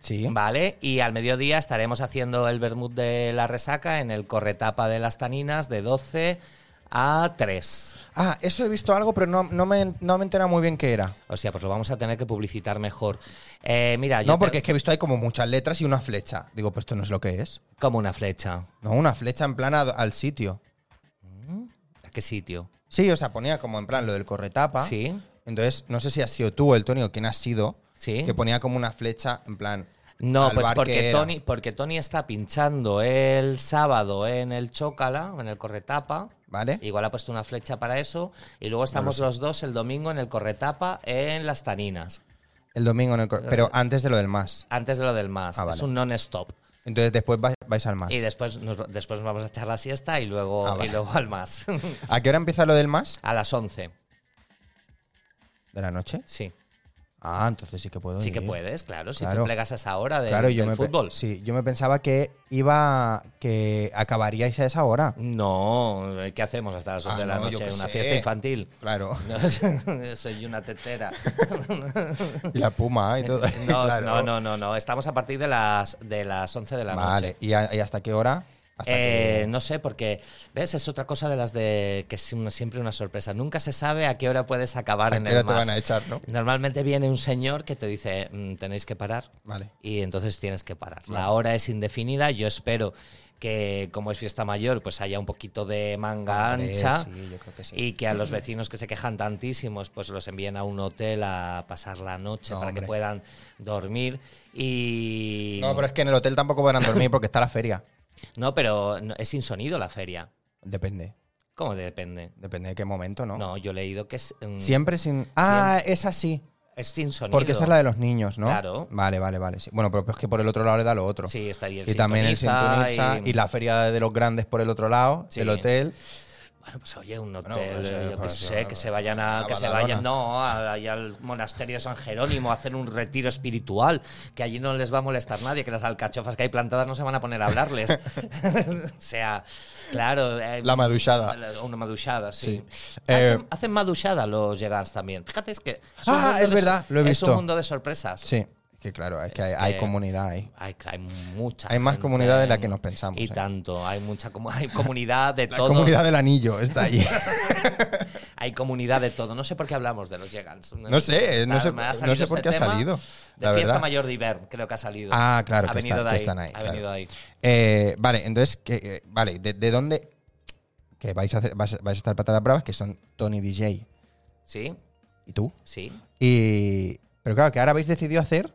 Speaker 1: Sí.
Speaker 2: ¿Vale? Y al mediodía estaremos haciendo el vermut de la resaca en el corretapa de las taninas de 12 a 3.
Speaker 1: Ah, eso he visto algo, pero no, no me, no me he enterado muy bien qué era.
Speaker 2: O sea, pues lo vamos a tener que publicitar mejor. Eh, mira, yo
Speaker 1: No, porque
Speaker 2: te-
Speaker 1: es que he visto hay como muchas letras y una flecha. Digo, pero esto no es lo que es.
Speaker 2: Como una flecha.
Speaker 1: No, una flecha en plan a- al sitio.
Speaker 2: ¿A qué sitio?
Speaker 1: Sí, o sea, ponía como en plan lo del corretapa.
Speaker 2: Sí,
Speaker 1: Entonces, no sé si has sido tú o el Tony o quién has sido,
Speaker 2: sí.
Speaker 1: que ponía como una flecha en plan.
Speaker 2: No,
Speaker 1: al
Speaker 2: pues
Speaker 1: bar que
Speaker 2: porque
Speaker 1: era.
Speaker 2: Tony, porque Tony está pinchando el sábado en el Chocala, en el Corretapa.
Speaker 1: ¿Vale?
Speaker 2: Igual ha puesto una flecha para eso. Y luego estamos los dos el domingo en el Corretapa en las Taninas.
Speaker 1: El domingo en el
Speaker 2: Eh.
Speaker 1: cor- Pero antes de lo del más.
Speaker 2: Antes de lo del más.
Speaker 1: Ah,
Speaker 2: Es
Speaker 1: vale.
Speaker 2: un non-stop.
Speaker 1: Entonces, después vais, vais al más.
Speaker 2: Y después nos, después vamos a echar la siesta y luego,
Speaker 1: Ah, vale.
Speaker 2: y luego al más.
Speaker 1: ¿A qué hora empieza lo del más?
Speaker 2: a las 11.
Speaker 1: ¿De la noche?
Speaker 2: Sí.
Speaker 1: Ah, entonces sí que puedo.
Speaker 2: Sí que
Speaker 1: ir.
Speaker 2: puedes, claro. Si
Speaker 1: Claro.
Speaker 2: tú plegas a esa hora del,
Speaker 1: Claro, yo
Speaker 2: del
Speaker 1: me, pe-
Speaker 2: fútbol.
Speaker 1: Sí, yo me pensaba que iba. que acabaríais a esa hora.
Speaker 2: No, ¿qué hacemos hasta las 11
Speaker 1: Ah,
Speaker 2: de la
Speaker 1: no, yo
Speaker 2: noche?
Speaker 1: qué
Speaker 2: Una
Speaker 1: sé.
Speaker 2: fiesta infantil.
Speaker 1: Claro.
Speaker 2: No, soy una tetera.
Speaker 1: Y la puma y todo.
Speaker 2: No,
Speaker 1: Claro.
Speaker 2: no, no, no, no. Estamos a partir de las, de las 11 de la
Speaker 1: Vale,
Speaker 2: noche.
Speaker 1: ¿Y, a- y hasta qué hora? Hasta
Speaker 2: Eh,
Speaker 1: que-
Speaker 2: No sé, porque, ¿ves? Es otra cosa de las de que es una- siempre una sorpresa. Nunca se sabe a qué hora puedes acabar
Speaker 1: ¿A
Speaker 2: en
Speaker 1: qué
Speaker 2: el
Speaker 1: hora te
Speaker 2: más.
Speaker 1: van a echar, no?
Speaker 2: Normalmente viene un señor que te dice, "Mm, tenéis que parar.
Speaker 1: Vale.
Speaker 2: Y entonces tienes que parar. La hora es indefinida. Yo espero que, como es fiesta mayor, pues haya un poquito de manga
Speaker 1: Hombre,
Speaker 2: ancha.
Speaker 1: sí, yo creo que sí.
Speaker 2: Y que a los vecinos que se quejan tantísimos, pues los envíen a un hotel a pasar la noche
Speaker 1: No,
Speaker 2: para
Speaker 1: hombre.
Speaker 2: que puedan dormir. Y.
Speaker 1: No, pero es que en el hotel tampoco podrán dormir porque está la feria.
Speaker 2: No, pero no- es sin sonido la feria.
Speaker 1: Depende.
Speaker 2: ¿Cómo depende?
Speaker 1: Depende de qué momento, ¿no?
Speaker 2: No, yo he leído que es, mm,
Speaker 1: Siempre sin. Ah, es así.
Speaker 2: es sin sonido.
Speaker 1: Porque esa es la de los niños, ¿no?
Speaker 2: Claro.
Speaker 1: Vale, vale, vale. sí. Bueno, pero es que por el otro lado le da lo otro.
Speaker 2: Sí, está ahí el
Speaker 1: y también el
Speaker 2: Sintoniza
Speaker 1: sintoniza y... la feria de los grandes por el otro lado,
Speaker 2: Sí.
Speaker 1: el hotel.
Speaker 2: Bueno, pues oye, un hotel,
Speaker 1: Bueno, pues, eh,
Speaker 2: yo qué
Speaker 1: pues,
Speaker 2: sé,
Speaker 1: eh,
Speaker 2: que se vayan a,
Speaker 1: a
Speaker 2: que se
Speaker 1: Badalona.
Speaker 2: vayan, no, a- allá al monasterio de San Jerónimo a hacer un retiro espiritual, que allí no les va a molestar nadie, que las alcachofas que hay plantadas no se van a poner a hablarles. o sea, claro. eh,
Speaker 1: La maduchada.
Speaker 2: la- Una maduchada, sí.
Speaker 1: Eh,
Speaker 2: hacen, hacen maduchada los llegas también. Fíjate, es que. es un
Speaker 1: Ah,
Speaker 2: mundo
Speaker 1: es
Speaker 2: de-
Speaker 1: verdad, lo he
Speaker 2: Es
Speaker 1: visto.
Speaker 2: un mundo de sorpresas.
Speaker 1: Sí. Que claro, es que hay,
Speaker 2: Es
Speaker 1: hay
Speaker 2: que-
Speaker 1: comunidad ahí.
Speaker 2: Hay, hay mucha.
Speaker 1: Hay más
Speaker 2: gente,
Speaker 1: comunidad de la
Speaker 2: hay
Speaker 1: que
Speaker 2: mu-
Speaker 1: nos pensamos,
Speaker 2: Y
Speaker 1: eh.
Speaker 2: tanto. Hay mucha comu- hay comunidad de
Speaker 1: La
Speaker 2: todo.
Speaker 1: comunidad del anillo está allí.
Speaker 2: Hay comunidad de todo. No sé por qué hablamos de los Yegans.
Speaker 1: No sé, eh, no sé-
Speaker 2: Me ha
Speaker 1: no
Speaker 2: salido
Speaker 1: sé por
Speaker 2: este
Speaker 1: qué ha
Speaker 2: tema
Speaker 1: salido,
Speaker 2: De
Speaker 1: la
Speaker 2: Fiesta
Speaker 1: verdad.
Speaker 2: Mayor de Iber, creo que ha salido.
Speaker 1: ah, claro,
Speaker 2: ha
Speaker 1: que,
Speaker 2: venido
Speaker 1: está-
Speaker 2: de
Speaker 1: que
Speaker 2: ahí.
Speaker 1: están ahí.
Speaker 2: Ha
Speaker 1: claro.
Speaker 2: venido de ahí.
Speaker 1: Eh, vale, entonces, que, eh, vale, ¿de, de dónde que vais a, hacer, vais, a- vais a estar patadas bravas? Que son Tony DJ
Speaker 2: Sí,
Speaker 1: y tú.
Speaker 2: sí.
Speaker 1: Y, pero claro, que ahora habéis decidido hacer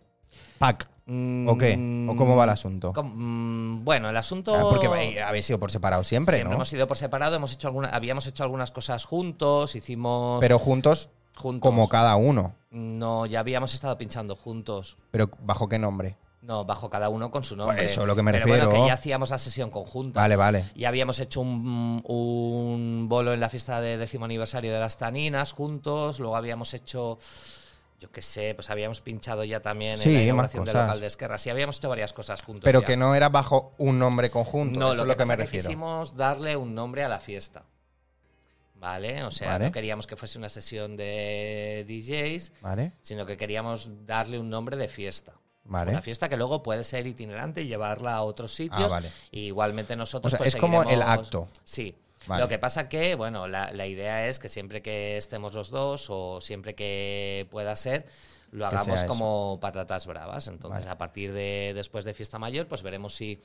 Speaker 1: pack. ¿O qué? ¿O cómo va el asunto?
Speaker 2: Com- mm, bueno, el asunto.
Speaker 1: Ah, porque habéis- habéis sido por separado siempre,
Speaker 2: siempre
Speaker 1: ¿no?
Speaker 2: hemos ido por separado. Hemos hecho alguna, habíamos hecho algunas cosas juntos. Hicimos
Speaker 1: Pero juntos,
Speaker 2: juntos.
Speaker 1: como cada uno.
Speaker 2: no, ya habíamos estado pinchando juntos.
Speaker 1: Pero ¿bajo qué nombre?
Speaker 2: No, bajo cada uno con su nombre.
Speaker 1: Pues eso es lo que me
Speaker 2: Pero
Speaker 1: refiero.
Speaker 2: Bueno, que ya hacíamos la sesión conjunta.
Speaker 1: Vale, vale.
Speaker 2: Y habíamos hecho un, un bolo en la fiesta de décimo aniversario de las Taninas juntos. Luego habíamos hecho, yo qué sé, pues habíamos pinchado ya también
Speaker 1: Sí,
Speaker 2: en
Speaker 1: más
Speaker 2: la inauguración del
Speaker 1: cosas.
Speaker 2: local de Esquerra. Sí, habíamos hecho varias cosas juntos.
Speaker 1: Pero
Speaker 2: ya.
Speaker 1: que no era bajo un nombre conjunto.
Speaker 2: No,
Speaker 1: eso
Speaker 2: lo
Speaker 1: es lo
Speaker 2: que,
Speaker 1: que
Speaker 2: pasa
Speaker 1: me
Speaker 2: es que
Speaker 1: refiero.
Speaker 2: quisimos darle un nombre a la fiesta. ¿Vale? O sea,
Speaker 1: Vale.
Speaker 2: no queríamos que fuese una sesión de DJs,
Speaker 1: Vale,
Speaker 2: sino que queríamos darle un nombre de fiesta.
Speaker 1: vale.
Speaker 2: Una fiesta que luego puede ser itinerante y llevarla a otros sitios.
Speaker 1: ¿Eh? Ah, vale.
Speaker 2: Y igualmente nosotros.
Speaker 1: O sea,
Speaker 2: pues,
Speaker 1: es como el
Speaker 2: seguiremos-
Speaker 1: acto.
Speaker 2: Sí.
Speaker 1: Vale.
Speaker 2: Lo que pasa que, bueno, la, la idea es que siempre que estemos los dos o siempre que pueda ser, lo
Speaker 1: Que sea
Speaker 2: hagamos
Speaker 1: eso.
Speaker 2: como patatas bravas. Entonces,
Speaker 1: Vale.
Speaker 2: a partir de después de Fiesta Mayor, pues veremos si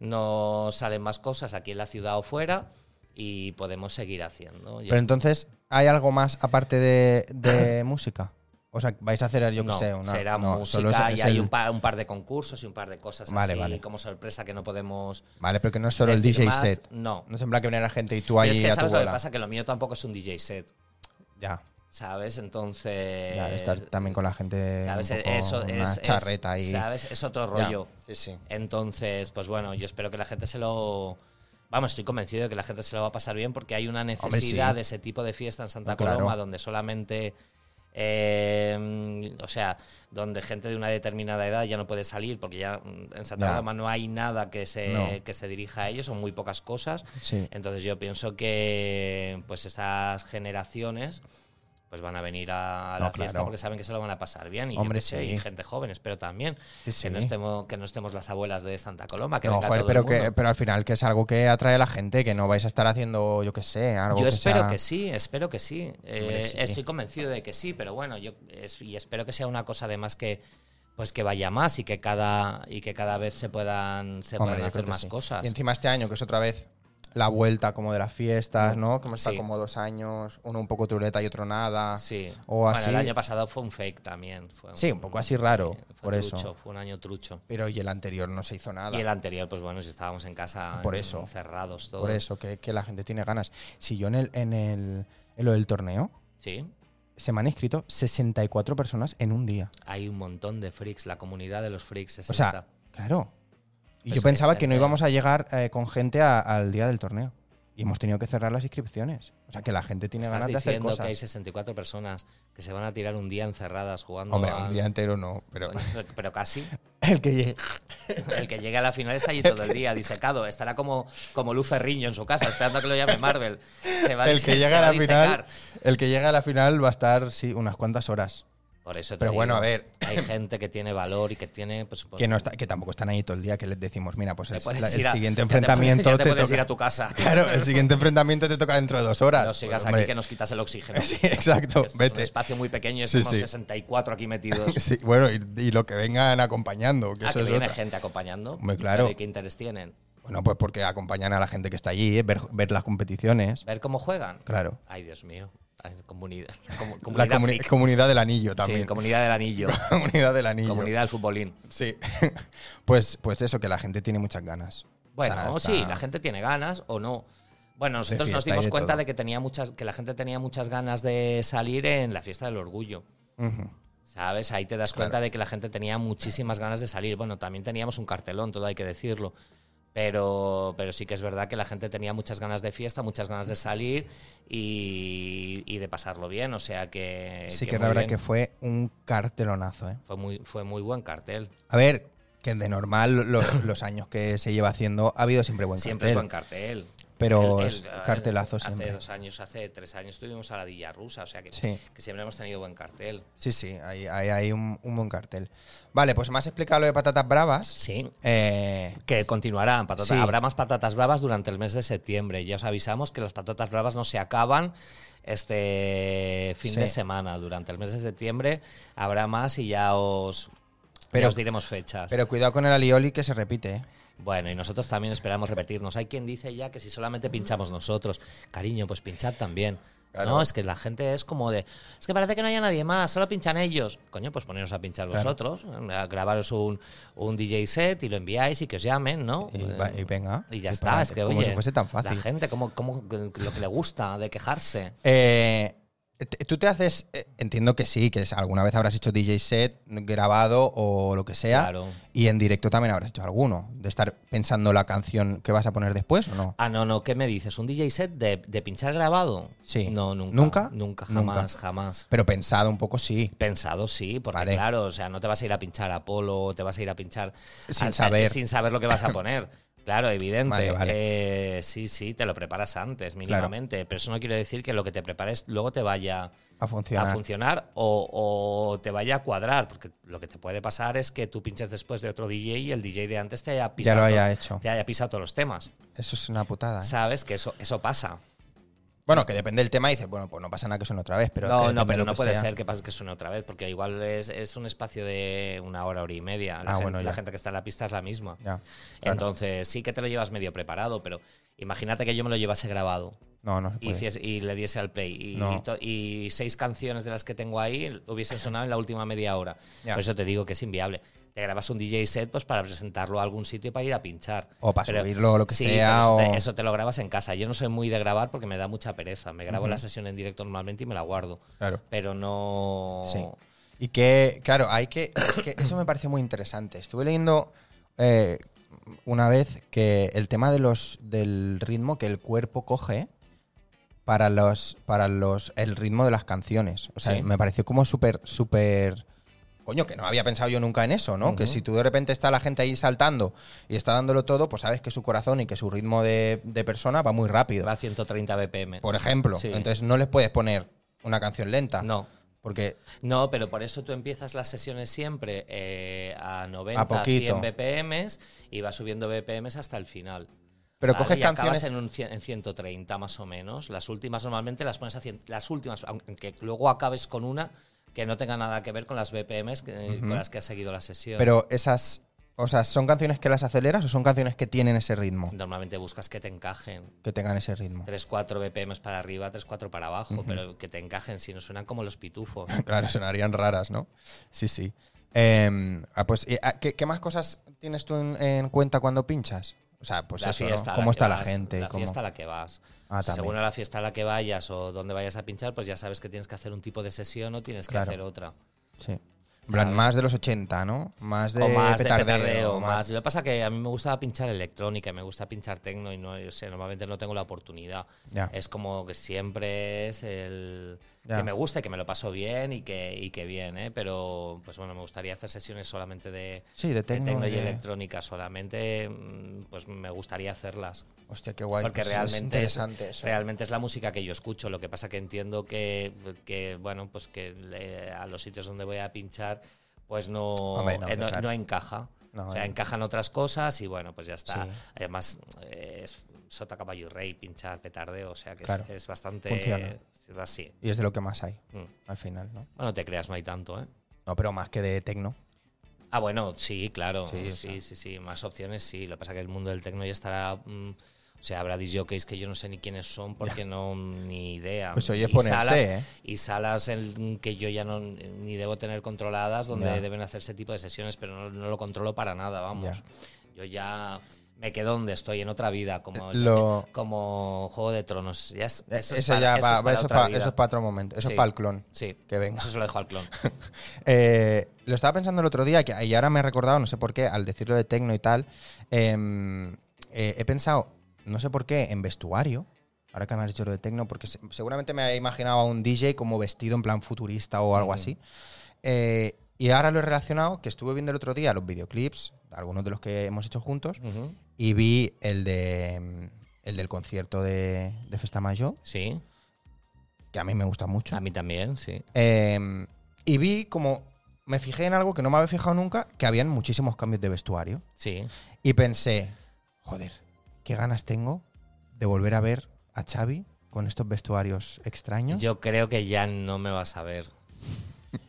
Speaker 2: nos salen más cosas aquí en la ciudad o fuera y podemos seguir haciendo. Yo-
Speaker 1: Pero entonces, ¿hay algo más aparte de, de música? O sea, vais a hacer, yo qué
Speaker 2: no,
Speaker 1: sé, una.
Speaker 2: será
Speaker 1: no, solo
Speaker 2: música
Speaker 1: es-
Speaker 2: y
Speaker 1: es
Speaker 2: hay
Speaker 1: el-
Speaker 2: un par, un par de concursos y un par de cosas
Speaker 1: Vale,
Speaker 2: así
Speaker 1: vale.
Speaker 2: como sorpresa que no podemos
Speaker 1: Vale, pero que no es solo el
Speaker 2: decir
Speaker 1: DJ
Speaker 2: más.
Speaker 1: set.
Speaker 2: No.
Speaker 1: No sembra que viene la gente y tú
Speaker 2: Pero
Speaker 1: ahí
Speaker 2: es
Speaker 1: a
Speaker 2: que
Speaker 1: tu
Speaker 2: sabes lo que
Speaker 1: bola.
Speaker 2: pasa, que lo mío tampoco es un DJ set,
Speaker 1: Ya,
Speaker 2: ¿sabes? Entonces...
Speaker 1: ya, estar también con la gente.
Speaker 2: Eh, ¿sabes? E-
Speaker 1: un poco
Speaker 2: Eso
Speaker 1: una
Speaker 2: es, es-
Speaker 1: charreta ahí.
Speaker 2: ¿Sabes? Es otro
Speaker 1: Ya,
Speaker 2: rollo.
Speaker 1: Sí, sí.
Speaker 2: Entonces, pues bueno, yo espero que la gente se lo... Vamos, estoy convencido de que la gente se lo va a pasar bien porque hay una necesidad
Speaker 1: sí.
Speaker 2: de ese tipo de fiesta en Santa
Speaker 1: No, claro.
Speaker 2: Coloma donde solamente... eh, o sea, donde gente de una determinada edad ya no puede salir porque ya mm, en Santa
Speaker 1: Ya.
Speaker 2: Coloma no hay nada que se,
Speaker 1: No.
Speaker 2: que se dirija a ellos, son muy pocas cosas.
Speaker 1: Sí.
Speaker 2: Entonces yo pienso que pues esas generaciones pues van a venir a
Speaker 1: No,
Speaker 2: la fiesta
Speaker 1: claro.
Speaker 2: porque saben que se lo van a pasar bien. Y yo
Speaker 1: Hombre,
Speaker 2: qué sé,
Speaker 1: sí.
Speaker 2: y gente joven, espero también.
Speaker 1: Sí, sí.
Speaker 2: Que, no estemos, que no estemos las abuelas de Santa Coloma, que
Speaker 1: no,
Speaker 2: venga
Speaker 1: joder,
Speaker 2: todo
Speaker 1: pero,
Speaker 2: el mundo.
Speaker 1: que, pero al final que es algo que atrae a la gente, que no vais a estar haciendo, yo qué sé, algo
Speaker 2: Yo
Speaker 1: que
Speaker 2: espero
Speaker 1: sea-
Speaker 2: que sí, espero que sí. Eh,
Speaker 1: sí.
Speaker 2: Estoy convencido de que sí, pero bueno, yo es- y espero que sea una cosa además que pues que vaya más y que cada y que cada vez se puedan se
Speaker 1: Hombre, yo
Speaker 2: puedan
Speaker 1: creo
Speaker 2: hacer
Speaker 1: que
Speaker 2: más
Speaker 1: sí.
Speaker 2: cosas.
Speaker 1: Y encima este año, que es otra vez la vuelta como de las fiestas, ¿no? Como está
Speaker 2: Sí.
Speaker 1: como dos años, uno un poco truleta y otro nada.
Speaker 2: sí.
Speaker 1: o
Speaker 2: Bueno,
Speaker 1: así.
Speaker 2: el año pasado fue un fake también. Fue
Speaker 1: Sí, un poco así raro,
Speaker 2: fue
Speaker 1: por eso.
Speaker 2: trucho, Fue un año trucho.
Speaker 1: Pero y el anterior no se hizo nada.
Speaker 2: Y el anterior, pues bueno, si estábamos en casa
Speaker 1: Por
Speaker 2: en-
Speaker 1: eso.
Speaker 2: encerrados todos.
Speaker 1: Por eso, que, que la gente tiene ganas. Si yo en el, en el en lo del torneo,
Speaker 2: Sí.
Speaker 1: se me han inscrito 64 personas en un día.
Speaker 2: Hay un montón de freaks, la comunidad de los freaks es
Speaker 1: O sea,
Speaker 2: esta.
Speaker 1: claro. Y
Speaker 2: Pues
Speaker 1: yo
Speaker 2: que
Speaker 1: pensaba que no
Speaker 2: gente-
Speaker 1: íbamos a llegar eh, con gente a- al día del torneo. Y hemos tenido que cerrar las inscripciones. O sea, que la gente tiene
Speaker 2: Estás
Speaker 1: ganas de hacer
Speaker 2: diciendo que
Speaker 1: cosas.
Speaker 2: hay 64 personas que se van a tirar un día encerradas jugando
Speaker 1: Hombre,
Speaker 2: a-
Speaker 1: un día entero no, pero
Speaker 2: Coño, Pero casi.
Speaker 1: el que llegue.
Speaker 2: El que llegue a la final está allí todo el día disecado. Estará como, como Luz Ferriño en su casa, esperando a que lo llame Marvel. Se va a
Speaker 1: El
Speaker 2: dise-
Speaker 1: que
Speaker 2: se
Speaker 1: llega
Speaker 2: va
Speaker 1: a la
Speaker 2: disecar.
Speaker 1: final, el que llega a la final va a estar sí unas cuantas horas,
Speaker 2: Por eso te
Speaker 1: Pero bueno,
Speaker 2: digo,
Speaker 1: a ver.
Speaker 2: Hay gente que tiene valor y que tiene. Pues, pues,
Speaker 1: que no está, que tampoco están ahí todo el día que les decimos, mira, pues
Speaker 2: te
Speaker 1: el,
Speaker 2: puedes
Speaker 1: la- el
Speaker 2: ir a-
Speaker 1: siguiente
Speaker 2: ya te puedes-
Speaker 1: enfrentamiento
Speaker 2: ya te, puedes
Speaker 1: toca-
Speaker 2: ir a tu casa.
Speaker 1: Claro, el siguiente enfrentamiento te toca dentro de dos horas.
Speaker 2: No sigas
Speaker 1: Pues,
Speaker 2: aquí
Speaker 1: hombre,
Speaker 2: que nos quitas el oxígeno.
Speaker 1: Sí, exacto,
Speaker 2: Es Un
Speaker 1: vete.
Speaker 2: espacio muy pequeño, es
Speaker 1: Sí,
Speaker 2: como
Speaker 1: sí.
Speaker 2: 64 aquí metidos.
Speaker 1: Sí, bueno, y, y lo que vengan acompañando, que
Speaker 2: Ah,
Speaker 1: eso
Speaker 2: que
Speaker 1: es
Speaker 2: viene
Speaker 1: otra.
Speaker 2: gente acompañando.
Speaker 1: Hombre, claro.
Speaker 2: Pero, ¿y ¿Qué interés tienen?
Speaker 1: Bueno, pues porque acompañan a la gente que está allí, eh, ver, ver las competiciones.
Speaker 2: Ver cómo juegan.
Speaker 1: Claro.
Speaker 2: Ay, Dios mío. Ay, comunidad. comu-
Speaker 1: La
Speaker 2: comunidad
Speaker 1: comuni-
Speaker 2: freak.
Speaker 1: comunidad del anillo
Speaker 2: Sí,
Speaker 1: también.
Speaker 2: comunidad del anillo.
Speaker 1: comunidad del anillo.
Speaker 2: comunidad del futbolín.
Speaker 1: Sí. pues, pues eso, que la gente tiene muchas ganas.
Speaker 2: Bueno,
Speaker 1: O sea, está-
Speaker 2: sí, la gente tiene ganas o no. Bueno, nosotros nos
Speaker 1: fiesta y
Speaker 2: dimos
Speaker 1: de
Speaker 2: cuenta
Speaker 1: todo.
Speaker 2: de que tenía muchas, que la gente tenía muchas ganas de salir en la fiesta del orgullo.
Speaker 1: Ujú.
Speaker 2: ¿Sabes? Ahí te das
Speaker 1: Claro.
Speaker 2: cuenta de que la gente tenía muchísimas ganas de salir. Bueno, también teníamos un cartelón, todo hay que decirlo. Pero, pero sí que es verdad que la gente tenía muchas ganas de fiesta, muchas ganas de salir y, y de pasarlo bien. O sea Eh, que.
Speaker 1: Sí que
Speaker 2: muy
Speaker 1: la verdad
Speaker 2: bien.
Speaker 1: que fue un cartelonazo, ¿eh?
Speaker 2: Fue muy, fue muy buen cartel.
Speaker 1: A ver, que de normal los, los años que se lleva haciendo ha habido siempre buen
Speaker 2: Siempre
Speaker 1: cartel.
Speaker 2: es buen cartel.
Speaker 1: Pero
Speaker 2: El-
Speaker 1: es
Speaker 2: el- el-
Speaker 1: cartelazo siempre.
Speaker 2: Hace dos años, hace tres años tuvimos a la Dilla Rusa, o sea que,
Speaker 1: Sí.
Speaker 2: que siempre hemos tenido buen cartel.
Speaker 1: Sí, sí, hay, hay, hay un, un buen cartel. Vale, pues me has explicado lo de patatas bravas.
Speaker 2: Sí.
Speaker 1: Eh,
Speaker 2: Que continuarán. patata-
Speaker 1: Sí.
Speaker 2: Habrá más patatas bravas durante el mes de septiembre. Ya os avisamos que las patatas bravas no se acaban este fin
Speaker 1: Sí.
Speaker 2: de semana. Durante el mes de septiembre habrá más y ya os,
Speaker 1: Pero-
Speaker 2: ya os diremos fechas.
Speaker 1: pero cuidado con el alioli que se repite. ¿eh?
Speaker 2: bueno, y nosotros también esperamos repetirnos. Hay quien dice ya que si solamente pinchamos nosotros, cariño, pues pinchad también.
Speaker 1: Claro.
Speaker 2: No, es que la gente es como de. Es que parece que no haya nadie más, solo pinchan ellos. Coño, pues poneros a pinchar
Speaker 1: Claro.
Speaker 2: vosotros, a grabaros un, un DJ set y lo enviáis y que os llamen, ¿no?
Speaker 1: Y,
Speaker 2: Eh,
Speaker 1: va- y venga.
Speaker 2: y ya
Speaker 1: y
Speaker 2: está,
Speaker 1: pa'lante,
Speaker 2: es que
Speaker 1: Como
Speaker 2: oye,
Speaker 1: si fuese tan
Speaker 2: La
Speaker 1: fácil.
Speaker 2: gente, como, como lo que le gusta de quejarse.
Speaker 1: Eh, t- Tú te haces, eh, entiendo que sí, que es- alguna vez habrás hecho DJ set grabado o lo que sea,
Speaker 2: Claro.
Speaker 1: y en directo también habrás hecho alguno, de estar pensando la canción que vas a poner después o no.
Speaker 2: Ah, no, no, ¿qué me dices? ¿Un DJ set de, de pinchar grabado?
Speaker 1: Sí.
Speaker 2: No, nunca.
Speaker 1: ¿Nunca?
Speaker 2: Nunca,
Speaker 1: Nunca.
Speaker 2: jamás, jamás.
Speaker 1: Pero pensado un poco sí.
Speaker 2: Pensado, sí, porque
Speaker 1: Vale.
Speaker 2: claro, o sea, no te vas a ir a pinchar a Polo, te vas a ir a pinchar
Speaker 1: Sin
Speaker 2: al-
Speaker 1: saber.
Speaker 2: sin saber lo que vas a poner. Claro, evidente.
Speaker 1: Vale,
Speaker 2: Eh, sí, sí, te lo preparas antes, mínimamente. Pero eso no quiere decir que lo que te prepares luego te vaya
Speaker 1: A funcionar.
Speaker 2: a funcionar o, o te vaya a cuadrar, porque lo que te puede pasar es que tú pinches después de otro DJ y el DJ de antes te haya pisado,
Speaker 1: lo haya hecho.
Speaker 2: Te haya pisado todos los temas.
Speaker 1: Eso es una putada. ¿eh?
Speaker 2: Sabes que eso, eso pasa.
Speaker 1: bueno, que depende del tema y dices, bueno, pues no pasa nada que suene otra vez, pero. es que depende
Speaker 2: no, no, pero
Speaker 1: lo
Speaker 2: no
Speaker 1: que
Speaker 2: puede
Speaker 1: sea.
Speaker 2: ser que pase que suene otra vez, porque igual es, es un espacio de una hora, hora y media. La,
Speaker 1: Ah,
Speaker 2: gen-
Speaker 1: bueno,
Speaker 2: la
Speaker 1: ya.
Speaker 2: gente que está en la pista es la misma.
Speaker 1: Ya, claro.
Speaker 2: Entonces, sí que te lo llevas medio preparado, pero imagínate que yo me lo llevase grabado.
Speaker 1: No, no se
Speaker 2: y,
Speaker 1: puede.
Speaker 2: hiciese- y le diese al play. Y,
Speaker 1: No.
Speaker 2: y to- y seis canciones de las que tengo ahí hubiesen sonado en la última media hora.
Speaker 1: Ya.
Speaker 2: Por eso te digo que es inviable. Te grabas un DJ set pues para presentarlo a algún sitio y para ir a pinchar.
Speaker 1: O para subirlo, lo que
Speaker 2: sí,
Speaker 1: sea,
Speaker 2: pero este, Eso,
Speaker 1: o-
Speaker 2: te, eso te lo grabas en casa. Yo no soy muy de grabar porque me da mucha pereza. Me grabo la sesión en directo normalmente y me la guardo.
Speaker 1: Claro.
Speaker 2: Pero no.
Speaker 1: Sí. Y que, claro, hay que. es que eso me parece muy interesante. Estuve leyendo eh, una vez que el tema de los, del ritmo que el cuerpo coge para los. para los. el ritmo de las canciones. O sea,
Speaker 2: Sí.
Speaker 1: me pareció como súper, súper. Coño, que no había pensado yo nunca en eso, ¿no? Que
Speaker 2: Ujú.
Speaker 1: si tú de repente está la gente ahí saltando y está dándolo todo, pues sabes que su corazón y que su ritmo de, de persona va muy rápido.
Speaker 2: Va a 130 BPM.
Speaker 1: Por ejemplo.
Speaker 2: Sí.
Speaker 1: Entonces no les puedes poner una canción lenta.
Speaker 2: No.
Speaker 1: Porque
Speaker 2: No, pero por eso tú empiezas las sesiones siempre eh, a 90,
Speaker 1: A poquito.
Speaker 2: 100 BPMs y vas subiendo BPMs hasta el final.
Speaker 1: Pero
Speaker 2: ¿vale?
Speaker 1: coges
Speaker 2: Ah, Y acabas
Speaker 1: canciones-
Speaker 2: en, un cien- en 130 más o menos. Las últimas normalmente las pones a 100, las últimas, aunque luego acabes con una que no tenga nada que ver con las BPMs que- con las que has seguido la sesión.
Speaker 1: Pero esas. O sea, ¿son canciones que las aceleras o son canciones que tienen ese ritmo?
Speaker 2: normalmente buscas que te encajen.
Speaker 1: Que tengan ese ritmo.
Speaker 2: 3-4 BPMs para arriba, 3-4 para abajo, pero que te encajen, si no suenan como los pitufos.
Speaker 1: Claro, sonarían raras, ¿no? Sí, sí. Em, ah, pues, eh, ah, ¿qué, qué más cosas tienes tú en, en cuenta cuando pinchas? O sea, pues
Speaker 2: la
Speaker 1: eso, ¿no?
Speaker 2: fiesta a
Speaker 1: ¿Cómo
Speaker 2: que
Speaker 1: está la
Speaker 2: vas,
Speaker 1: gente?
Speaker 2: La
Speaker 1: ¿Cómo?
Speaker 2: fiesta a la que vas.
Speaker 1: Ah,
Speaker 2: Si según
Speaker 1: también.
Speaker 2: a la fiesta a la que vayas o donde vayas a pinchar, pues ya sabes que tienes que hacer un tipo de sesión o tienes que
Speaker 1: Claro.
Speaker 2: hacer otra.
Speaker 1: Sí. En plan, más de los 80, ¿no? Más de
Speaker 2: o más
Speaker 1: petardeo.
Speaker 2: de petardeo,
Speaker 1: más-
Speaker 2: más. Lo que pasa es que a mí me gusta pinchar electrónica, me gusta pinchar tecno y no, yo sé, normalmente no tengo la oportunidad.
Speaker 1: Ya.
Speaker 2: Es como que siempre es el
Speaker 1: Ya.
Speaker 2: que me gusta y que me lo paso bien y que, y que bien, ¿eh? pero pues bueno, me gustaría hacer sesiones solamente de,
Speaker 1: Sí, de
Speaker 2: de
Speaker 1: techno,
Speaker 2: techno y
Speaker 1: de-
Speaker 2: electrónica, solamente mm, pues me gustaría hacerlas.
Speaker 1: Hostia, qué guay.
Speaker 2: Porque
Speaker 1: pues es
Speaker 2: realmente es,
Speaker 1: interesante eso.
Speaker 2: realmente es la música que yo escucho. Lo que pasa que entiendo que, que, bueno, pues que eh, a los sitios donde voy a pinchar, pues no,
Speaker 1: Hombre, no,
Speaker 2: eh, no-
Speaker 1: claro.
Speaker 2: no encaja.
Speaker 1: No,
Speaker 2: o sea,
Speaker 1: eh.
Speaker 2: encajan otras cosas y bueno, pues ya está.
Speaker 1: Sí.
Speaker 2: Además, eh, es sota caballo y rey, pinchar petardeo, o sea que es-
Speaker 1: Claro.
Speaker 2: es, bastante
Speaker 1: Funciona.
Speaker 2: es así.
Speaker 1: Y es de lo que más hay,
Speaker 2: Mm.
Speaker 1: al final, ¿no?
Speaker 2: Bueno, te creas, no hay tanto, ¿eh?
Speaker 1: No, pero más que de tecno.
Speaker 2: Ah, bueno, sí, claro.
Speaker 1: Sí,
Speaker 2: Sí,
Speaker 1: o
Speaker 2: sí,
Speaker 1: sea.
Speaker 2: sí, Más opciones, sí. Lo que pasa es que el mundo del tecno ya estará. mm, o sea, habrá disjockeys que yo no sé ni quiénes son porque no ni idea.
Speaker 1: Pues oye,
Speaker 2: Y
Speaker 1: es ponerse,
Speaker 2: salas-
Speaker 1: ¿eh?
Speaker 2: Y salas en- que yo ya no ni debo tener controladas donde
Speaker 1: Ya.
Speaker 2: deben hacer ese tipo de sesiones, pero no, no lo controlo para nada, vamos.
Speaker 1: Ya.
Speaker 2: Yo ya me quedo donde estoy, en otra vida, como,
Speaker 1: Eh, Lo-
Speaker 2: como Juego de Tronos. Ya es-
Speaker 1: Eso,
Speaker 2: es
Speaker 1: ya
Speaker 2: para-
Speaker 1: va-
Speaker 2: es para
Speaker 1: eso, es
Speaker 2: otra
Speaker 1: pa-
Speaker 2: vida.
Speaker 1: eso es para otro momento. Eso
Speaker 2: Sí.
Speaker 1: es para el clon.
Speaker 2: Sí,
Speaker 1: Que venga.
Speaker 2: eso se lo dejo al clon.
Speaker 1: Eh, lo estaba pensando el otro día que, y ahora me he recordado, no sé por qué, al decirlo de tecno y tal, em, eh, he pensado, no sé por qué, en vestuario. Ahora que me has dicho lo de tecno, porque se- seguramente me he imaginado a un DJ como vestido en plan futurista o algo así. Eh, y ahora lo he relacionado, que estuve viendo el otro día los videoclips, algunos de los que hemos hecho juntos,
Speaker 2: Ujú.
Speaker 1: y vi el de em, el del concierto de, de Festa Mayor,
Speaker 2: Sí,
Speaker 1: que a mí me gusta mucho.
Speaker 2: a mí también, sí.
Speaker 1: Eh, y vi como. Me fijé en algo que no me había fijado nunca, que habían muchísimos cambios de vestuario.
Speaker 2: Sí.
Speaker 1: Y pensé, joder, qué ganas tengo de volver a ver a Xavi con estos vestuarios extraños.
Speaker 2: Yo creo que ya no me vas a ver.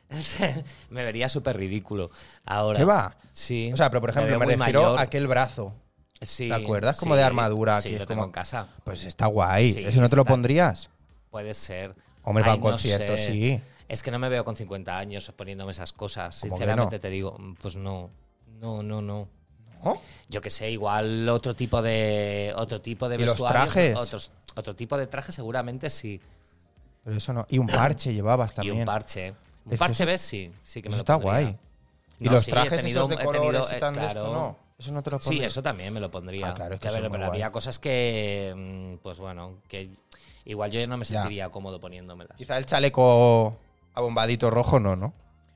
Speaker 2: me vería súper ridículo ahora.
Speaker 1: ¿Qué va?
Speaker 2: Sí.
Speaker 1: O sea, pero por ejemplo,
Speaker 2: veo
Speaker 1: me
Speaker 2: muy
Speaker 1: refiero
Speaker 2: mayor.
Speaker 1: a aquel brazo.
Speaker 2: Sí,
Speaker 1: ¿te acuerdas? Como de armadura,
Speaker 2: Sí,
Speaker 1: que es
Speaker 2: lo tengo
Speaker 1: como-
Speaker 2: en casa.
Speaker 1: Pues está guay.
Speaker 2: Sí,
Speaker 1: ¿Eso no te lo
Speaker 2: está-
Speaker 1: pondrías?
Speaker 2: Puede ser.
Speaker 1: Hombre, para
Speaker 2: Ay,
Speaker 1: un
Speaker 2: no
Speaker 1: concierto,
Speaker 2: sé.
Speaker 1: sí.
Speaker 2: Es que no me veo con 50 años poniéndome esas cosas.
Speaker 1: ¿Cómo que
Speaker 2: Sinceramente
Speaker 1: no?
Speaker 2: te digo, mm, pues no. No, no, no.
Speaker 1: ¿No?
Speaker 2: Yo que sé, igual otro tipo de otro tipo de
Speaker 1: ¿Y los
Speaker 2: vestuario,
Speaker 1: trajes?
Speaker 2: otros- otro tipo de traje seguramente sí.
Speaker 1: Pero eso no. Y un parche llevabas también.
Speaker 2: Y un parche.
Speaker 1: Es que
Speaker 2: Un parche
Speaker 1: eso-
Speaker 2: ves sí, sí que me
Speaker 1: Eso
Speaker 2: lo
Speaker 1: está
Speaker 2: pondría.
Speaker 1: guay. y
Speaker 2: No,
Speaker 1: los
Speaker 2: sí, he
Speaker 1: trajes
Speaker 2: tenido-
Speaker 1: esos de
Speaker 2: he tenido,
Speaker 1: colores
Speaker 2: eh,
Speaker 1: y tan de esto,
Speaker 2: claro.
Speaker 1: no. Eso no te lo
Speaker 2: Sí,
Speaker 1: pondrías.
Speaker 2: eso también me lo pondría.
Speaker 1: Ah, claro, es que
Speaker 2: Ya,
Speaker 1: eso
Speaker 2: pero,
Speaker 1: es muy
Speaker 2: pero
Speaker 1: guay.
Speaker 2: había cosas que, mm, pues bueno, que igual yo ya no me
Speaker 1: Ya.
Speaker 2: sentiría cómodo poniéndomelas.
Speaker 1: Quizá el chaleco abombadito rojo no, ¿no?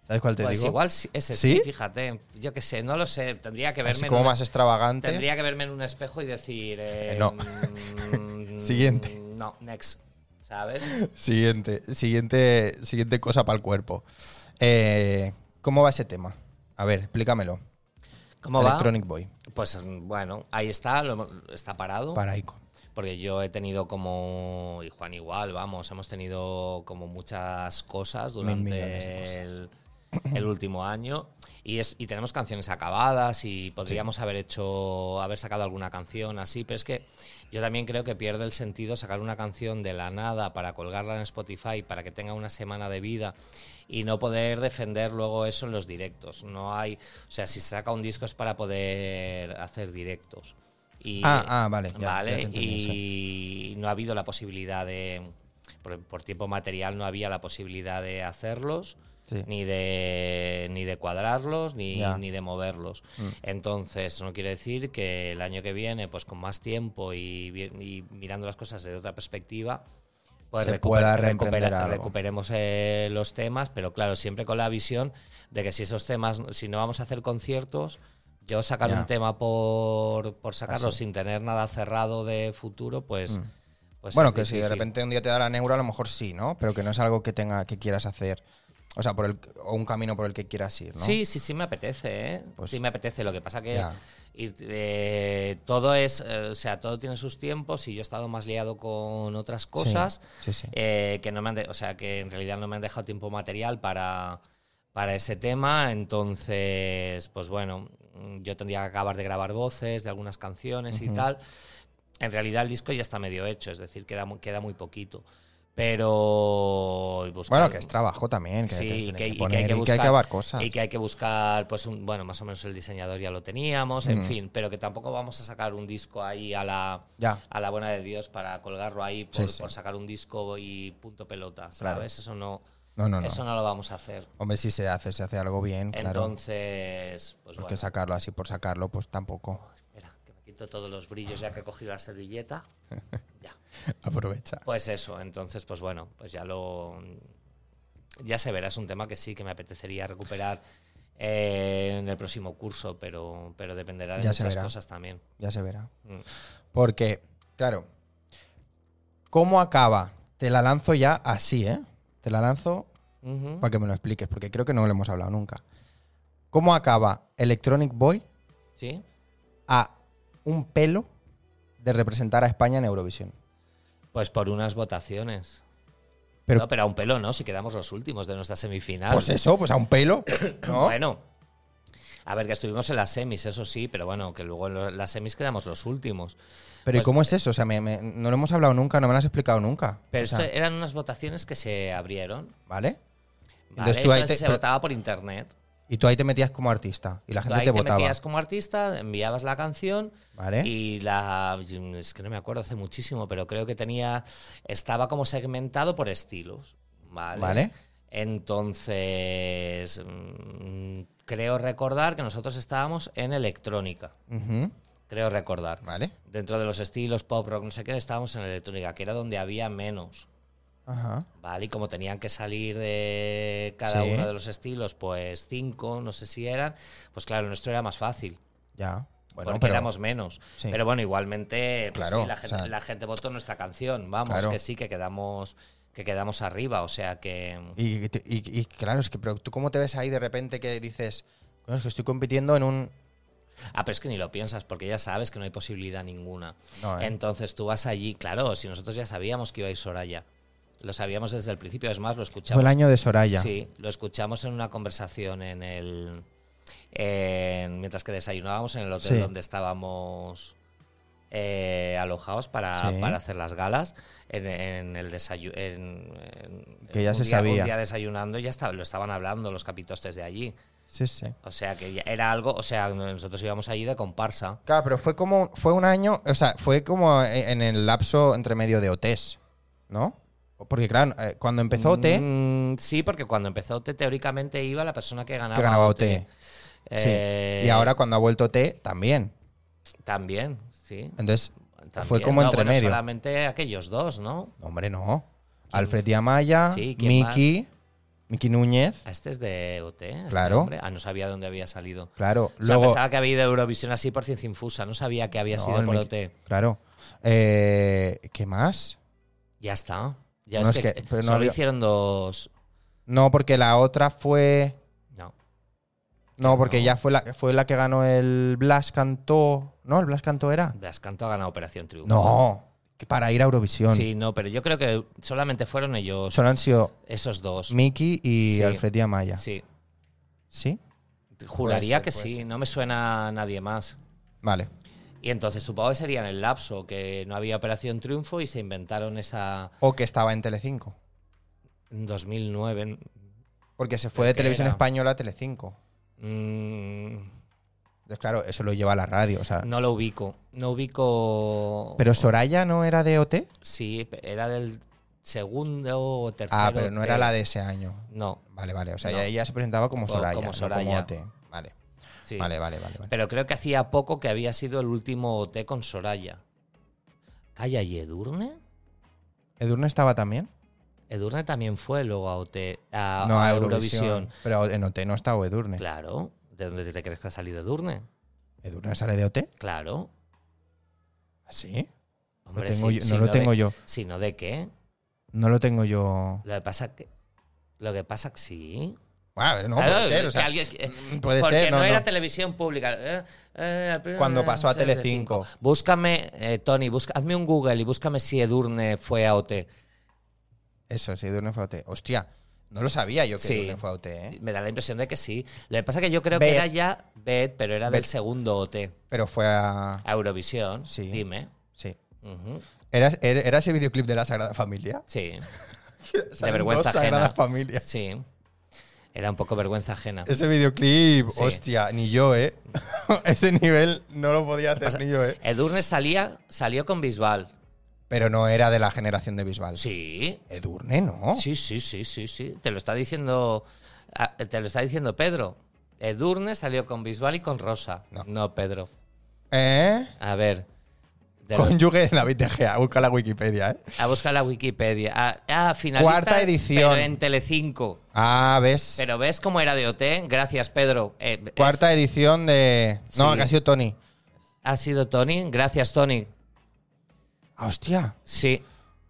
Speaker 1: ¿Sabes cuál te
Speaker 2: Pues
Speaker 1: digo?
Speaker 2: igual sí- ese
Speaker 1: ¿Sí?
Speaker 2: sí, fíjate, yo qué sé, no lo sé, tendría que
Speaker 1: Así
Speaker 2: verme en
Speaker 1: como
Speaker 2: una-
Speaker 1: más extravagante.
Speaker 2: tendría que verme en un espejo y decir eh,
Speaker 1: No.
Speaker 2: mm,
Speaker 1: Siguiente.
Speaker 2: No, next. ¿Sabes?
Speaker 1: Siguiente, siguiente, siguiente cosa para el cuerpo. Eh, ¿Cómo va ese tema? A ver, explícamelo.
Speaker 2: ¿Cómo va?
Speaker 1: Electronic Boy,
Speaker 2: Pues mm, bueno, ahí está, lo hemos- está parado.
Speaker 1: para Ico.
Speaker 2: Porque yo he tenido como, y Juan igual, vamos, hemos tenido como muchas cosas
Speaker 1: millones de
Speaker 2: durante
Speaker 1: cosas.
Speaker 2: el, el último año. Y, es, y tenemos canciones acabadas y podríamos haber hecho, haber sacado alguna canción así, pero es que yo también creo que pierde el sentido sacar una canción de la nada para colgarla en Spotify, para que tenga una semana de vida y no poder defender luego eso en los directos. No hay, o sea, si se saca un disco es para poder hacer directos. Y,
Speaker 1: Ah, ah, vale, ya,
Speaker 2: vale,
Speaker 1: ya te entendí,
Speaker 2: y no ha habido la posibilidad de. Por, por tiempo material no había la posibilidad de hacerlos,
Speaker 1: Sí.
Speaker 2: ni, de, ni de cuadrarlos, ni,
Speaker 1: Ya. Mm.
Speaker 2: ni de moverlos. Entonces, no quiere decir que el año que viene, pues con más tiempo y, vi- y mirando las cosas desde otra perspectiva, pues
Speaker 1: Se
Speaker 2: recuper-
Speaker 1: pueda
Speaker 2: recupera-
Speaker 1: reemprender algo.
Speaker 2: recuperemos eh, los temas, pero claro, siempre con la visión de que si esos temas, si no vamos a hacer conciertos, yo sacar
Speaker 1: Ya.
Speaker 2: un tema por, por sacarlo sin tener nada cerrado de futuro, pues, pues
Speaker 1: Mm.
Speaker 2: pues
Speaker 1: bueno,
Speaker 2: es
Speaker 1: que si de
Speaker 2: difícil.
Speaker 1: repente un día te da la neura, a lo mejor sí, ¿no? Pero que no es algo que tenga, que quieras hacer. O sea, por el, o un camino por el que quieras ir, ¿no?
Speaker 2: Sí, sí, sí me apetece, ¿eh?
Speaker 1: Pues-
Speaker 2: sí me apetece. Lo que pasa que
Speaker 1: Ya.
Speaker 2: ir- eh, todo es, eh, o sea, todo tiene sus tiempos y yo he estado más liado con otras cosas
Speaker 1: sí, sí.
Speaker 2: eh, que no me han, de- o sea, que en realidad no me han dejado tiempo material para, para ese tema. Entonces, pues bueno, mm, yo tendría que acabar de grabar voces de algunas canciones y tal. En realidad el disco ya está medio hecho, es decir, queda muy, queda muy poquito. Pero buscar-
Speaker 1: Bueno, que es trabajo también, que,
Speaker 2: pues Sí,
Speaker 1: que
Speaker 2: y
Speaker 1: tiene
Speaker 2: que-
Speaker 1: que
Speaker 2: y que
Speaker 1: poner
Speaker 2: hay que
Speaker 1: y que hay
Speaker 2: buscar-
Speaker 1: que acabar cosas.
Speaker 2: Y que hay que buscar, pues, un- bueno, más o menos el diseñador ya lo teníamos, en fin, pero que tampoco vamos a sacar un disco ahí a la,
Speaker 1: Ya.
Speaker 2: a la buena de Dios para colgarlo ahí por,
Speaker 1: Sí, sí.
Speaker 2: por sacar un disco y punto pelota, ¿sabes?
Speaker 1: Claro.
Speaker 2: Eso, no,
Speaker 1: No, no, no.
Speaker 2: eso no lo vamos a hacer.
Speaker 1: Hombre, si se hace, se hace algo bien, claro.
Speaker 2: Entonces, pues
Speaker 1: Porque
Speaker 2: bueno,
Speaker 1: sacarlo así por sacarlo, pues tampoco.
Speaker 2: espera, que me quito todos los brillos ya que he cogido la servilleta. ya.
Speaker 1: Aprovecha.
Speaker 2: Pues eso, entonces, pues bueno, pues ya lo. Ya se verá, es un tema que sí que me apetecería recuperar eh, en el próximo curso, pero, pero dependerá de
Speaker 1: Ya se
Speaker 2: muchas
Speaker 1: verá.
Speaker 2: cosas también.
Speaker 1: Ya se verá.
Speaker 2: Mm.
Speaker 1: Porque, claro, ¿cómo acaba? Te la lanzo ya así, ¿eh? Te la lanzo
Speaker 2: Ujú.
Speaker 1: para que me lo expliques, porque creo que no lo hemos hablado nunca. ¿Cómo acaba Electronic Boy
Speaker 2: ¿Sí?
Speaker 1: a un pelo de representar a España en Eurovisión?
Speaker 2: Pues por unas votaciones.
Speaker 1: Pero,
Speaker 2: no, pero a un pelo, ¿no? Si quedamos los últimos de nuestra semifinal.
Speaker 1: pues eso, pues a un pelo, ¿no?
Speaker 2: Bueno. A ver, que estuvimos en las semis, eso sí, pero bueno, que luego en lo- las semis quedamos los últimos.
Speaker 1: Pero ¿y
Speaker 2: pues-
Speaker 1: cómo es eso? O sea, me- me- no lo hemos hablado nunca, no me lo has explicado nunca.
Speaker 2: Pero
Speaker 1: O sea,
Speaker 2: esto eran unas votaciones que se abrieron.
Speaker 1: ¿Vale?
Speaker 2: ¿vale?
Speaker 1: Entonces tú ahí
Speaker 2: Entonces
Speaker 1: te-
Speaker 2: se
Speaker 1: pero-
Speaker 2: votaba por internet.
Speaker 1: Y tú ahí te metías como artista y la
Speaker 2: Tú
Speaker 1: gente
Speaker 2: ahí
Speaker 1: te
Speaker 2: te,
Speaker 1: votaba.
Speaker 2: metías como artista, enviabas la canción
Speaker 1: ¿Vale?
Speaker 2: y la es que no me acuerdo hace muchísimo, pero creo que tenía estaba como segmentado por estilos, ¿vale?
Speaker 1: Vale.
Speaker 2: Entonces, mm, creo recordar que nosotros estábamos en electrónica,
Speaker 1: Ujú,
Speaker 2: creo recordar.
Speaker 1: ¿Vale?
Speaker 2: Dentro de los estilos pop rock, no sé qué, estábamos en electrónica, que era donde había menos.
Speaker 1: Ajá.
Speaker 2: Vale, y como tenían que salir de cada
Speaker 1: Sí.
Speaker 2: uno de los estilos, pues cinco, no sé si eran, pues claro, el nuestro era más fácil.
Speaker 1: Ya. Bueno,
Speaker 2: porque
Speaker 1: pero
Speaker 2: éramos menos.
Speaker 1: Sí.
Speaker 2: Pero bueno, igualmente, pues
Speaker 1: Claro,
Speaker 2: sí, la,
Speaker 1: o
Speaker 2: gente,
Speaker 1: sea-
Speaker 2: la gente votó nuestra canción. Vamos,
Speaker 1: Claro.
Speaker 2: que sí, que quedamos, que quedamos arriba. O sea que.
Speaker 1: Y, y te- y- y claro, es que pero tú cómo te ves ahí de repente que dices, "Coño, es que estoy compitiendo en un...
Speaker 2: Ah, pero es que ni lo piensas, porque ya sabes que no hay posibilidad ninguna.
Speaker 1: No, ¿eh?
Speaker 2: Entonces tú vas allí, claro, si nosotros ya sabíamos que iba a ir Soraya. Lo sabíamos desde el principio, es más, lo
Speaker 1: Fue
Speaker 2: escuchamos.
Speaker 1: el año de Soraya.
Speaker 2: Sí, lo escuchamos en una conversación en el. en- mientras que desayunábamos en el hotel
Speaker 1: Sí.
Speaker 2: donde estábamos eh, alojados para,
Speaker 1: Sí.
Speaker 2: para hacer las galas. En, en el desayuno.
Speaker 1: Que ya se sabía.
Speaker 2: Un día desayunando ya estaba, lo estaban hablando los capitostes de allí.
Speaker 1: sí, sí.
Speaker 2: O sea que ya era algo. O sea, nosotros íbamos allí de comparsa.
Speaker 1: Claro, pero fue como fue un año, o sea, fue como eh, en el lapso entre medio de OTs, ¿no? Porque claro, eh, cuando empezó OT,
Speaker 2: Mm, sí, porque cuando empezó OT teóricamente iba la persona que ganaba,
Speaker 1: que ganaba OT.
Speaker 2: Eh,
Speaker 1: Sí. Y ahora cuando ha vuelto OT, también.
Speaker 2: También, sí.
Speaker 1: Entonces,
Speaker 2: También,
Speaker 1: fue como
Speaker 2: no,
Speaker 1: entre
Speaker 2: bueno,
Speaker 1: medio.
Speaker 2: Solamente aquellos dos, ¿no?
Speaker 1: No, hombre, no. Alfred y Amaya,
Speaker 2: Sí, ¿quién
Speaker 1: Miki, Miki Núñez.
Speaker 2: Ah, Este es de OT. este
Speaker 1: Claro.
Speaker 2: hombre. Ah, no sabía dónde había salido.
Speaker 1: Claro,
Speaker 2: O sea,
Speaker 1: luego.
Speaker 2: pensaba que había ido a Eurovisión así por ciencia infusa. No sabía que había
Speaker 1: No,
Speaker 2: sido
Speaker 1: el
Speaker 2: por
Speaker 1: Miki-
Speaker 2: OT.
Speaker 1: Claro. Eh, ¿Qué más?
Speaker 2: Ya está. Ya
Speaker 1: No,
Speaker 2: es,
Speaker 1: es
Speaker 2: que,
Speaker 1: que- pero no
Speaker 2: solo
Speaker 1: había-
Speaker 2: hicieron dos.
Speaker 1: No, porque la otra fue.
Speaker 2: No.
Speaker 1: No, porque
Speaker 2: no.
Speaker 1: ya fue la, fue la que ganó el Blas Cantó. No, el Blas Cantó era.
Speaker 2: Blas Canto ha ganado Operación Triunfo.
Speaker 1: No, que para ir a Eurovisión.
Speaker 2: Sí, no, pero yo creo que solamente fueron ellos,
Speaker 1: Solo han sido
Speaker 2: esos dos.
Speaker 1: Miki y
Speaker 2: Sí.
Speaker 1: Alfred y Amaya. Sí.
Speaker 2: Sí. Juraría que sí. No me suena a nadie más.
Speaker 1: Vale.
Speaker 2: Y entonces supongo que sería en el lapso, que no había Operación Triunfo y se inventaron esa.
Speaker 1: O que estaba en Telecinco.
Speaker 2: En 2009.
Speaker 1: Porque se fue
Speaker 2: ¿Pero
Speaker 1: de
Speaker 2: qué
Speaker 1: Televisión
Speaker 2: era?
Speaker 1: Española a Telecinco.
Speaker 2: mm,
Speaker 1: Entonces, claro, eso lo lleva a la radio. O sea.
Speaker 2: no lo ubico. No ubico.
Speaker 1: Ah. Pero Soraya no era de OT.
Speaker 2: Sí, era del segundo o tercero.
Speaker 1: Ah, pero no era
Speaker 2: de-
Speaker 1: la de ese año.
Speaker 2: No,
Speaker 1: Vale, vale. O sea,
Speaker 2: No.
Speaker 1: ya ella se presentaba como
Speaker 2: Co-
Speaker 1: Soraya.
Speaker 2: como
Speaker 1: no
Speaker 2: Soraya.
Speaker 1: OT. Vale.
Speaker 2: sí.
Speaker 1: vale, vale, vale. vale.
Speaker 2: Pero creo que hacía poco que había sido el último OT con Soraya. Calla, ¿y Edurne?
Speaker 1: ¿Edurne estaba también?
Speaker 2: Edurne también fue luego a OT, a,
Speaker 1: no,
Speaker 2: a
Speaker 1: a Eurovisión.
Speaker 2: Eurovisión.
Speaker 1: Pero en OT no estaba Edurne.
Speaker 2: Claro. ¿De dónde te crees que ha salido Edurne?
Speaker 1: ¿Edurne sale de OT?
Speaker 2: Claro.
Speaker 1: ¿Ah, ¿Sí?
Speaker 2: Hombre,
Speaker 1: tengo
Speaker 2: si-
Speaker 1: yo- no
Speaker 2: si
Speaker 1: lo tengo
Speaker 2: de-
Speaker 1: yo.
Speaker 2: Si no, ¿de qué?
Speaker 1: No lo tengo yo.
Speaker 2: Lo que pasa que... Lo que pasa que sí.
Speaker 1: Bueno, no,
Speaker 2: Claro,
Speaker 1: puede ser. o
Speaker 2: que
Speaker 1: sea, mm,
Speaker 2: alguien- eh,
Speaker 1: puede
Speaker 2: porque
Speaker 1: ser,
Speaker 2: no,
Speaker 1: no,
Speaker 2: era
Speaker 1: no.
Speaker 2: televisión pública. Eh, eh,
Speaker 1: Cuando pasó a
Speaker 2: Telecinco.
Speaker 1: Telecinco.
Speaker 2: Búscame, eh, Tony, busca, hazme un Google y búscame si Edurne fue a OT.
Speaker 1: Eso, sí, Edurne fue a OT. Hostia, no lo sabía yo que
Speaker 2: Sí.
Speaker 1: Edurne fue a OT, ¿eh?
Speaker 2: Me da la impresión de que sí. Lo que pasa es que yo creo
Speaker 1: Bet.
Speaker 2: que era ya Bet, pero era del
Speaker 1: Bet.
Speaker 2: segundo OT.
Speaker 1: Pero fue a.
Speaker 2: A Eurovisión,
Speaker 1: Sí.
Speaker 2: dime.
Speaker 1: Sí.
Speaker 2: Ujú,
Speaker 1: ¿Era, era, era ese videoclip de la Sagrada Familia?
Speaker 2: Sí,
Speaker 1: Salen
Speaker 2: vergüenza
Speaker 1: dos Sagradas
Speaker 2: ajena.
Speaker 1: Familias.
Speaker 2: sí. Era un poco vergüenza ajena.
Speaker 1: Ese videoclip,
Speaker 2: Sí.
Speaker 1: hostia, ni yo, ¿eh? ese nivel no lo podía hacer ni yo, ¿eh?
Speaker 2: Edurne salía, salió con Bisbal.
Speaker 1: Pero no era de la generación de Bisbal.
Speaker 2: Sí.
Speaker 1: Edurne, ¿no?
Speaker 2: Sí, sí, sí, sí, sí. Te lo está diciendo, ah, te lo está diciendo Pedro. Edurne salió con Bisbal y con Rosa.
Speaker 1: No.
Speaker 2: No, Pedro.
Speaker 1: ¿Eh?
Speaker 2: A ver. de lo-
Speaker 1: Cónyuge de David De Gea, busca la Wikipedia, ¿eh?
Speaker 2: a buscar la Wikipedia. Ah, ah, finalista.
Speaker 1: Cuarta edición.
Speaker 2: Pero en Telecinco.
Speaker 1: Ah, ¿ves?
Speaker 2: Pero ves cómo era de OT. Gracias, Pedro. Eh, es-
Speaker 1: Cuarta edición de. No,
Speaker 2: Sí.
Speaker 1: que ha sido Tony.
Speaker 2: ha sido Tony. Gracias, Tony.
Speaker 1: Ah, hostia.
Speaker 2: Sí.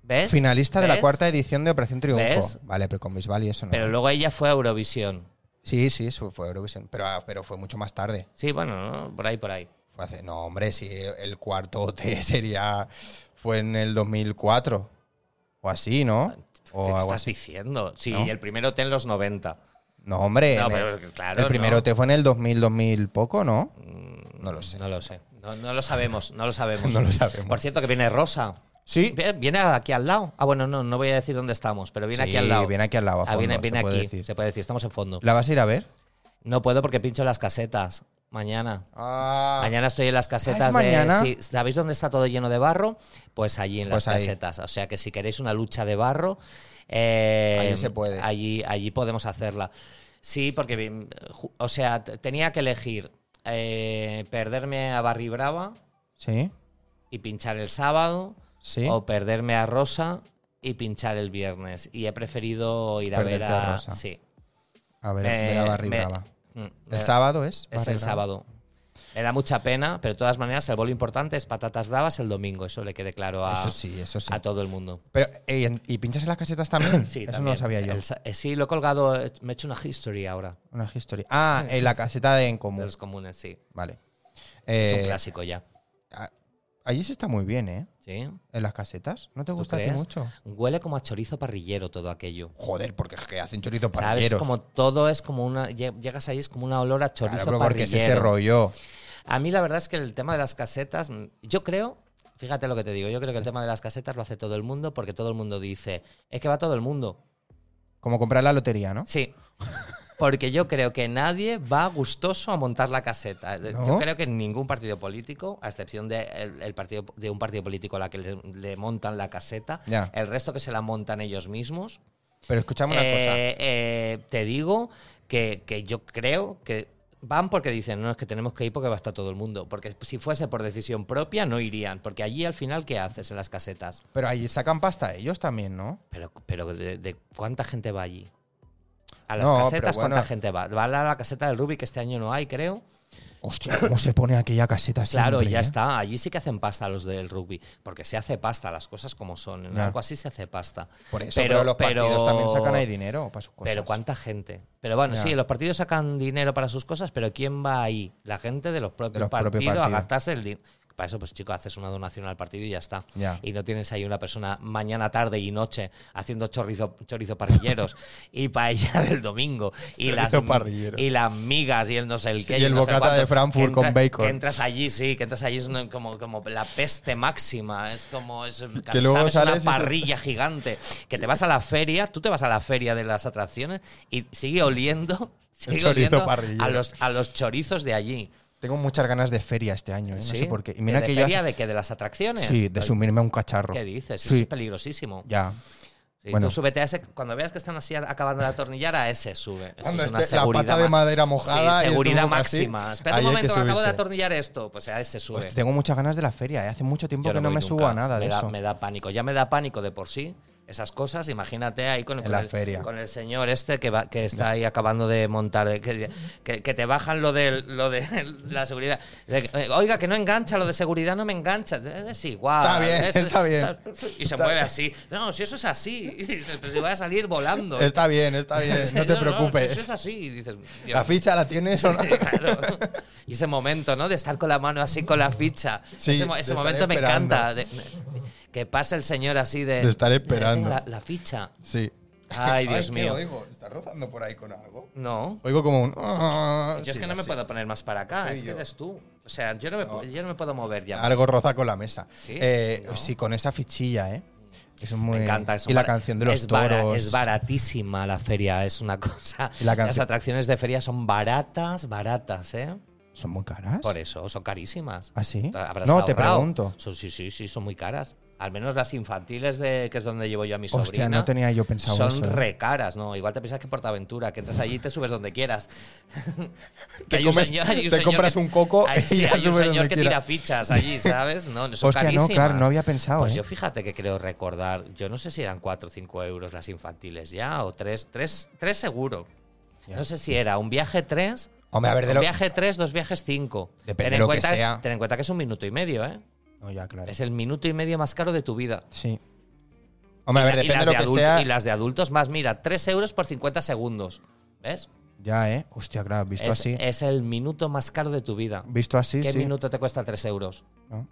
Speaker 2: ¿Ves?
Speaker 1: Finalista de la
Speaker 2: ¿Ves?
Speaker 1: cuarta edición de Operación Triunfo.
Speaker 2: ¿Ves?
Speaker 1: Vale, pero con Bisbal y eso no.
Speaker 2: Pero luego ella fue a Eurovisión.
Speaker 1: sí, sí, eso fue Eurovisión. Pero, ah, pero fue mucho más tarde.
Speaker 2: Sí, bueno, ¿no? por ahí, por ahí.
Speaker 1: Fue hace- no, hombre, si el cuarto OT sería. Fue en el 2004. O así, ¿no?
Speaker 2: ¿Qué
Speaker 1: O
Speaker 2: te
Speaker 1: algo
Speaker 2: estás
Speaker 1: así.
Speaker 2: diciendo? Sí,
Speaker 1: ¿No?
Speaker 2: el primer OT en los 90.
Speaker 1: No, hombre.
Speaker 2: No,
Speaker 1: en
Speaker 2: pero
Speaker 1: el,
Speaker 2: claro,
Speaker 1: El primer
Speaker 2: no. Mm.
Speaker 1: OT fue en el 2000, 2000 poco, ¿no? No lo sé.
Speaker 2: No lo sé. No, no lo sabemos, no lo sabemos.
Speaker 1: No lo sabemos.
Speaker 2: Por cierto, que viene Rosa.
Speaker 1: Sí.
Speaker 2: Viene- Viene aquí al lado. Ah, bueno, no, no voy a decir dónde estamos, pero viene
Speaker 1: Sí,
Speaker 2: aquí al lado.
Speaker 1: viene aquí al lado, a
Speaker 2: Ah, viene
Speaker 1: fondo,
Speaker 2: viene
Speaker 1: se puede
Speaker 2: aquí,
Speaker 1: decir.
Speaker 2: se puede decir, estamos en fondo.
Speaker 1: ¿La vas a ir a ver?
Speaker 2: No puedo porque pincho las casetas mañana.
Speaker 1: Ah.
Speaker 2: Mañana estoy en las casetas
Speaker 1: ¿es mañana?
Speaker 2: de. sí, ¿Sabéis dónde está todo lleno de barro? Pues allí en las
Speaker 1: Pues ahí.
Speaker 2: casetas. O sea que si queréis una lucha de barro. eh,
Speaker 1: Allí se puede.
Speaker 2: Allí, allí podemos hacerla. Sí, porque. mm, ju- O sea, t- tenía que elegir eh, perderme a Barry Brava
Speaker 1: Sí.
Speaker 2: y pinchar el sábado.
Speaker 1: Sí.
Speaker 2: O perderme a Rosa y pinchar el viernes. Y he preferido ir a
Speaker 1: Perderte
Speaker 2: ver a.
Speaker 1: a Rosa.
Speaker 2: Sí.
Speaker 1: A ver,
Speaker 2: Me-
Speaker 1: ver a Barry
Speaker 2: me-
Speaker 1: Brava.
Speaker 2: Mm,
Speaker 1: ¿El
Speaker 2: me-
Speaker 1: sábado es?
Speaker 2: es
Speaker 1: Barry
Speaker 2: el
Speaker 1: Brava?
Speaker 2: sábado. Me da mucha pena, pero de todas maneras el bolo importante es patatas bravas el domingo. Eso le quede claro a,
Speaker 1: Eso sí, eso sí.
Speaker 2: a todo el mundo.
Speaker 1: Pero, ey, en- ¿y pinchas en las casetas también?
Speaker 2: Sí,
Speaker 1: Eso no
Speaker 2: también.
Speaker 1: lo sabía yo.
Speaker 2: El sa- eh, sí, lo he colgado, eh, me he hecho una history ahora.
Speaker 1: Una historia. Ah, en la caseta de En
Speaker 2: De
Speaker 1: Común.
Speaker 2: los comunes, sí.
Speaker 1: Vale. Eh,
Speaker 2: es un clásico ya.
Speaker 1: a- allí se está muy bien, ¿eh?
Speaker 2: ¿Sí?
Speaker 1: En las casetas. ¿No te
Speaker 2: ¿Tú
Speaker 1: gusta a ti
Speaker 2: crees?
Speaker 1: mucho?
Speaker 2: Huele como a chorizo parrillero todo aquello.
Speaker 1: Joder, porque es que hacen chorizo
Speaker 2: ¿Sabes?
Speaker 1: parrilleros.
Speaker 2: Como todo es como una. lle- Llegas ahí, es como una olor a chorizo
Speaker 1: Claro, pero porque es ese
Speaker 2: parrillero.
Speaker 1: rollo.
Speaker 2: A mí la verdad es que el tema de las casetas, mm, yo creo, fíjate lo que te digo, yo creo que el tema de las casetas lo hace todo el mundo porque todo el mundo dice, es que va todo el mundo.
Speaker 1: Como comprar la lotería, ¿no?
Speaker 2: Sí. Porque yo creo que nadie va gustoso a montar la caseta. De-
Speaker 1: ¿No?
Speaker 2: Yo creo que ningún partido político, a excepción de, el- el partido, de un partido político a la que le, le montan la caseta,
Speaker 1: Ya.
Speaker 2: el resto que se la montan ellos mismos,
Speaker 1: Pero escuchame una cosa.
Speaker 2: eh, eh, te digo que, que yo creo que van porque dicen, no, es que tenemos que ir porque va a estar todo el mundo. Porque si fuese por decisión propia, no irían. Porque allí al final, ¿qué haces en las casetas?
Speaker 1: Pero ahí sacan pasta ellos también, ¿no?
Speaker 2: Pero, pero de, de cuánta gente va allí? A las
Speaker 1: No, pero
Speaker 2: casetas, ¿cuánta
Speaker 1: bueno.
Speaker 2: gente va? Va a la, caseta del Ruby, que este año no hay, creo.
Speaker 1: Hostia, ¿cómo se pone aquella caseta
Speaker 2: Claro,
Speaker 1: siempre,
Speaker 2: ya
Speaker 1: eh?
Speaker 2: está. Allí sí que hacen pasta los del rugby. Porque se hace pasta, las cosas como son. En
Speaker 1: Ya.
Speaker 2: algo así se hace pasta.
Speaker 1: Por eso, pero, los partidos también sacan ahí dinero para sus cosas.
Speaker 2: Pero cuánta gente. Pero bueno,
Speaker 1: Ya.
Speaker 2: sí, los partidos sacan dinero para sus cosas, pero ¿quién va ahí? La gente de los propios,
Speaker 1: De los propios
Speaker 2: partidos, a
Speaker 1: partidos.
Speaker 2: gastarse el dinero. Para eso, pues chicos, haces una donación al partido y ya está.
Speaker 1: Ya.
Speaker 2: Y no tienes ahí una persona mañana, tarde y noche haciendo chorizo, chorizo parrilleros y paella del domingo y las,
Speaker 1: Chorizo parrillero.
Speaker 2: y las migas y el no sé el qué.
Speaker 1: Y el
Speaker 2: no sé
Speaker 1: bocata
Speaker 2: cuánto.
Speaker 1: de Frankfurt
Speaker 2: Que
Speaker 1: con bacon.
Speaker 2: Que entras allí, sí, que entras allí es una- como, como la peste máxima. Es como es,
Speaker 1: Que luego
Speaker 2: ¿sabes?
Speaker 1: sales y
Speaker 2: una
Speaker 1: se-
Speaker 2: parrilla parrilla gigante. Que te vas a la feria, tú te vas a la feria de las atracciones y sigue oliendo, sigue
Speaker 1: chorizo
Speaker 2: oliendo
Speaker 1: parrillero.
Speaker 2: a los, a los chorizos de allí.
Speaker 1: Tengo muchas ganas de feria este año, ¿eh? no
Speaker 2: ¿Sí?
Speaker 1: sé por qué. Y mira
Speaker 2: ¿De
Speaker 1: que yo
Speaker 2: feria de qué? ¿De las atracciones?
Speaker 1: Sí, de subirme a un cacharro.
Speaker 2: ¿Qué dices? Eso
Speaker 1: Sí.
Speaker 2: es peligrosísimo.
Speaker 1: Ya.
Speaker 2: Sí,
Speaker 1: bueno.
Speaker 2: Tú súbete a ese, cuando veas que están así acabando de atornillar, a ese sube. Eso
Speaker 1: Cuando
Speaker 2: es una
Speaker 1: esté este, la
Speaker 2: seguridad
Speaker 1: pata de
Speaker 2: ma-
Speaker 1: madera mojada y
Speaker 2: Sí,
Speaker 1: el
Speaker 2: seguridad
Speaker 1: tubo así,
Speaker 2: máxima. Espera
Speaker 1: ahí
Speaker 2: un
Speaker 1: hay que
Speaker 2: momento, acabo de
Speaker 1: subirse.
Speaker 2: atornillar esto. Pues a ese sube.
Speaker 1: Hostia, tengo muchas ganas de la feria. ¿eh? Hace mucho tiempo
Speaker 2: Yo
Speaker 1: que no
Speaker 2: voy
Speaker 1: me
Speaker 2: nunca.
Speaker 1: subo a nada de
Speaker 2: Me da-
Speaker 1: eso.
Speaker 2: Me da pánico. Ya me da pánico de por sí. esas cosas. Imagínate ahí con,
Speaker 1: En
Speaker 2: con
Speaker 1: la
Speaker 2: el,
Speaker 1: feria.
Speaker 2: con el señor este que, va- que está ahí acabando de montar, eh, que, que- que te bajan lo de, lo de la seguridad. De que, eh, Oiga, que no engancha, lo de seguridad no me engancha. Eh, Es igual.
Speaker 1: Está bien,
Speaker 2: Es-
Speaker 1: está bien.
Speaker 2: Y se mueve así. No, si eso es así, Y dices, pero si va a salir volando.
Speaker 1: Está bien, está bien, no te
Speaker 2: si eso
Speaker 1: preocupes.
Speaker 2: es así, Y dices. Dios
Speaker 1: La ficha la tienes o no.
Speaker 2: Claro. Y ese momento, ¿no? De estar con la mano así con la ficha.
Speaker 1: Sí,
Speaker 2: ese mo-
Speaker 1: de
Speaker 2: ese
Speaker 1: estar
Speaker 2: momento me
Speaker 1: esperando.
Speaker 2: encanta. de- que pasa el señor así de.
Speaker 1: De estar
Speaker 2: "Mira,
Speaker 1: esperando".
Speaker 2: tengo La, la ficha.
Speaker 1: Sí.
Speaker 2: Ay, Dios
Speaker 1: ¿qué
Speaker 2: mío.
Speaker 1: oigo? ¿Estás rozando por ahí con algo?
Speaker 2: No.
Speaker 1: Oigo como un. ah,
Speaker 2: Yo es
Speaker 1: Sí,
Speaker 2: que no me
Speaker 1: así.
Speaker 2: puedo poner más para acá.
Speaker 1: Soy
Speaker 2: es que
Speaker 1: yo.
Speaker 2: eres tú. O sea, yo no me, pu- yo no me puedo mover ya.
Speaker 1: Algo roza con la mesa.
Speaker 2: ¿Sí?
Speaker 1: Eh,
Speaker 2: No.
Speaker 1: sí, con esa fichilla, ¿eh? Eso es muy.
Speaker 2: Me encanta eso.
Speaker 1: Y la
Speaker 2: Bara-
Speaker 1: canción de los
Speaker 2: es bara-
Speaker 1: toros.
Speaker 2: es baratísima la feria, es una cosa.
Speaker 1: Y la
Speaker 2: Las
Speaker 1: canción-
Speaker 2: atracciones de feria son baratas, baratas, ¿eh?
Speaker 1: ¿Son muy caras?
Speaker 2: Por eso, son carísimas.
Speaker 1: ¿Ah, sí?
Speaker 2: Habrás
Speaker 1: No, te
Speaker 2: ahorrado.
Speaker 1: pregunto.
Speaker 2: Son- sí, sí, sí, son muy caras. Al menos las infantiles, de, que es donde llevo yo a mi
Speaker 1: Hostia,
Speaker 2: sobrina.
Speaker 1: no tenía yo pensado
Speaker 2: Son
Speaker 1: eso, ¿eh?
Speaker 2: re caras, ¿no? Igual te piensas que en Portaventura, que entras allí y te subes donde quieras.
Speaker 1: Te
Speaker 2: Hay un
Speaker 1: comes-
Speaker 2: hay un
Speaker 1: te compras
Speaker 2: que-
Speaker 1: un coco
Speaker 2: hay,
Speaker 1: y
Speaker 2: sí,
Speaker 1: ya
Speaker 2: hay un
Speaker 1: subes donde
Speaker 2: señor que tira
Speaker 1: quieras.
Speaker 2: fichas allí, ¿sabes? No, no son
Speaker 1: Hostia, no,
Speaker 2: carísimas.
Speaker 1: claro, no había pensado,
Speaker 2: Pues
Speaker 1: ¿eh?
Speaker 2: yo fíjate que creo recordar, yo no sé si eran 4 o 5 euros las infantiles ya, o 3, 3, 3 seguro. No sé si era un viaje 3
Speaker 1: Hombre, a ver, de
Speaker 2: un
Speaker 1: lo.
Speaker 2: viaje 3, dos viajes 5.
Speaker 1: Depende de lo que
Speaker 2: cuenta,
Speaker 1: sea.
Speaker 2: Ten en cuenta que es un minuto y medio, ¿eh?
Speaker 1: No, ya, claro.
Speaker 2: Es el minuto y medio más caro de tu vida.
Speaker 1: Sí. Hombre, a ver,
Speaker 2: y,
Speaker 1: depende de
Speaker 2: las
Speaker 1: lo
Speaker 2: de
Speaker 1: que
Speaker 2: adulto-
Speaker 1: sea.
Speaker 2: y las de adultos más, mira, 3 euros por 50 segundos. ¿Ves?
Speaker 1: Ya, ¿eh? Hostia, claro, visto
Speaker 2: es,
Speaker 1: así.
Speaker 2: es el minuto más caro de tu vida.
Speaker 1: Visto así,
Speaker 2: ¿Qué
Speaker 1: sí.
Speaker 2: minuto te cuesta 3 euros?
Speaker 1: No,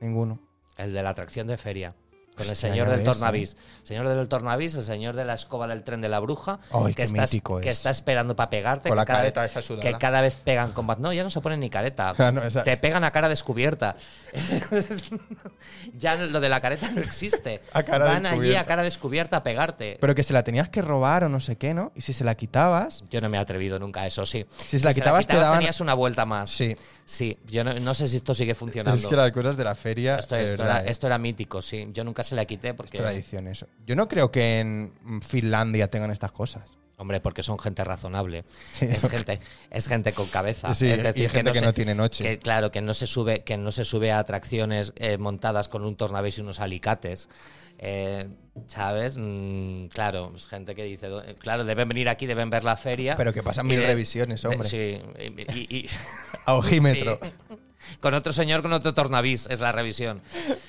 Speaker 1: ninguno.
Speaker 2: El de la atracción de feria. Con el
Speaker 1: Hostia,
Speaker 2: señor
Speaker 1: ya
Speaker 2: del
Speaker 1: ves, ¿eh?
Speaker 2: tornavís. Señor del tornavís, el señor de la escoba del tren de la bruja.
Speaker 1: Ay, qué
Speaker 2: está,
Speaker 1: mítico
Speaker 2: que
Speaker 1: es.
Speaker 2: está esperando para pegarte.
Speaker 1: Con
Speaker 2: que
Speaker 1: la
Speaker 2: cada
Speaker 1: careta
Speaker 2: vez-
Speaker 1: esa sudada.
Speaker 2: Que cada vez pegan con más. No, ya no se ponen ni careta.
Speaker 1: Ah, no, esa-
Speaker 2: Te pegan a cara descubierta. ya lo de la careta no existe.
Speaker 1: A cara
Speaker 2: Van allí
Speaker 1: descubierta.
Speaker 2: a cara descubierta a pegarte.
Speaker 1: Pero que se la tenías que robar o no sé qué, ¿no? Y si se la quitabas.
Speaker 2: yo no me he atrevido nunca a eso, sí.
Speaker 1: se la quitabas, te daban-
Speaker 2: tenías una vuelta más.
Speaker 1: Sí.
Speaker 2: Sí, yo no, no sé si esto sigue funcionando.
Speaker 1: Es que las cosas de la feria.
Speaker 2: esto,
Speaker 1: de
Speaker 2: esto
Speaker 1: verdad,
Speaker 2: era,
Speaker 1: ¿eh?
Speaker 2: esto era mítico, sí. Yo nunca se la quité
Speaker 1: Es
Speaker 2: porque...
Speaker 1: tradición eso. Yo no creo que en mm, Finlandia tengan estas cosas.
Speaker 2: Hombre, porque son gente razonable. Es gente, es gente con cabeza.
Speaker 1: Sí,
Speaker 2: es decir,
Speaker 1: y gente que no tiene noche.
Speaker 2: que, claro, que no se sube, que no se sube a atracciones eh, montadas con un tornavés y unos alicates. Eh, ¿Sabes? Mm, claro, es gente que dice, "Do- eh, claro, deben venir aquí, deben ver la feria.
Speaker 1: Pero que pasan
Speaker 2: y
Speaker 1: mil
Speaker 2: de-
Speaker 1: revisiones,
Speaker 2: de-
Speaker 1: hombre.
Speaker 2: Eh, Sí. y- y- y-
Speaker 1: A ojímetro.
Speaker 2: Sí. Con otro señor, con otro tornavís, es la revisión.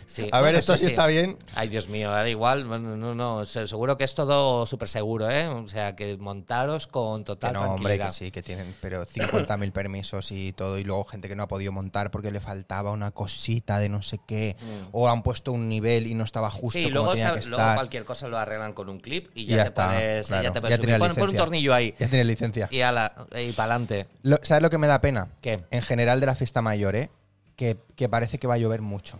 Speaker 2: Sí.
Speaker 1: A ver,
Speaker 2: Bueno,
Speaker 1: esto
Speaker 2: eso
Speaker 1: sí está bien.
Speaker 2: Ay, Dios mío, da igual, no, no, no, se- seguro que es todo súper seguro, ¿eh? O sea, que montaros con
Speaker 1: Que
Speaker 2: total
Speaker 1: no, hombre,
Speaker 2: tranquilidad.
Speaker 1: que sí, que tienen, pero 50.000 permisos y todo, y luego gente que no ha podido montar porque le faltaba una cosita de no sé qué, o han puesto un nivel y no estaba justo
Speaker 2: Mm. Sí,
Speaker 1: como
Speaker 2: luego,
Speaker 1: tenía
Speaker 2: sab-
Speaker 1: que
Speaker 2: luego
Speaker 1: estar.
Speaker 2: cualquier cosa lo arreglan con un clip y
Speaker 1: y
Speaker 2: ya,
Speaker 1: ya,
Speaker 2: te
Speaker 1: está.
Speaker 2: puedes,
Speaker 1: claro,
Speaker 2: ya te puedes
Speaker 1: ya
Speaker 2: subir.
Speaker 1: tiene
Speaker 2: Pon, pon un
Speaker 1: licencia.
Speaker 2: tornillo ahí
Speaker 1: Ya tiene licencia.
Speaker 2: y ala, y para adelante.
Speaker 1: Lo- ¿Sabes lo que me da pena?
Speaker 2: ¿Qué?
Speaker 1: En general de la fiesta mayor, ¿eh? Que, que parece que va a llover mucho.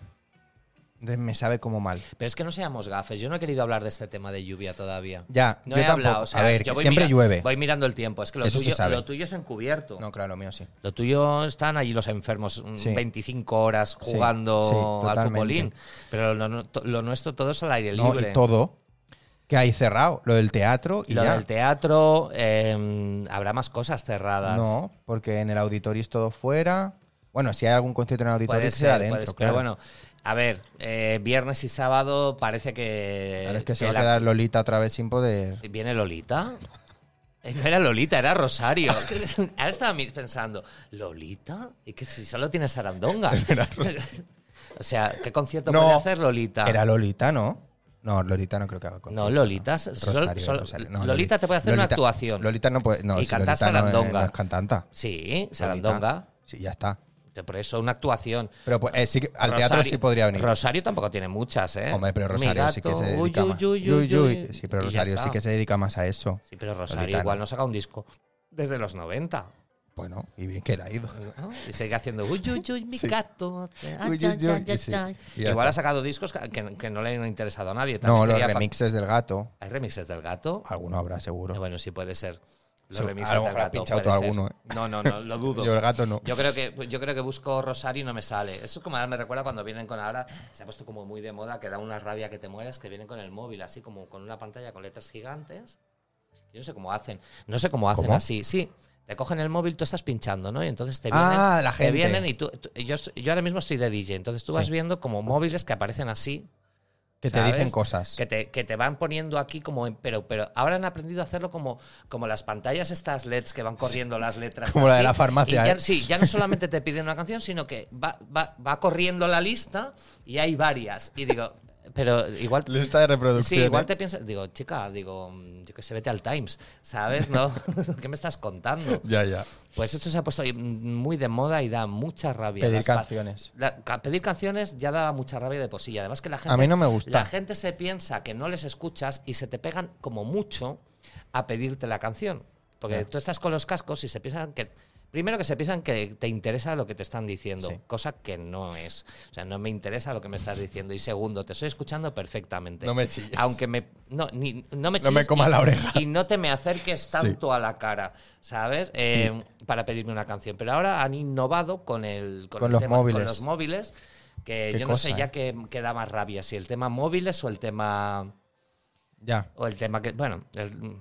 Speaker 1: Entonces me sabe como mal.
Speaker 2: Pero es que no seamos gafes, yo no he querido hablar de este tema de lluvia todavía.
Speaker 1: Ya,
Speaker 2: no
Speaker 1: yo
Speaker 2: he
Speaker 1: tampoco.
Speaker 2: hablado. o sea,
Speaker 1: a ver, que
Speaker 2: yo voy
Speaker 1: siempre
Speaker 2: mira-
Speaker 1: llueve.
Speaker 2: Voy mirando el tiempo, es que lo,
Speaker 1: Eso se
Speaker 2: tuyo,
Speaker 1: sabe.
Speaker 2: lo tuyo es encubierto.
Speaker 1: No, claro, lo mío sí.
Speaker 2: Lo tuyo están allí los enfermos mm,
Speaker 1: Sí.
Speaker 2: 25 horas
Speaker 1: Sí,
Speaker 2: jugando
Speaker 1: sí,
Speaker 2: al
Speaker 1: totalmente.
Speaker 2: futbolín. Pero lo, no- to- lo nuestro todo es al aire
Speaker 1: No,
Speaker 2: libre.
Speaker 1: y todo. Que hay cerrado. Lo del teatro y
Speaker 2: Lo
Speaker 1: ya.
Speaker 2: del teatro, eh, habrá más cosas cerradas.
Speaker 1: No, porque en el auditorio es todo fuera. Bueno, si hay algún concierto en el auditorio,
Speaker 2: Puede
Speaker 1: será
Speaker 2: ser,
Speaker 1: adentro,
Speaker 2: puede ser,
Speaker 1: claro.
Speaker 2: Pero bueno, a ver, eh, viernes y sábado parece que.
Speaker 1: Claro, es que se
Speaker 2: que
Speaker 1: va a
Speaker 2: la-
Speaker 1: quedar Lolita otra vez sin poder.
Speaker 2: ¿Viene Lolita? Eh, No era Lolita, era Rosario. Ahora estaba mi- pensando, ¿Lolita? ¿Y que si solo tiene Sarandonga? o sea, ¿qué concierto
Speaker 1: No,
Speaker 2: puede hacer Lolita?
Speaker 1: Era Lolita, ¿no? No, Lolita no creo que haga
Speaker 2: No,
Speaker 1: concierto.
Speaker 2: Lolita. sol-
Speaker 1: Rosario,
Speaker 2: sol-
Speaker 1: Rosario. No,
Speaker 2: Lolita, te puede hacer una
Speaker 1: Lolita-
Speaker 2: actuación.
Speaker 1: Lolita no puede. No,
Speaker 2: Y
Speaker 1: si
Speaker 2: cantar
Speaker 1: Lolita no es-
Speaker 2: Sarandonga.
Speaker 1: No es cantanta.
Speaker 2: Sí,
Speaker 1: Lolita.
Speaker 2: Sarandonga.
Speaker 1: Sí, ya está.
Speaker 2: Te- Por eso, una actuación.
Speaker 1: Pero pues, eh, sí que- al teatro
Speaker 2: Rosario-
Speaker 1: sí podría venir.
Speaker 2: Rosario tampoco tiene muchas, ¿eh?
Speaker 1: Hombre, pero
Speaker 2: Mi
Speaker 1: Rosario sí que
Speaker 2: gato,
Speaker 1: se
Speaker 2: uy,
Speaker 1: dedica
Speaker 2: uy,
Speaker 1: más. Uy,
Speaker 2: uy,
Speaker 1: uy.
Speaker 2: uy.
Speaker 1: Sí, pero
Speaker 2: Y ya
Speaker 1: Rosario sí
Speaker 2: está.
Speaker 1: que se dedica más a eso.
Speaker 2: Sí, pero Rosario
Speaker 1: Lolita,
Speaker 2: igual
Speaker 1: ¿no?
Speaker 2: no saca un disco desde los 90.
Speaker 1: Bueno, y bien que le ha ido.
Speaker 2: ¿no? Y sigue haciendo uy, uy, uy, mi
Speaker 1: Sí.
Speaker 2: gato. ah,
Speaker 1: Uy, uy,
Speaker 2: chan, chan,
Speaker 1: uy,
Speaker 2: chan,
Speaker 1: sí.
Speaker 2: chan.
Speaker 1: Y ya
Speaker 2: Igual
Speaker 1: está.
Speaker 2: ha sacado discos que, que- que no le han interesado a nadie. También
Speaker 1: No, los
Speaker 2: sería fa-
Speaker 1: remixes del gato.
Speaker 2: ¿Hay remixes del gato?
Speaker 1: Alguno habrá, seguro.
Speaker 2: Eh, Bueno, sí puede ser. Los
Speaker 1: Sí,
Speaker 2: remixes
Speaker 1: a lo
Speaker 2: del
Speaker 1: mejor has
Speaker 2: gato.
Speaker 1: pinchado
Speaker 2: puede
Speaker 1: tú
Speaker 2: ser.
Speaker 1: alguno, ¿eh?
Speaker 2: No, no, no, lo dudo.
Speaker 1: Yo el gato no.
Speaker 2: Yo creo que yo creo que busco Rosario y no me sale. Eso es como ahora me recuerda cuando vienen con ahora se ha puesto como muy de moda que da una rabia que te mueres que vienen con el móvil así como con una pantalla con letras gigantes. Yo no sé cómo hacen, no sé cómo hacen
Speaker 1: ¿Cómo?
Speaker 2: así. Sí, te cogen el móvil, tú estás pinchando, ¿no? Y entonces te vienen,
Speaker 1: Ah, la
Speaker 2: te
Speaker 1: gente.
Speaker 2: vienen y tú, tú- yo, yo ahora mismo estoy de DJ, entonces tú vas viendo como móviles que aparecen así
Speaker 1: Que te
Speaker 2: ¿sabes?
Speaker 1: dicen cosas.
Speaker 2: Que te, que te van poniendo aquí como. en- pero, pero ahora han aprendido a hacerlo como, como las pantallas, estas LEDs que van corriendo las letras.
Speaker 1: Como la de
Speaker 2: así,
Speaker 1: la farmacia,
Speaker 2: y ya-
Speaker 1: ¿eh?
Speaker 2: Sí, ya no solamente te piden una canción, sino que va, va, va corriendo la lista y hay varias. Y digo, pero igual.
Speaker 1: Lista de
Speaker 2: Sí,
Speaker 1: reproducción.
Speaker 2: igual
Speaker 1: ¿eh?
Speaker 2: te piensas, digo, chica, digo, mm, yo que se vete al Times, ¿sabes? ¿No? ¿Qué me estás contando?
Speaker 1: Ya, ya.
Speaker 2: Pues esto se ha puesto ahí muy de moda y da mucha rabia.
Speaker 1: Pedir
Speaker 2: Las pa-
Speaker 1: canciones.
Speaker 2: la- ca- pedir canciones ya daba mucha rabia de por sí. Y Además que la gente,
Speaker 1: mí no me gusta.
Speaker 2: La gente se piensa que no les escuchas y se te pegan como mucho a pedirte la canción. Porque
Speaker 1: Ya.
Speaker 2: tú estás con los cascos y se piensan que... Primero que se piensan que te interesa lo que te están diciendo,
Speaker 1: Sí.
Speaker 2: cosa que no es. O sea, no me interesa lo que me estás diciendo. Y segundo, te estoy escuchando perfectamente.
Speaker 1: No me chilles.
Speaker 2: Aunque me... No, ni- no
Speaker 1: No
Speaker 2: me
Speaker 1: me
Speaker 2: chilles
Speaker 1: comas
Speaker 2: y-
Speaker 1: la oreja.
Speaker 2: y no te me acerques tanto a la cara, ¿sabes? Eh, Para pedirme una canción. Pero ahora han innovado con el
Speaker 1: Con
Speaker 2: el
Speaker 1: los
Speaker 2: tema-
Speaker 1: móviles.
Speaker 2: Con los móviles, que
Speaker 1: Qué
Speaker 2: yo
Speaker 1: cosa,
Speaker 2: no sé ya
Speaker 1: ¿eh?
Speaker 2: qué, qué da más rabia, si el tema móviles o el tema
Speaker 1: Ya.
Speaker 2: o el tema que bueno, el-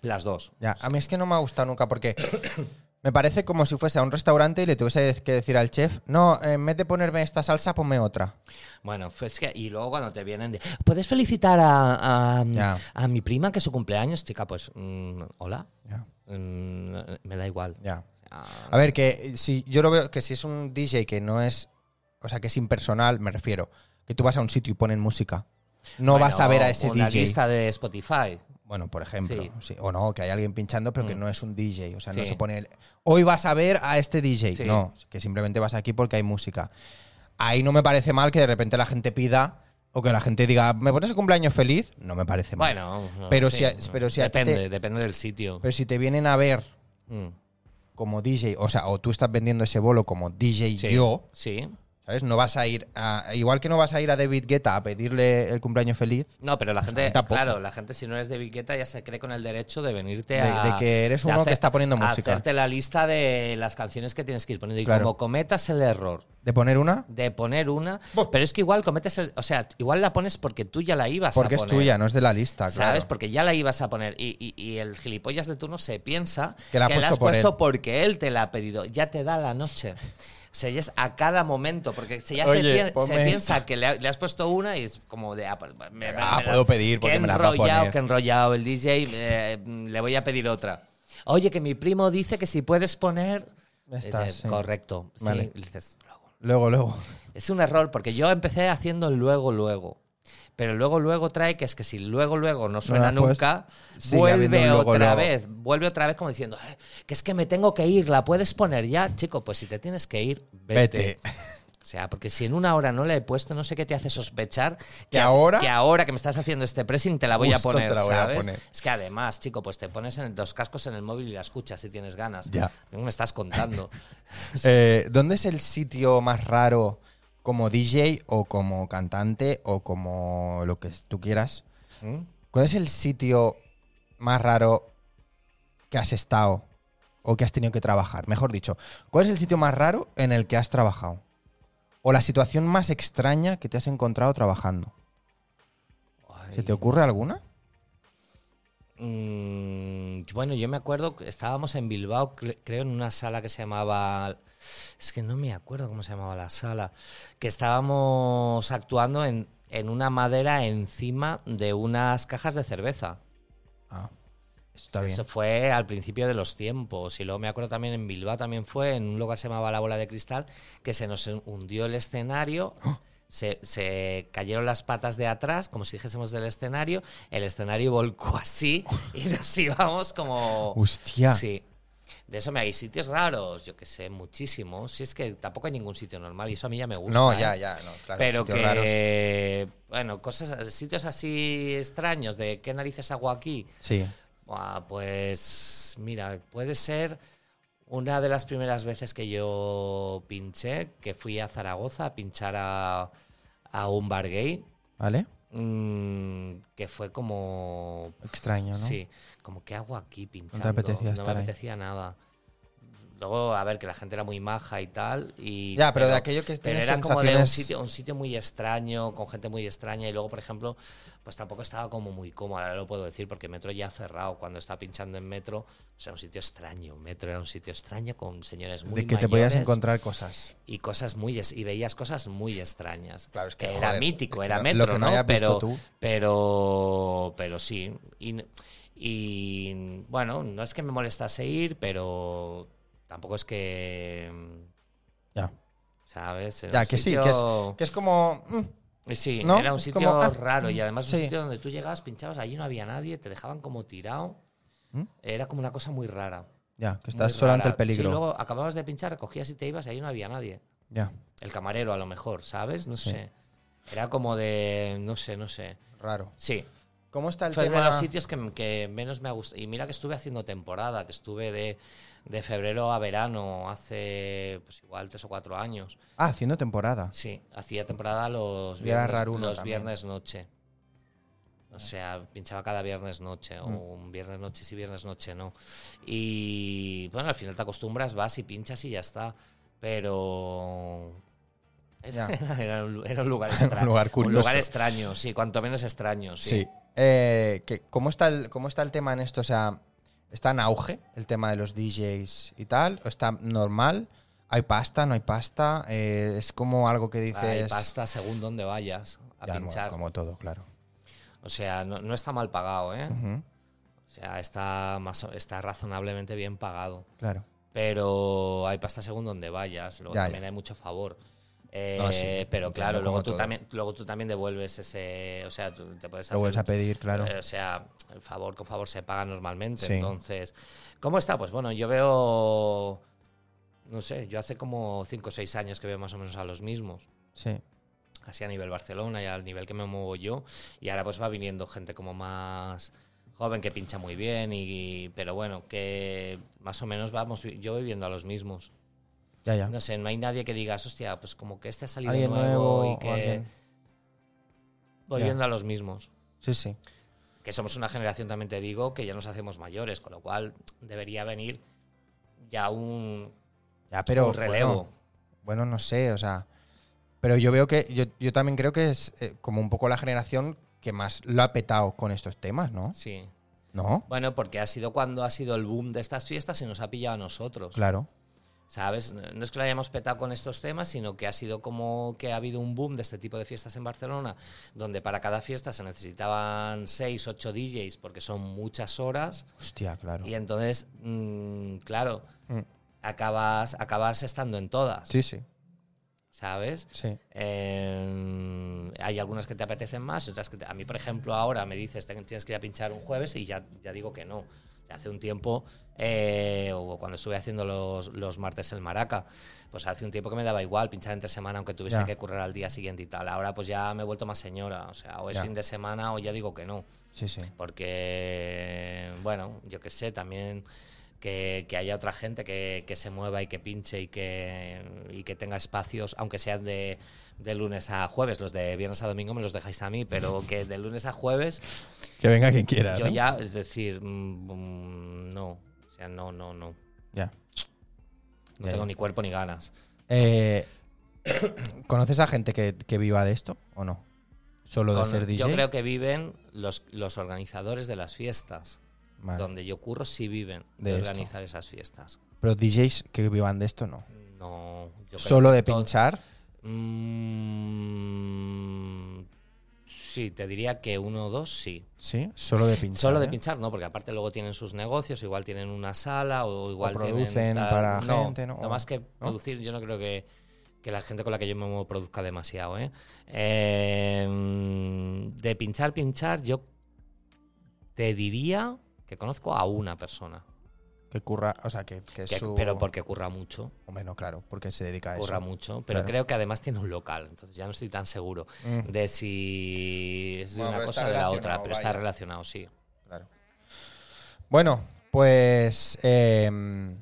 Speaker 2: las dos.
Speaker 1: Ya, a mí es que no me ha gustado nunca porque me parece como si fuese a un restaurante y le tuviese que decir al chef, no, eh, en vez de ponerme esta salsa, ponme otra.
Speaker 2: Bueno, pues que y luego cuando te vienen de, ¿puedes felicitar a, a-
Speaker 1: Ya.
Speaker 2: a mi prima que es su cumpleaños, chica? Pues mm, hola.
Speaker 1: Ya,
Speaker 2: Mm, me da igual.
Speaker 1: ya.
Speaker 2: Ah,
Speaker 1: A ver, que si yo lo veo que si es un DJ que no es, o sea, que es impersonal, me refiero, que tú vas a un sitio y ponen música, no vas a
Speaker 2: bueno,
Speaker 1: ver a ese
Speaker 2: una
Speaker 1: DJ.
Speaker 2: lista de Spotify.
Speaker 1: Bueno, por ejemplo,
Speaker 2: Sí. Mm.
Speaker 1: sí, o no, que hay alguien pinchando, pero que no es un DJ, o sea, no
Speaker 2: Sí.
Speaker 1: se pone el, hoy vas a ver a este DJ,
Speaker 2: Sí.
Speaker 1: no, que simplemente vas aquí porque hay música. Ahí no me parece mal que de repente la gente pida o que la gente diga, ¿me pones el cumpleaños feliz? No me parece mal.
Speaker 2: Bueno, no,
Speaker 1: Pero
Speaker 2: sí,
Speaker 1: si a-
Speaker 2: no.
Speaker 1: pero si a ti
Speaker 2: depende,
Speaker 1: te-
Speaker 2: depende del sitio.
Speaker 1: Pero si te vienen a ver
Speaker 2: Mm,
Speaker 1: como DJ, o sea, o tú estás vendiendo ese bolo como DJ
Speaker 2: sí,
Speaker 1: yo,
Speaker 2: Sí.
Speaker 1: ¿sabes? No vas a ir a, igual que no vas a ir a David Guetta a pedirle el cumpleaños feliz,
Speaker 2: No, pero la gente,
Speaker 1: tampoco.
Speaker 2: claro, la gente si no eres de Viqueta ya se cree con el derecho de venirte
Speaker 1: De-
Speaker 2: a
Speaker 1: de que eres
Speaker 2: de
Speaker 1: uno que está poniendo
Speaker 2: a
Speaker 1: música.
Speaker 2: Hacerte la lista de las canciones que tienes que ir poniendo y
Speaker 1: Claro.
Speaker 2: como cometas el error
Speaker 1: de poner una,
Speaker 2: de poner una,
Speaker 1: Buh.
Speaker 2: pero es que igual cometes el, o sea, igual la pones porque tú ya la ibas
Speaker 1: porque
Speaker 2: a
Speaker 1: es
Speaker 2: poner.
Speaker 1: tuya, no es de la lista, claro.
Speaker 2: ¿Sabes? Porque ya la ibas a poner. Y, y- y el gilipollas de turno se piensa
Speaker 1: Que
Speaker 2: que
Speaker 1: la
Speaker 2: la,
Speaker 1: ha puesto
Speaker 2: has
Speaker 1: por
Speaker 2: puesto
Speaker 1: él.
Speaker 2: porque él te la ha pedido. Ya te da la noche. O sea, ya es a cada momento. Porque si ya
Speaker 1: Oye,
Speaker 2: se, pien- se
Speaker 1: ponme
Speaker 2: piensa que le, ha- le has puesto una y es como de. Ah, pues, me- me-
Speaker 1: Ah,
Speaker 2: me la-
Speaker 1: puedo pedir porque
Speaker 2: que
Speaker 1: me la va a
Speaker 2: enrollado,
Speaker 1: poner.
Speaker 2: Que enrollado el DJ, eh, le voy a pedir otra. Oye, que mi primo dice que si puedes poner.
Speaker 1: Ya está,
Speaker 2: Dices,
Speaker 1: sí.
Speaker 2: Correcto. sí.
Speaker 1: Vale.
Speaker 2: Y dices, luego.
Speaker 1: Luego, luego.
Speaker 2: Es un error, porque yo empecé haciendo el luego, luego. Pero el luego, luego trae que es que si luego, luego no suena
Speaker 1: la puedes-
Speaker 2: nunca,
Speaker 1: Ah, pues, sigue habiendo un
Speaker 2: vuelve
Speaker 1: luego,
Speaker 2: otra
Speaker 1: luego.
Speaker 2: vez. Vuelve otra vez como diciendo, "Eh, que es que me tengo que ir, la puedes poner ya. Chico, pues si te tienes que ir, vete.
Speaker 1: Vete.
Speaker 2: O sea, porque si en una hora no la he puesto, no sé qué te hace sospechar
Speaker 1: ¿Que ahora?
Speaker 2: que ahora que me estás haciendo este pressing te la voy
Speaker 1: Justo
Speaker 2: a poner,
Speaker 1: te la voy a
Speaker 2: ¿sabes?
Speaker 1: poner.
Speaker 2: Es que además, chico, pues te pones en los cascos en el móvil y la escuchas si tienes ganas.
Speaker 1: Ya.
Speaker 2: ¿Qué me estás contando?
Speaker 1: Eh, ¿Dónde es el sitio más raro como DJ o como cantante o como lo que tú quieras?
Speaker 2: ¿Mm?
Speaker 1: ¿Cuál es el sitio más raro que has estado o que has tenido que trabajar? Mejor dicho, ¿cuál es el sitio más raro en el que has trabajado? ¿O la situación más extraña que te has encontrado trabajando? ¿Se
Speaker 2: Ay.
Speaker 1: te ocurre alguna?
Speaker 2: Mm, bueno, yo me acuerdo que estábamos en Bilbao, cre- creo, en una sala que se llamaba. Es que no me acuerdo cómo se llamaba la sala. Que estábamos actuando en, en una madera encima de unas cajas de cerveza.
Speaker 1: Ah, esto está bien.
Speaker 2: Eso fue al principio de los tiempos. Y luego me acuerdo también en Bilbao, también fue en un lugar que se llamaba La Bola de Cristal, que se nos hundió el escenario.
Speaker 1: ¡Oh!
Speaker 2: Se, se cayeron las patas de atrás, como si dijésemos del escenario. El escenario volcó así y nos íbamos como.
Speaker 1: Hostia.
Speaker 2: Sí. De eso me hay sitios raros, yo que sé, muchísimos. Si es que tampoco hay ningún sitio normal y eso a mí ya me gusta.
Speaker 1: No,
Speaker 2: ¿eh?
Speaker 1: ya, ya, no, claro.
Speaker 2: Pero
Speaker 1: sitios
Speaker 2: que,
Speaker 1: raros.
Speaker 2: bueno, cosas, sitios así extraños, de qué narices hago aquí.
Speaker 1: Sí.
Speaker 2: Buah, Ah, pues mira, puede ser una de las primeras veces que yo pinché, que fui a Zaragoza a pinchar a, a un bar gay,
Speaker 1: ¿Vale?
Speaker 2: mm, que fue como...
Speaker 1: Extraño, ¿no?
Speaker 2: Sí, como que hago aquí pinchando.
Speaker 1: apetecía
Speaker 2: No
Speaker 1: estar
Speaker 2: me
Speaker 1: ahí?
Speaker 2: apetecía nada. Luego, a ver, que la gente era muy maja y tal. Y,
Speaker 1: Ya, pero de aquello que
Speaker 2: pero
Speaker 1: tienes
Speaker 2: era como de un
Speaker 1: sensaciones-
Speaker 2: sitio, un sitio muy extraño, con gente muy extraña. Y luego, por ejemplo, pues tampoco estaba como muy cómoda, ahora lo puedo decir, porque Metro ya ha cerrado. Cuando estaba pinchando en Metro, o sea, un sitio extraño. Metro era un sitio extraño con señores muy
Speaker 1: de que te podías
Speaker 2: mayores
Speaker 1: encontrar cosas.
Speaker 2: y cosas muy es- y veías cosas muy extrañas.
Speaker 1: Claro, es que,
Speaker 2: era
Speaker 1: joder,
Speaker 2: mítico,
Speaker 1: es que
Speaker 2: era
Speaker 1: no-
Speaker 2: metro,
Speaker 1: lo que no hayas
Speaker 2: pero,
Speaker 1: visto tú.
Speaker 2: pero pero sí y, y, bueno, no es que me molestase ir, pero tampoco es que
Speaker 1: Ya.
Speaker 2: ¿Sabes? Era
Speaker 1: Ya,
Speaker 2: un
Speaker 1: que sí, que es,
Speaker 2: sitio-
Speaker 1: que es como. mm,
Speaker 2: Sí,
Speaker 1: ¿no?
Speaker 2: era un
Speaker 1: Es
Speaker 2: sitio
Speaker 1: como, ah,
Speaker 2: raro y además un
Speaker 1: sí.
Speaker 2: sitio donde tú llegabas, pinchabas, allí no había nadie, te dejaban como tirado.
Speaker 1: ¿Mm?
Speaker 2: Era como una cosa muy rara.
Speaker 1: ya, que
Speaker 2: muy
Speaker 1: estás solo ante el
Speaker 2: rara. Sí,
Speaker 1: peligro.
Speaker 2: luego acababas de pinchar, cogías y te ibas y ahí no había nadie.
Speaker 1: Ya,
Speaker 2: El camarero, a lo mejor, ¿sabes? No
Speaker 1: Sí.
Speaker 2: sé. Era como de. No sé, no sé.
Speaker 1: raro.
Speaker 2: Sí.
Speaker 1: ¿Cómo está el
Speaker 2: Fue uno de
Speaker 1: tema?
Speaker 2: los sitios que, que menos me ha gustado. Y mira que estuve haciendo temporada, que estuve de, de febrero a verano hace, pues igual, tres o cuatro años.
Speaker 1: Ah, haciendo temporada.
Speaker 2: Sí, hacía temporada los
Speaker 1: Y era
Speaker 2: viernes,
Speaker 1: raro uno
Speaker 2: los
Speaker 1: también.
Speaker 2: viernes noche. O sea, pinchaba cada viernes noche,
Speaker 1: Mm.
Speaker 2: o un viernes noche sí, viernes noche no. Y bueno, al final te acostumbras, vas y pinchas y ya está. Pero.
Speaker 1: Ya.
Speaker 2: Era, un, lu- era un lugar extraño.
Speaker 1: lugar
Speaker 2: Un
Speaker 1: curioso.
Speaker 2: lugar extraño, sí, cuanto menos extraño, sí.
Speaker 1: Sí. Eh, que- ¿cómo, está el, ¿Cómo está el tema en esto? O sea, ¿está en auge el tema de los DJs y tal? ¿O está normal? ¿Hay pasta? ¿No hay pasta? Eh, es como algo que dices.
Speaker 2: Hay pasta según donde vayas a
Speaker 1: Ya, no,
Speaker 2: pinchar.
Speaker 1: como todo, claro.
Speaker 2: O sea, no, no está mal pagado, ¿eh?
Speaker 1: Ujú,
Speaker 2: O sea, está, más, o- está razonablemente bien pagado.
Speaker 1: Claro.
Speaker 2: pero hay pasta según donde vayas. Luego
Speaker 1: Ya,
Speaker 2: también
Speaker 1: ya.
Speaker 2: hay mucho favor. Eh,
Speaker 1: No, sí,
Speaker 2: pero
Speaker 1: entiendo
Speaker 2: claro,
Speaker 1: como
Speaker 2: luego tú,
Speaker 1: todo.
Speaker 2: también, luego tú también devuelves ese. O sea, tú te puedes
Speaker 1: Lo vuelves a
Speaker 2: hacer.
Speaker 1: pedir, claro.
Speaker 2: eh, o sea, el favor con favor se paga normalmente.
Speaker 1: Sí.
Speaker 2: Entonces, ¿cómo está? Pues bueno, yo veo. No sé, yo hace como 5 o 6 años que veo más o menos a los mismos.
Speaker 1: sí.
Speaker 2: Así a nivel Barcelona y al nivel que me muevo yo. Y ahora pues va viniendo gente como más joven que pincha muy bien. Y, pero bueno, que más o menos vamos, vi- yo voy viendo a los mismos.
Speaker 1: Ya, ya.
Speaker 2: No sé, no hay nadie que digas, hostia, pues como que este ha salido
Speaker 1: Alguien
Speaker 2: nuevo,
Speaker 1: nuevo.
Speaker 2: y
Speaker 1: o
Speaker 2: que
Speaker 1: alguien-
Speaker 2: voy
Speaker 1: Ya.
Speaker 2: viendo a los mismos.
Speaker 1: Sí, sí.
Speaker 2: Que somos una generación, también te digo, que ya nos hacemos mayores, con lo cual debería venir ya un,
Speaker 1: Ya, pero.
Speaker 2: un relevo.
Speaker 1: bueno, Bueno, no sé, o sea. Pero yo veo que. Yo, yo también creo que es eh, como un poco la generación que más lo ha petado con estos temas, ¿no?
Speaker 2: Sí.
Speaker 1: ¿No?
Speaker 2: Bueno, porque ha sido cuando ha sido el boom de estas fiestas y nos ha pillado a nosotros.
Speaker 1: Claro.
Speaker 2: ¿Sabes? No es que lo hayamos petado con estos temas, sino que ha sido como que ha habido un boom de este tipo de fiestas en Barcelona, donde para cada fiesta se necesitaban 6, 8 DJs, porque son muchas horas.
Speaker 1: Hostia, claro.
Speaker 2: Y entonces, mm, claro,
Speaker 1: Mm.
Speaker 2: acabas, acabas estando en todas,
Speaker 1: Sí, sí,
Speaker 2: ¿sabes?
Speaker 1: sí.
Speaker 2: Eh, hay algunas que te apetecen más, otras que te- a mí, por ejemplo, ahora me dices "Ten- tienes que ir a pinchar un jueves y ya, ya digo que no. Hace un tiempo, eh, o cuando estuve haciendo los, los martes el Maraca, pues hace un tiempo que me daba igual pinchar entre semana, aunque tuviese
Speaker 1: Ya.
Speaker 2: que currar al día siguiente y tal. Ahora pues ya me he vuelto más señora, o sea, o es
Speaker 1: Ya.
Speaker 2: fin de semana o ya digo que no
Speaker 1: Sí, sí.
Speaker 2: porque, bueno, yo qué sé, también que, que haya otra gente que, que se mueva y que pinche y que, y que tenga espacios, aunque sean de, de lunes a jueves, los de viernes a domingo me los dejáis a mí, pero que de lunes a jueves
Speaker 1: Que venga quien quiera.
Speaker 2: yo ya, es decir, mm, mm, no, o sea, no, no, no, no
Speaker 1: Ya,
Speaker 2: tengo
Speaker 1: ya.
Speaker 2: ni cuerpo ni ganas.
Speaker 1: Eh, ¿Conoces a gente que, que viva de esto o no? Solo de
Speaker 2: Con-
Speaker 1: ser DJ.
Speaker 2: yo creo que viven los, los organizadores de las fiestas,
Speaker 1: Vale.
Speaker 2: donde yo curro, sí viven
Speaker 1: De
Speaker 2: de,
Speaker 1: esto.
Speaker 2: organizar esas fiestas.
Speaker 1: Pero DJs que vivan de esto no.
Speaker 2: No, yo creo
Speaker 1: Solo
Speaker 2: que
Speaker 1: de
Speaker 2: todo-
Speaker 1: pinchar.
Speaker 2: Mm, sí, te diría que uno o dos sí.
Speaker 1: Sí, solo de pinchar.
Speaker 2: Solo de
Speaker 1: ¿eh?
Speaker 2: pinchar, no, porque aparte luego tienen sus negocios, igual tienen una sala o igual tienen
Speaker 1: producen
Speaker 2: tal-
Speaker 1: para
Speaker 2: no,
Speaker 1: gente, ¿no?
Speaker 2: No más que producir, yo no creo que, que la gente con la que yo me muevo produzca demasiado, ¿eh? Eh, De pinchar, pinchar, yo te diría que conozco a una persona,
Speaker 1: Que curra. O sea, que, que es
Speaker 2: que-
Speaker 1: su.
Speaker 2: pero porque curra mucho.
Speaker 1: O menos, claro, porque se dedica a eso.
Speaker 2: curra mucho, pero
Speaker 1: Claro.
Speaker 2: creo que además tiene un local, entonces ya no estoy tan seguro
Speaker 1: Mm.
Speaker 2: de si es de
Speaker 1: Bueno,
Speaker 2: una
Speaker 1: pero
Speaker 2: cosa
Speaker 1: está
Speaker 2: o de la
Speaker 1: relacionado,
Speaker 2: otra, pero está
Speaker 1: vaya.
Speaker 2: relacionado, sí.
Speaker 1: Claro. Bueno, pues eh,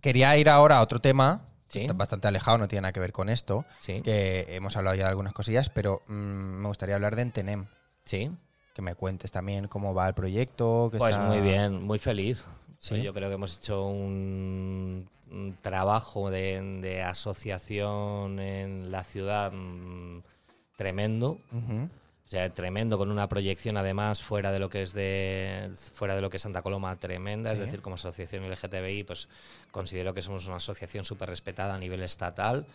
Speaker 1: quería ir ahora a otro tema, que
Speaker 2: Sí.
Speaker 1: está bastante alejado, no tiene nada que ver con esto,
Speaker 2: Sí.
Speaker 1: que hemos hablado ya de algunas cosillas, pero mm, me gustaría hablar de Entenem,
Speaker 2: Sí.
Speaker 1: que me cuentes también cómo va el proyecto. Que
Speaker 2: Pues
Speaker 1: está-
Speaker 2: muy bien, muy feliz. Pero yo creo que hemos hecho un, un trabajo de, de asociación en la ciudad mm, tremendo.
Speaker 1: Ujú.
Speaker 2: O sea, tremendo, con una proyección además fuera de lo que es de fuera de lo que es Santa Coloma tremenda, es
Speaker 1: Sí.
Speaker 2: decir, como asociación LGTBI, pues considero que somos una asociación súper respetada a nivel estatal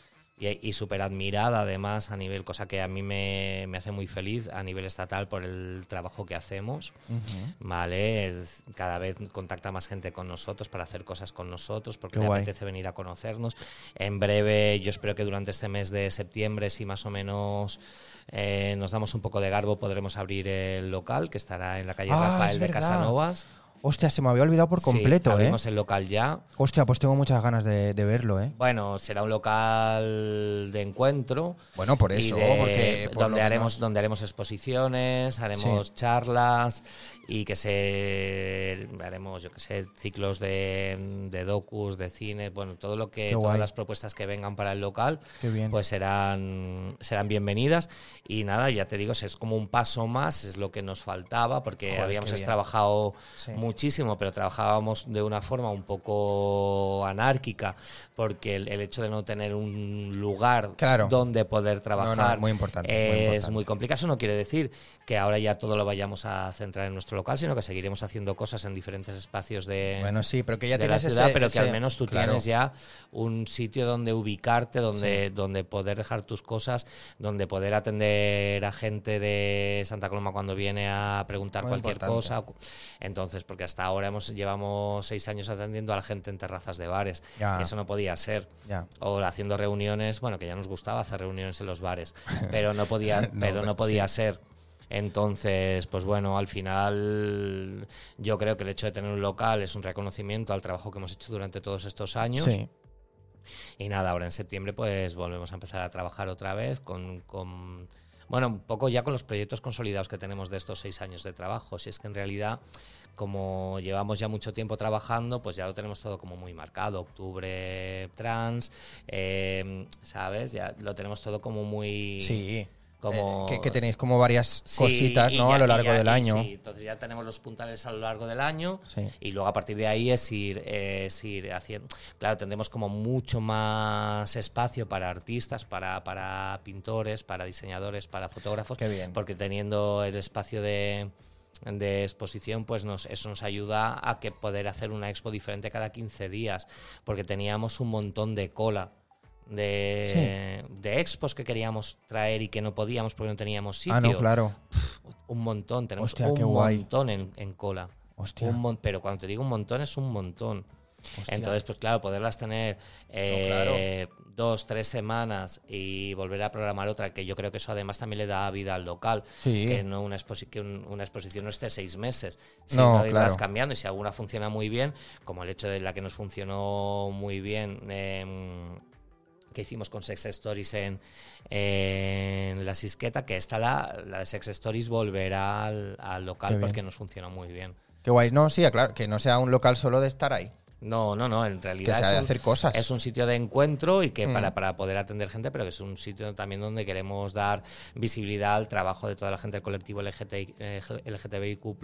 Speaker 2: y, y súper admirada además a nivel, cosa que a mí me, me hace muy feliz a nivel estatal por el trabajo que hacemos.
Speaker 1: Ujú.
Speaker 2: Vale, es- cada vez contacta más gente con nosotros para hacer cosas con nosotros, porque
Speaker 1: Qué
Speaker 2: le
Speaker 1: guay.
Speaker 2: apetece venir a conocernos. En breve, yo espero que durante este mes de septiembre, si más o menos eh, nos damos un poco de garbo, podremos abrir el local que estará en la calle
Speaker 1: Ah, es
Speaker 2: Rafael de
Speaker 1: verdad.
Speaker 2: Casanovas.
Speaker 1: Hostia, se me había olvidado por completo,
Speaker 2: sí,
Speaker 1: ¿eh?
Speaker 2: abrimos el local ya.
Speaker 1: Hostia, pues tengo muchas ganas de, de verlo, ¿eh?
Speaker 2: Bueno, será un local de encuentro.
Speaker 1: Bueno, por
Speaker 2: y
Speaker 1: eso,
Speaker 2: de-
Speaker 1: porque por
Speaker 2: donde
Speaker 1: lo
Speaker 2: haremos
Speaker 1: menos-
Speaker 2: donde haremos exposiciones haremos charlas y que se haremos yo que sé ciclos de, de docus de cine bueno todo lo que
Speaker 1: Qué
Speaker 2: todas
Speaker 1: guay.
Speaker 2: las propuestas que vengan para el local
Speaker 1: Qué bien.
Speaker 2: pues serán serán bienvenidas y nada ya te digo es como un paso más es lo que nos faltaba porque
Speaker 1: Joder,
Speaker 2: habíamos
Speaker 1: qué bien.
Speaker 2: trabajado
Speaker 1: Sí.
Speaker 2: muchísimo pero trabajábamos de una forma un poco anárquica porque el, el hecho de no tener un lugar
Speaker 1: Claro.
Speaker 2: donde poder trabajar trabajar.
Speaker 1: No, no, muy importante, muy
Speaker 2: Es muy,
Speaker 1: importante.
Speaker 2: complicado. Eso no quiere decir que ahora ya todo lo vayamos a centrar en nuestro local, sino que seguiremos haciendo cosas en diferentes espacios de,
Speaker 1: Bueno, sí, pero que ya
Speaker 2: de la
Speaker 1: tienes
Speaker 2: ciudad,
Speaker 1: ese-
Speaker 2: pero que al
Speaker 1: ese-
Speaker 2: menos tú
Speaker 1: claro.
Speaker 2: tienes ya un sitio donde ubicarte, donde, donde poder dejar tus cosas, donde poder atender a gente de Santa Coloma cuando viene a preguntar
Speaker 1: Muy
Speaker 2: cualquier
Speaker 1: importante.
Speaker 2: cosa. Entonces, porque hasta ahora hemos llevamos seis años atendiendo a la gente en terrazas de bares.
Speaker 1: Ya.
Speaker 2: Y eso no podía ser.
Speaker 1: Ya.
Speaker 2: O haciendo reuniones, bueno, que ya nos gustaba hacer reuniones en los bares, pero no podía,
Speaker 1: No,
Speaker 2: pero no
Speaker 1: pero
Speaker 2: podía ser. Entonces, pues bueno, al final yo creo que el hecho de tener un local es un reconocimiento al trabajo que hemos hecho durante todos estos años.
Speaker 1: Sí.
Speaker 2: Y nada, ahora en septiembre pues volvemos a empezar a trabajar otra vez con, con- bueno, un poco ya con los proyectos consolidados que tenemos de estos seis años de trabajo. Si es que en realidad, como llevamos ya mucho tiempo trabajando, pues ya lo tenemos todo como muy marcado. Octubre trans, eh, ¿sabes? Ya lo tenemos todo como muy...
Speaker 1: Sí.
Speaker 2: Como-
Speaker 1: Eh, que, que tenéis como varias
Speaker 2: Sí,
Speaker 1: cositas,
Speaker 2: y
Speaker 1: ¿no?
Speaker 2: ya-
Speaker 1: a lo
Speaker 2: y
Speaker 1: largo
Speaker 2: ya-
Speaker 1: del
Speaker 2: y
Speaker 1: año.
Speaker 2: sí, entonces ya tenemos los puntales a lo largo del año
Speaker 1: Sí.
Speaker 2: y luego a partir de ahí es ir, eh, es ir haciendo. Claro, tendremos como mucho más espacio para artistas, para, para pintores, para diseñadores, para fotógrafos.
Speaker 1: Qué bien.
Speaker 2: Porque teniendo el espacio de de exposición, pues nos, eso nos ayuda a que poder hacer una expo diferente cada 15 días, porque teníamos un montón de cola de, de expos que queríamos traer y que no podíamos porque no teníamos sitio
Speaker 1: Ah, no, claro.
Speaker 2: un montón, tenemos
Speaker 1: Hostia,
Speaker 2: un
Speaker 1: qué guay.
Speaker 2: montón en, en cola.
Speaker 1: Hostia.
Speaker 2: Un mon- pero cuando te digo un montón es un montón.
Speaker 1: Hostia.
Speaker 2: Entonces, pues claro, poderlas tener eh, dos, tres semanas y volver a programar otra, que yo creo que eso además también le da vida al local.
Speaker 1: Sí.
Speaker 2: Que no una, exposi- que un- una exposición no esté seis meses,
Speaker 1: No,
Speaker 2: sino no,
Speaker 1: claro.
Speaker 2: cambiando. Y si alguna funciona muy bien, como el hecho de la que nos funcionó muy bien. em, que hicimos con Sex Stories en, en la Sisqueta, que esta, la, la de Sex Stories, volverá al, al
Speaker 1: Qué
Speaker 2: local
Speaker 1: bien.
Speaker 2: porque nos funciona muy bien.
Speaker 1: Qué guay. No, sí, claro, que no sea un local solo de estar ahí.
Speaker 2: No, no, no, en realidad
Speaker 1: Que se ha de
Speaker 2: es, un,
Speaker 1: hacer cosas.
Speaker 2: es un sitio de encuentro y que para, para poder atender gente, pero que es un sitio también donde queremos dar visibilidad al trabajo de toda la gente del colectivo LGTBI, eh, LGTBIQ+,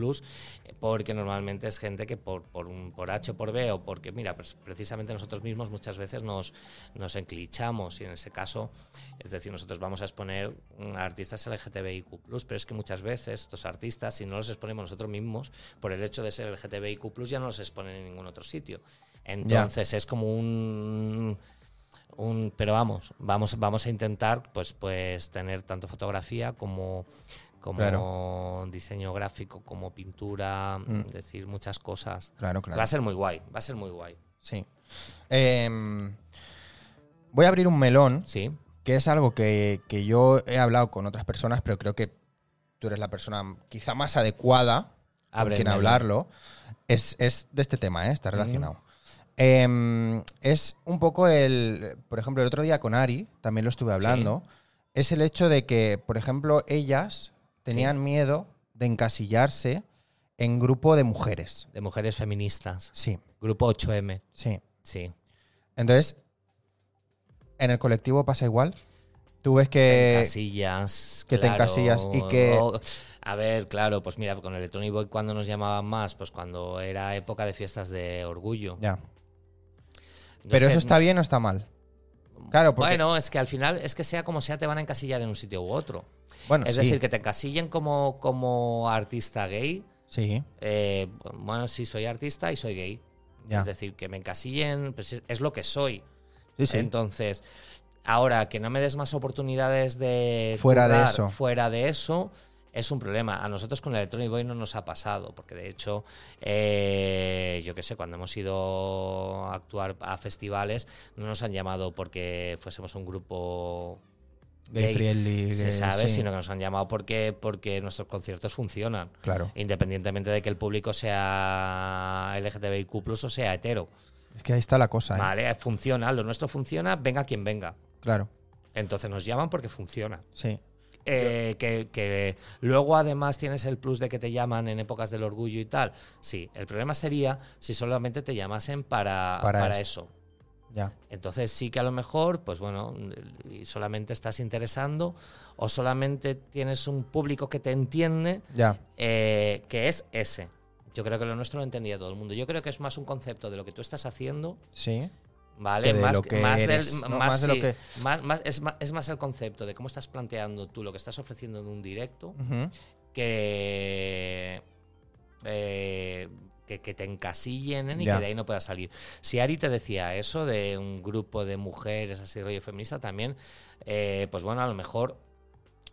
Speaker 2: porque normalmente es gente que por, por, un, por H o por B o porque, mira, pues precisamente nosotros mismos muchas veces nos, nos enclichamos y en ese caso, es decir, nosotros vamos a exponer mm, a artistas LGTBIQ+, pero es que muchas veces estos artistas, si no los exponemos nosotros mismos, por el hecho de ser LGTBIQ+, ya no los exponen en ningún otro sitio. Entonces es como un, un- pero vamos, vamos, vamos a intentar pues, pues tener tanto fotografía como, como diseño gráfico, como pintura, es decir, muchas cosas.
Speaker 1: Claro, Mm. claro.
Speaker 2: Va a ser muy guay, va a ser muy guay.
Speaker 1: Sí. Em, voy a abrir un melón,
Speaker 2: Sí,
Speaker 1: que es algo que, que yo he hablado con otras personas, pero creo que tú eres la persona quizá más adecuada con
Speaker 2: Abre el
Speaker 1: quien
Speaker 2: melón.
Speaker 1: hablarlo. Es, es de este tema, ¿eh? está relacionado. Em, es un poco el, por ejemplo, el otro día con Ari, también lo estuve hablando, es el hecho de que, por ejemplo, ellas tenían miedo de encasillarse en grupo de mujeres.
Speaker 2: de mujeres feministas.
Speaker 1: Sí,
Speaker 2: Grupo 8M,
Speaker 1: sí.
Speaker 2: sí.
Speaker 1: Entonces, ¿en el colectivo pasa igual? Tú ves que.
Speaker 2: casillas.
Speaker 1: Eh,
Speaker 2: Oh,
Speaker 1: que te encasillas y que-
Speaker 2: a ver, claro, pues mira, con Electronic Boy, cuando nos llamaban más? Pues cuando era época de fiestas de orgullo.
Speaker 1: Ya.
Speaker 2: Yo
Speaker 1: Pero eso
Speaker 2: es que-
Speaker 1: está bien o está mal. Claro, porque.
Speaker 2: Bueno, es que al final, es que sea como sea, te van a encasillar en un sitio u otro.
Speaker 1: bueno,
Speaker 2: Es
Speaker 1: sí,
Speaker 2: decir, que te encasillen como, como artista gay.
Speaker 1: Sí,
Speaker 2: eh, bueno, sí, soy artista y soy gay.
Speaker 1: ya.
Speaker 2: Es decir, que me encasillen, pues es, es lo que soy.
Speaker 1: Sí, sí.
Speaker 2: Entonces, ahora que no me des más oportunidades de.
Speaker 1: Fuera de
Speaker 2: currar
Speaker 1: eso.
Speaker 2: Fuera de eso. Es un problema. A nosotros con el Electronic Boy no nos ha pasado, porque de hecho, eh, yo qué sé, cuando hemos ido a actuar a festivales, no nos han llamado porque fuésemos un grupo
Speaker 1: Gay friendly,
Speaker 2: se
Speaker 1: gay,
Speaker 2: sabe,
Speaker 1: sí.
Speaker 2: sino que nos han llamado porque, porque nuestros conciertos funcionan.
Speaker 1: Claro.
Speaker 2: Independientemente de que el público sea LGTBIQ o sea hetero.
Speaker 1: Es que ahí está la cosa, ¿eh?
Speaker 2: Vale, funciona, lo nuestro funciona, venga quien venga.
Speaker 1: Claro,
Speaker 2: Entonces nos llaman porque funciona.
Speaker 1: sí.
Speaker 2: Eh, que, que luego además tienes el plus de que te llaman en épocas del orgullo y tal. Sí, el problema sería si solamente te llamasen para,
Speaker 1: Para
Speaker 2: para eso.
Speaker 1: Ya.
Speaker 2: Entonces sí que a lo mejor, pues bueno, y solamente estás interesando o solamente tienes un público que te entiende,
Speaker 1: Ya.
Speaker 2: eh, que es ese. Yo creo que lo nuestro lo entendía todo el mundo. Yo creo que es más un concepto de lo que tú estás haciendo,
Speaker 1: Sí.
Speaker 2: ¿vale?
Speaker 1: Que de
Speaker 2: más
Speaker 1: lo que
Speaker 2: más del-
Speaker 1: eres, ¿no?
Speaker 2: más,
Speaker 1: Más de lo
Speaker 2: sí,
Speaker 1: que-
Speaker 2: más- más- es, ma- es más el concepto de cómo estás planteando tú lo que estás ofreciendo en un directo
Speaker 1: Ujú.
Speaker 2: que, eh, que, que te encasillen y
Speaker 1: Ya.
Speaker 2: que de ahí no puedas salir. Si Ari te decía eso de un grupo de mujeres así rollo feminista, también, eh, pues bueno, a lo mejor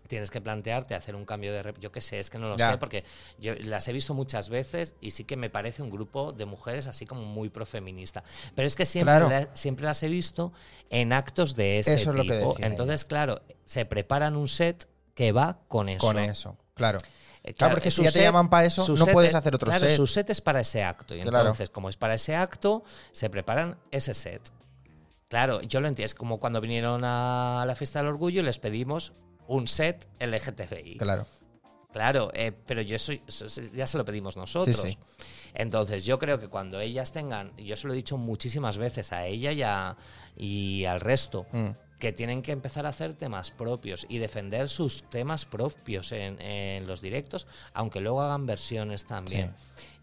Speaker 2: tienes que plantearte hacer un cambio de... rep- Yo qué sé, es que no lo
Speaker 1: Ya.
Speaker 2: sé, porque yo las he visto muchas veces y sí que me parece un grupo de mujeres así como muy profeminista. Pero es que siempre,
Speaker 1: Claro.
Speaker 2: la- siempre las he visto en actos de ese
Speaker 1: Eso es lo que
Speaker 2: tipo.
Speaker 1: decía
Speaker 2: Entonces, claro, se preparan un set que va con eso.
Speaker 1: Con eso, claro.
Speaker 2: Eh,
Speaker 1: Claro, porque si
Speaker 2: su
Speaker 1: ya te llaman pa' eso,
Speaker 2: su
Speaker 1: no
Speaker 2: set
Speaker 1: puedes
Speaker 2: es-
Speaker 1: hacer otro
Speaker 2: claro,
Speaker 1: set.
Speaker 2: su set es para ese acto. Y
Speaker 1: Claro.
Speaker 2: entonces, como es para ese acto, se preparan ese set. Claro, yo lo entiendo. Es como cuando vinieron a la fiesta del orgullo y les pedimos un set LGTBI. Claro,
Speaker 1: Claro.
Speaker 2: eh, pero yo soy, so- so- ya se lo pedimos nosotros.
Speaker 1: Sí, sí.
Speaker 2: Entonces, yo creo que cuando ellas tengan, yo se lo he dicho muchísimas veces a ella y, a- y al resto,
Speaker 1: Mm.
Speaker 2: que tienen que empezar a hacer temas propios y defender sus temas propios en, en los directos, aunque luego hagan versiones también.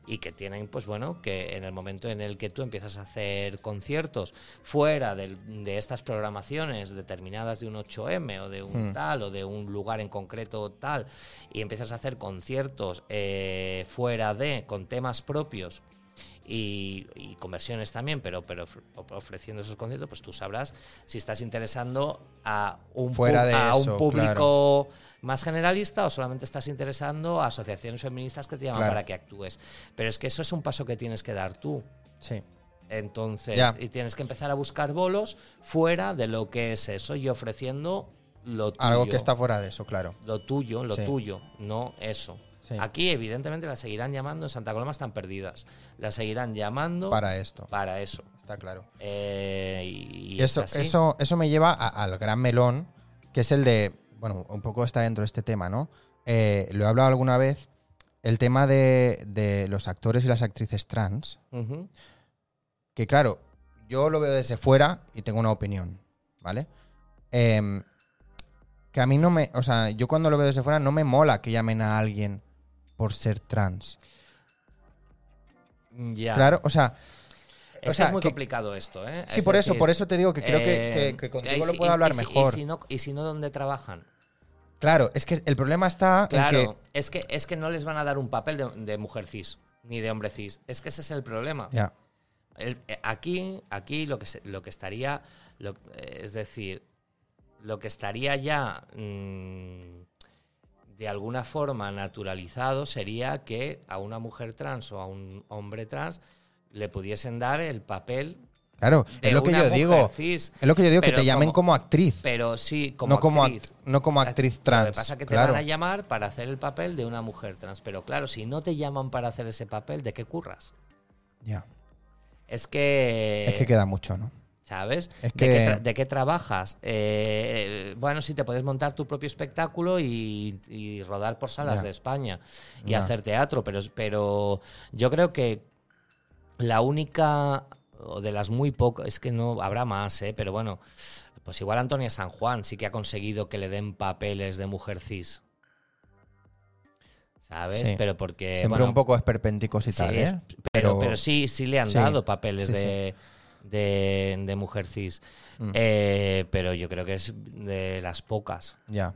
Speaker 2: Y que tienen, pues bueno, que en el momento en el que tú empiezas a hacer conciertos fuera del- de, estas programaciones determinadas de un 8M o de
Speaker 1: Hmm.
Speaker 2: un tal o de un lugar en concreto tal, y empiezas a hacer conciertos eh, fuera de, con temas propios, y, y conversiones también, pero, pero ofre- ofreciendo esos conciertos, pues tú sabrás si estás interesando a un,
Speaker 1: Fuera de
Speaker 2: a
Speaker 1: eso,
Speaker 2: un público más generalista o solamente estás interesando a asociaciones feministas que te llaman
Speaker 1: Claro.
Speaker 2: para que actúes. Pero es que eso es un paso que tienes que dar tú.
Speaker 1: Sí.
Speaker 2: Entonces,
Speaker 1: Ya.
Speaker 2: y tienes que empezar a buscar bolos fuera de lo que es eso y ofreciendo lo tuyo.
Speaker 1: Algo que está fuera de eso, claro.
Speaker 2: Lo tuyo, lo
Speaker 1: Sí.
Speaker 2: tuyo, no eso.
Speaker 1: Sí.
Speaker 2: Aquí, evidentemente, las seguirán llamando. En Santa Coloma están perdidas. Las seguirán llamando
Speaker 1: Para esto.
Speaker 2: para eso.
Speaker 1: Está claro.
Speaker 2: Eh, y, y
Speaker 1: Eso,
Speaker 2: es así.
Speaker 1: eso, eso me lleva a- al gran melón, que es el de. Bueno, un poco está dentro de este tema, ¿no? Eh, lo he hablado alguna vez. El tema de, de los actores y las actrices trans.
Speaker 2: Ujú.
Speaker 1: Que claro, yo lo veo desde fuera y tengo una opinión, ¿vale? Em, que a mí no me. O sea, yo cuando lo veo desde fuera no me mola que llamen a alguien por ser trans.
Speaker 2: Ya.
Speaker 1: Claro, o sea. o
Speaker 2: Es, que
Speaker 1: sea,
Speaker 2: es muy
Speaker 1: que-
Speaker 2: complicado esto, ¿eh?
Speaker 1: Sí,
Speaker 2: Es
Speaker 1: por eso,
Speaker 2: decir,
Speaker 1: por eso te digo que creo que-
Speaker 2: eh,
Speaker 1: que, que contigo
Speaker 2: y
Speaker 1: lo
Speaker 2: si-
Speaker 1: puedo
Speaker 2: y-
Speaker 1: hablar
Speaker 2: y si-
Speaker 1: mejor.
Speaker 2: Y si, no, y si no, ¿dónde trabajan?
Speaker 1: Claro, es que el problema está en que.
Speaker 2: Claro, es, que, es que no les van a dar un papel de, de mujer cis, ni de hombre cis. Es que ese es el problema.
Speaker 1: Ya,
Speaker 2: El- eh, aquí, aquí lo que se- lo que estaría, lo- eh, es decir, lo que estaría ya mm, de alguna forma naturalizado sería que a una mujer trans o a un hombre trans le pudiesen dar el papel
Speaker 1: claro,
Speaker 2: de
Speaker 1: es lo que
Speaker 2: una
Speaker 1: yo
Speaker 2: mujer
Speaker 1: digo.
Speaker 2: cis,
Speaker 1: Es lo que yo digo, que
Speaker 2: pero
Speaker 1: te llamen como, actriz,
Speaker 2: pero sí como
Speaker 1: no, como
Speaker 2: actriz.
Speaker 1: act- no como actriz
Speaker 2: Lo
Speaker 1: trans.
Speaker 2: que pasa es que te
Speaker 1: claro.
Speaker 2: van a llamar para hacer el papel de una mujer trans, pero claro, si no te llaman para hacer ese papel, ¿de qué curras?
Speaker 1: Ya.
Speaker 2: Es que
Speaker 1: es que queda mucho, ¿no?
Speaker 2: ¿Sabes?
Speaker 1: Es
Speaker 2: ¿De,
Speaker 1: que-
Speaker 2: qué tra- de qué trabajas? Eh, eh, bueno, sí, te puedes montar tu propio espectáculo y, y rodar por salas
Speaker 1: Ya.
Speaker 2: de España y
Speaker 1: Ya.
Speaker 2: hacer teatro, pero, pero yo creo que la única, o de las muy pocas, es que no habrá más, ¿eh? pero bueno, Pues igual Antonia San Juan sí que ha conseguido que le den papeles de mujer cis. ¿Sabes?
Speaker 1: Sí.
Speaker 2: Pero porque.
Speaker 1: Siempre
Speaker 2: eh, bueno,
Speaker 1: un poco esperpenticos y
Speaker 2: sí,
Speaker 1: tal,
Speaker 2: es-
Speaker 1: ¿eh?
Speaker 2: pero, pero sí, sí le han
Speaker 1: sí,
Speaker 2: dado papeles
Speaker 1: sí,
Speaker 2: de, de- de mujer cis.
Speaker 1: Mm.
Speaker 2: Eh, pero yo creo que es de las pocas.
Speaker 1: Ya.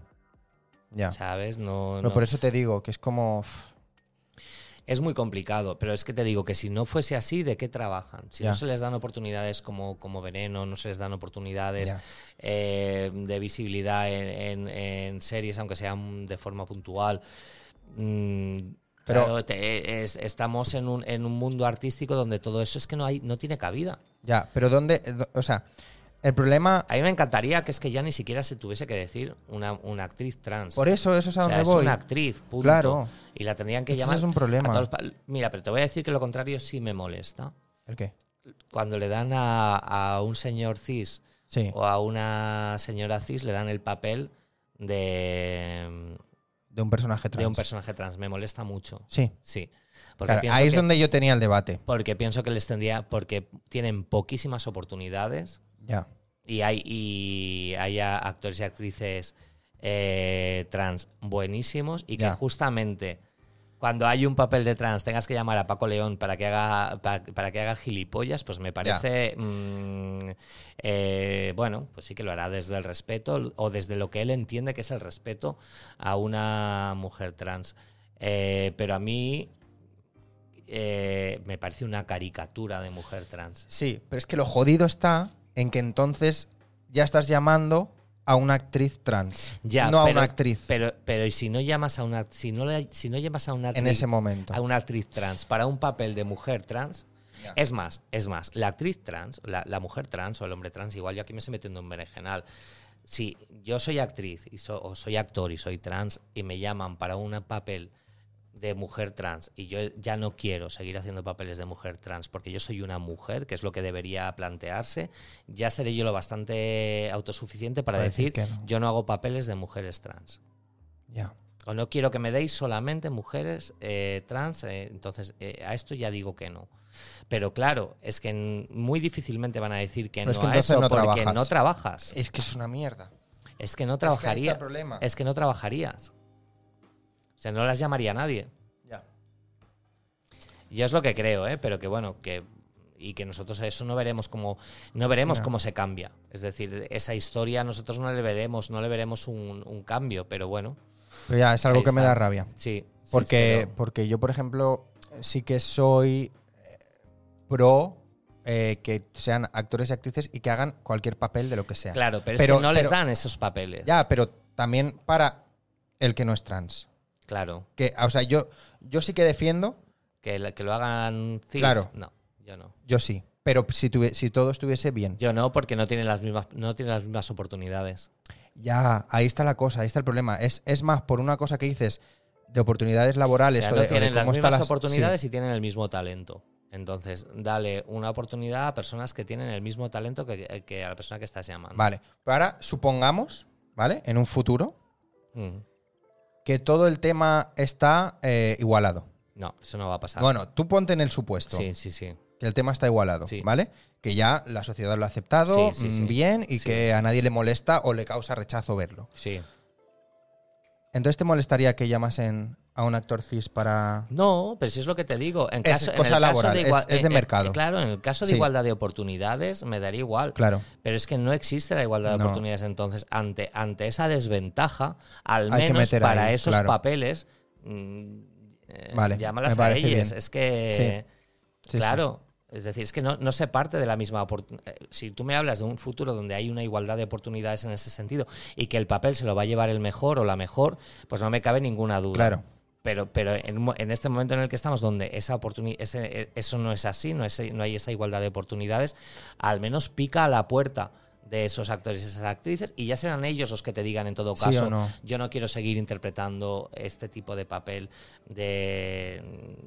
Speaker 1: Ya.
Speaker 2: ¿Sabes? No,
Speaker 1: Pero
Speaker 2: no.
Speaker 1: por eso te digo que es como. uf,
Speaker 2: Es muy complicado, pero es que te digo que si no fuese así, ¿de qué trabajan? Si
Speaker 1: Ya.
Speaker 2: no se les dan oportunidades como, como veneno, no se les dan oportunidades
Speaker 1: ya.
Speaker 2: eh, de visibilidad en, en- en series, aunque sean de forma puntual. mm,
Speaker 1: Pero-
Speaker 2: claro, te- es- estamos en un, en un mundo artístico donde todo eso es que no, hay, no tiene cabida.
Speaker 1: Ya, pero ¿dónde? O sea, el problema.
Speaker 2: A mí me encantaría que es que ya ni siquiera se tuviese que decir una, una actriz trans.
Speaker 1: Por eso, eso es a
Speaker 2: O sea,
Speaker 1: donde
Speaker 2: es
Speaker 1: voy.
Speaker 2: una actriz, punto.
Speaker 1: Claro.
Speaker 2: Y la tendrían que
Speaker 1: Ese
Speaker 2: llamar.
Speaker 1: es un problema.
Speaker 2: a todos los pa- Mira, pero te voy a decir que lo contrario sí me molesta.
Speaker 1: ¿El qué?
Speaker 2: Cuando le dan a, a un señor cis
Speaker 1: Sí.
Speaker 2: o a una señora cis, le dan el papel de,
Speaker 1: De un personaje trans.
Speaker 2: de un personaje trans. Me molesta mucho.
Speaker 1: Sí.
Speaker 2: Sí. Porque,
Speaker 1: Claro,
Speaker 2: pienso
Speaker 1: ahí es
Speaker 2: que,
Speaker 1: donde yo tenía el debate.
Speaker 2: porque pienso que les tendría. Porque tienen poquísimas oportunidades
Speaker 1: Ya.
Speaker 2: y hay y haya actores y actrices eh, trans buenísimos y que
Speaker 1: Ya.
Speaker 2: justamente cuando hay un papel de trans tengas que llamar a Paco León para que haga pa- para, que haga gilipollas pues me parece mm, eh, bueno pues sí que lo hará desde el respeto o desde lo que él entiende que es el respeto a una mujer trans Eh, pero a mí eh, me parece una caricatura de mujer trans
Speaker 1: Sí, pero es que lo jodido está en que entonces ya estás llamando a una actriz trans.
Speaker 2: Ya,
Speaker 1: no a
Speaker 2: pero-
Speaker 1: una actriz
Speaker 2: Pero, pero ¿y si no llamas a una si no, le- si no llamas a una
Speaker 1: en
Speaker 2: actriz,
Speaker 1: ese momento.
Speaker 2: a una actriz trans para un papel de mujer trans?
Speaker 1: Ya.
Speaker 2: Es más, es más, la actriz trans, la, la mujer trans o el hombre trans, igual yo aquí me estoy metiendo en berenjenal. Si yo soy actriz y so- o soy actor y soy trans y me llaman para un papel de mujer trans y yo ya no quiero seguir haciendo papeles de mujer trans porque yo soy una mujer, que es lo que debería plantearse, ya seré yo lo bastante autosuficiente para,
Speaker 1: Para decir
Speaker 2: decir,
Speaker 1: que no.
Speaker 2: yo no hago papeles de mujeres trans.
Speaker 1: Ya.
Speaker 2: O no quiero que me deis solamente mujeres eh, trans, eh, entonces eh, a esto ya digo que no. Pero claro, es que n- muy difícilmente van a decir que
Speaker 1: Pero
Speaker 2: no
Speaker 1: es que
Speaker 2: a
Speaker 1: entonces
Speaker 2: eso
Speaker 1: no
Speaker 2: porque
Speaker 1: trabajas.
Speaker 2: no trabajas.
Speaker 1: Es que es una mierda.
Speaker 2: Es que no
Speaker 1: Es que ahí está
Speaker 2: trabajaría.
Speaker 1: el problema.
Speaker 2: Es que no trabajarías. O sea, no las llamaría a nadie.
Speaker 1: Ya.
Speaker 2: Yo es lo que creo, ¿eh? pero que bueno, que y que nosotros a eso no veremos cómo no veremos
Speaker 1: Ya.
Speaker 2: cómo se cambia. Es decir, esa historia nosotros no le veremos, no le veremos un, un cambio, pero bueno,
Speaker 1: Pero ya, es algo
Speaker 2: Ahí
Speaker 1: que me
Speaker 2: está.
Speaker 1: da rabia.
Speaker 2: sí. sí,
Speaker 1: Porque,
Speaker 2: sí,
Speaker 1: porque yo, por ejemplo, sí que soy eh, pro eh, que sean actores y actrices y que hagan cualquier papel de lo que sea.
Speaker 2: pero- claro, pero,
Speaker 1: Pero-
Speaker 2: es que no les
Speaker 1: pero-
Speaker 2: dan esos papeles.
Speaker 1: Ya, pero también para el que no es trans.
Speaker 2: Claro,
Speaker 1: Que, o sea, yo, yo sí que defiendo,
Speaker 2: que, la- que lo hagan cis.
Speaker 1: Claro.
Speaker 2: No, yo no.
Speaker 1: yo sí. Pero si, tuve- si todo estuviese bien.
Speaker 2: Yo no porque no tienen las mismas no tienen las mismas oportunidades.
Speaker 1: Ya, ahí está la cosa, ahí está el problema. Es, es más, por una cosa que dices de oportunidades
Speaker 2: O
Speaker 1: laborales
Speaker 2: sea,
Speaker 1: o de,
Speaker 2: no
Speaker 1: o de
Speaker 2: tienen las
Speaker 1: cómo están
Speaker 2: mismas
Speaker 1: las
Speaker 2: oportunidades y tienen el mismo talento. Entonces, dale una oportunidad a personas que tienen el mismo talento que, que a la persona que estás
Speaker 1: Sí,
Speaker 2: llamando.
Speaker 1: Vale. Pero ahora supongamos, ¿vale? En un futuro,
Speaker 2: Mm.
Speaker 1: que todo el tema está eh, igualado.
Speaker 2: No, eso no va a pasar.
Speaker 1: Bueno, tú ponte en el supuesto
Speaker 2: sí, sí, sí.
Speaker 1: que el tema está igualado,
Speaker 2: Sí.
Speaker 1: ¿vale? Que ya la sociedad lo ha aceptado
Speaker 2: Sí, sí,
Speaker 1: mm,
Speaker 2: sí.
Speaker 1: bien y
Speaker 2: Sí.
Speaker 1: que a nadie le molesta o le causa rechazo verlo.
Speaker 2: Sí.
Speaker 1: Entonces, ¿te molestaría que llamasen a un actor cis para...?
Speaker 2: No, pero si es lo que te digo. En
Speaker 1: Es
Speaker 2: caso, en
Speaker 1: cosa
Speaker 2: el caso
Speaker 1: laboral,
Speaker 2: de igual-
Speaker 1: es- es de
Speaker 2: eh, eh,
Speaker 1: mercado.
Speaker 2: claro, en el caso de
Speaker 1: Sí.
Speaker 2: igualdad de oportunidades me daría igual.
Speaker 1: Claro.
Speaker 2: Pero es que no existe la igualdad de
Speaker 1: No.
Speaker 2: oportunidades entonces. Ante, ante esa desventaja, al
Speaker 1: Hay que
Speaker 2: menos
Speaker 1: meter
Speaker 2: para
Speaker 1: ahí,
Speaker 2: esos
Speaker 1: claro.
Speaker 2: papeles, mm, eh,
Speaker 1: Vale,
Speaker 2: llámalas
Speaker 1: me
Speaker 2: a
Speaker 1: parece
Speaker 2: ellas.
Speaker 1: bien.
Speaker 2: Es que,
Speaker 1: Sí, sí.
Speaker 2: claro, es decir, es que no, no se parte de la misma oportunidad. Si tú me hablas de un futuro donde hay una igualdad de oportunidades en ese sentido y que el papel se lo va a llevar el mejor o la mejor, pues no me cabe ninguna duda.
Speaker 1: Claro.
Speaker 2: Pero, pero en, mo- en este momento en el que estamos, donde esa oportuni- ese- e- eso no es así, no, es- no hay esa igualdad de oportunidades, al menos pica a la puerta de esos actores y esas actrices y ya serán ellos los que te digan en todo
Speaker 1: Sí
Speaker 2: caso,
Speaker 1: o no.
Speaker 2: yo no quiero seguir interpretando este tipo de papel de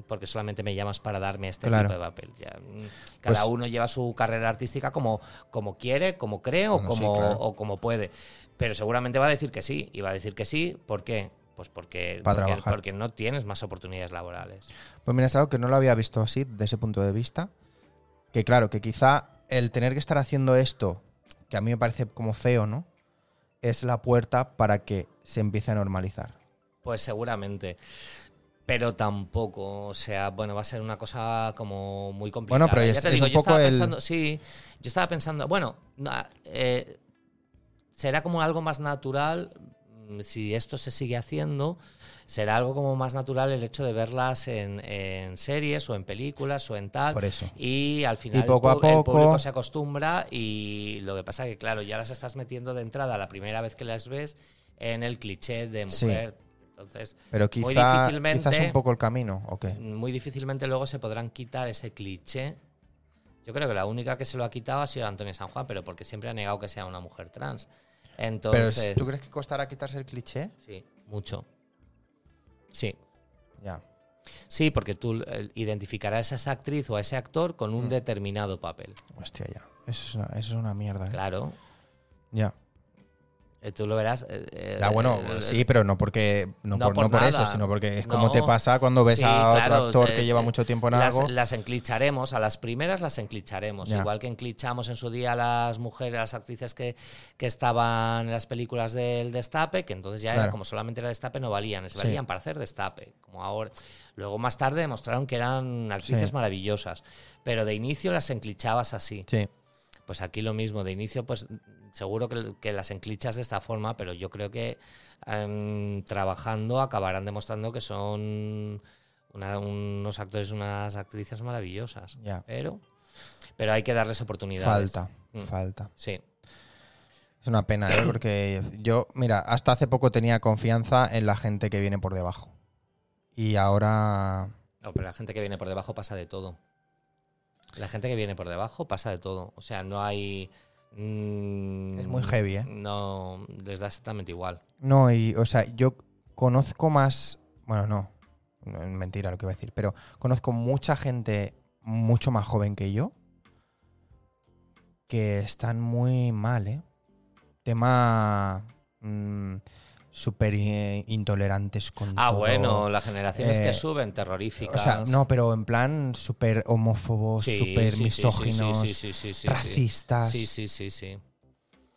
Speaker 2: porque solamente me llamas para darme este
Speaker 1: Claro.
Speaker 2: tipo de papel. Ya, mm, cada
Speaker 1: Pues-
Speaker 2: uno lleva su carrera artística como, como quiere, como cree o
Speaker 1: Bueno, sí,
Speaker 2: como,
Speaker 1: claro.
Speaker 2: o como puede. Pero seguramente va a decir que sí. Y va a decir que sí, ¿por qué? Pues porque,
Speaker 1: Para
Speaker 2: porque,
Speaker 1: trabajar.
Speaker 2: porque no tienes más oportunidades laborales.
Speaker 1: Pues mira, es algo que no lo había visto así, de ese punto de vista. Que claro, que quizá el tener que estar haciendo esto que a mí me parece como feo, ¿no? Es la puerta para que se empiece a normalizar.
Speaker 2: Pues seguramente. Pero tampoco, o sea, bueno, va a ser una cosa como muy complicada.
Speaker 1: Bueno, pero es-
Speaker 2: ya te
Speaker 1: es
Speaker 2: digo,
Speaker 1: un
Speaker 2: yo
Speaker 1: poco
Speaker 2: estaba
Speaker 1: el-
Speaker 2: pensando, sí, yo estaba pensando, bueno, na- eh, será como algo más natural mm, si esto se sigue haciendo. Será algo como más natural el hecho de verlas en, en series o en películas o en tal.
Speaker 1: Por eso.
Speaker 2: Y al final el
Speaker 1: poco a
Speaker 2: pu- el
Speaker 1: poco-
Speaker 2: público se acostumbra y lo que pasa es que, claro, ya las estás metiendo de entrada la primera vez que las ves en el cliché de
Speaker 1: Sí.
Speaker 2: mujer. Entonces,
Speaker 1: Pero
Speaker 2: Muy
Speaker 1: quizá,
Speaker 2: difícilmente-
Speaker 1: quizás un poco el camino, ¿o qué?
Speaker 2: muy difícilmente luego se podrán quitar ese cliché. Yo creo que la única que se lo ha quitado ha sido Antonio San Juan, pero porque siempre ha negado que sea una mujer trans.
Speaker 1: Pero
Speaker 2: Entonces,
Speaker 1: ¿tú crees que costará quitarse el cliché?
Speaker 2: sí, mucho. Sí.
Speaker 1: Ya.
Speaker 2: Sí, porque tú eh, identificarás a esa actriz o a ese actor con
Speaker 1: Mm.
Speaker 2: un determinado papel.
Speaker 1: Hostia, ya. Eso es una, eso es una mierda. ¿eh?
Speaker 2: Claro.
Speaker 1: Ya.
Speaker 2: Eh, Tú lo verás. eh, eh,
Speaker 1: Ya, bueno,
Speaker 2: eh,
Speaker 1: sí, pero no porque no,
Speaker 2: no
Speaker 1: por,
Speaker 2: por
Speaker 1: no por eso,
Speaker 2: nada.
Speaker 1: sino porque es como
Speaker 2: No.
Speaker 1: te pasa cuando ves
Speaker 2: Sí,
Speaker 1: a otro
Speaker 2: claro,
Speaker 1: actor
Speaker 2: eh,
Speaker 1: que lleva mucho tiempo en
Speaker 2: las,
Speaker 1: algo.
Speaker 2: las enclicharemos, a las primeras las enclicharemos.
Speaker 1: Ya.
Speaker 2: Igual que enclichamos en su día a las mujeres, a las actrices que, que estaban en las películas del destape, que entonces ya
Speaker 1: Claro.
Speaker 2: era como solamente era destape, no valían, se
Speaker 1: Sí.
Speaker 2: valían para hacer destape, como ahora. Luego más tarde demostraron que eran actrices
Speaker 1: Sí.
Speaker 2: maravillosas, pero de inicio las enclichabas así.
Speaker 1: Sí.
Speaker 2: Pues aquí lo mismo, de inicio, pues seguro que, que las enclichas de esta forma, pero yo creo que em, trabajando acabarán demostrando que son una- unos actores, unas actrices maravillosas.
Speaker 1: Ya.
Speaker 2: Pero, pero hay que darles oportunidades.
Speaker 1: Falta,
Speaker 2: Mm.
Speaker 1: falta.
Speaker 2: Sí,
Speaker 1: Es una pena, ¿eh? Porque yo, mira, hasta hace poco tenía confianza en la gente que viene por debajo. Y ahora.
Speaker 2: No, pero la gente que viene por debajo pasa de todo. La gente que viene por debajo pasa de todo. O sea, no hay... mm,
Speaker 1: Es muy heavy, ¿eh?
Speaker 2: No, les da exactamente igual.
Speaker 1: No, y, o sea, yo conozco más. Bueno, no. no, es Mentira lo que iba a decir, pero conozco mucha gente mucho más joven que yo que están muy mal, ¿eh? Tema. mm, súper eh, intolerantes con.
Speaker 2: Ah,
Speaker 1: todo.
Speaker 2: bueno, las generaciones
Speaker 1: Eh,
Speaker 2: que suben, terroríficas.
Speaker 1: O sea, no, pero en plan súper homófobos,
Speaker 2: Sí,
Speaker 1: súper
Speaker 2: sí, sí, sí,
Speaker 1: misóginos,
Speaker 2: sí, sí, sí, sí, sí.
Speaker 1: racistas.
Speaker 2: Sí, sí, sí, sí.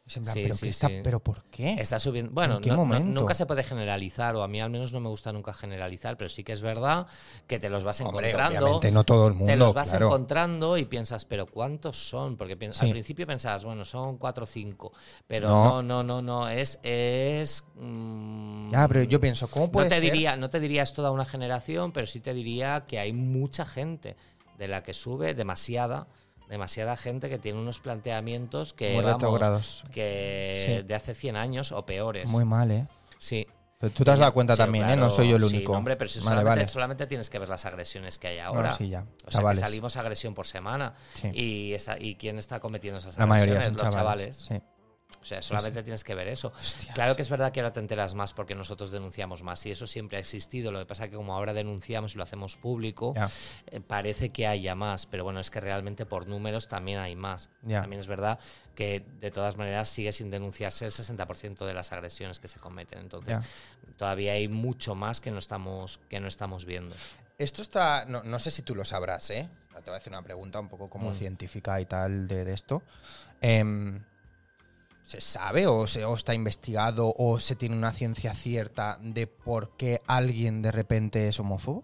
Speaker 1: Es en plan,
Speaker 2: Sí,
Speaker 1: ¿pero,
Speaker 2: sí,
Speaker 1: qué está-
Speaker 2: sí.
Speaker 1: ¿pero por qué?
Speaker 2: Está subiendo. Bueno,
Speaker 1: ¿Eh? ¿En qué
Speaker 2: no- no-
Speaker 1: momento?
Speaker 2: nunca se puede generalizar, o a mí al menos no me gusta nunca generalizar, pero sí que es verdad que te los vas
Speaker 1: Hombre,
Speaker 2: encontrando.
Speaker 1: obviamente no todo el
Speaker 2: te
Speaker 1: mundo,
Speaker 2: los vas
Speaker 1: claro.
Speaker 2: encontrando y piensas, pero ¿cuántos son? Porque piens-
Speaker 1: Sí.
Speaker 2: al principio pensabas, bueno, son cuatro o cinco, pero
Speaker 1: No.
Speaker 2: no, no, no, no, es... es mm,
Speaker 1: Ya, pero yo pienso, ¿cómo puede
Speaker 2: no te
Speaker 1: ser?
Speaker 2: diría no te diría es toda una generación pero sí te diría que hay mucha gente de la que sube demasiada demasiada gente que tiene unos planteamientos que
Speaker 1: Muy
Speaker 2: vamos,
Speaker 1: retrógrados.
Speaker 2: que
Speaker 1: Sí.
Speaker 2: de hace 100 años o peores
Speaker 1: Muy mal, ¿eh?
Speaker 2: sí
Speaker 1: Pero tú te has dado
Speaker 2: Sí,
Speaker 1: cuenta también, ¿eh? No
Speaker 2: claro,
Speaker 1: soy yo el
Speaker 2: sí,
Speaker 1: único.
Speaker 2: hombre, pero si
Speaker 1: vale,
Speaker 2: solamente,
Speaker 1: vale.
Speaker 2: solamente tienes que ver las agresiones que hay
Speaker 1: No,
Speaker 2: ahora
Speaker 1: sí, ya.
Speaker 2: o sea, que
Speaker 1: Chavales.
Speaker 2: salimos agresión por semana.
Speaker 1: Sí.
Speaker 2: Y, esa- ¿Y quién está cometiendo esas
Speaker 1: la
Speaker 2: agresiones?
Speaker 1: mayoría son
Speaker 2: Los
Speaker 1: chavales.
Speaker 2: chavales.
Speaker 1: Sí.
Speaker 2: O sea, solamente tienes que ver eso.
Speaker 1: Hostia.
Speaker 2: Claro que es verdad que ahora te enteras más porque nosotros denunciamos más y eso siempre ha existido. Lo que pasa es que como ahora denunciamos y lo hacemos público,
Speaker 1: Ya.
Speaker 2: eh, parece que haya más, pero bueno, es que realmente por números también hay más.
Speaker 1: Ya.
Speaker 2: También es verdad que de todas maneras sigue sin denunciarse el 60% de las agresiones que se cometen. Entonces, todavía hay mucho más que no estamos, que no estamos viendo.
Speaker 1: Esto está. No, no sé si tú lo sabrás, ¿eh? Ahora Te voy a hacer una pregunta un poco como
Speaker 2: Mm.
Speaker 1: científica y tal de, de esto. Em, ¿Se sabe o, se, o está investigado o se tiene una ciencia cierta de por qué alguien de repente es homófobo?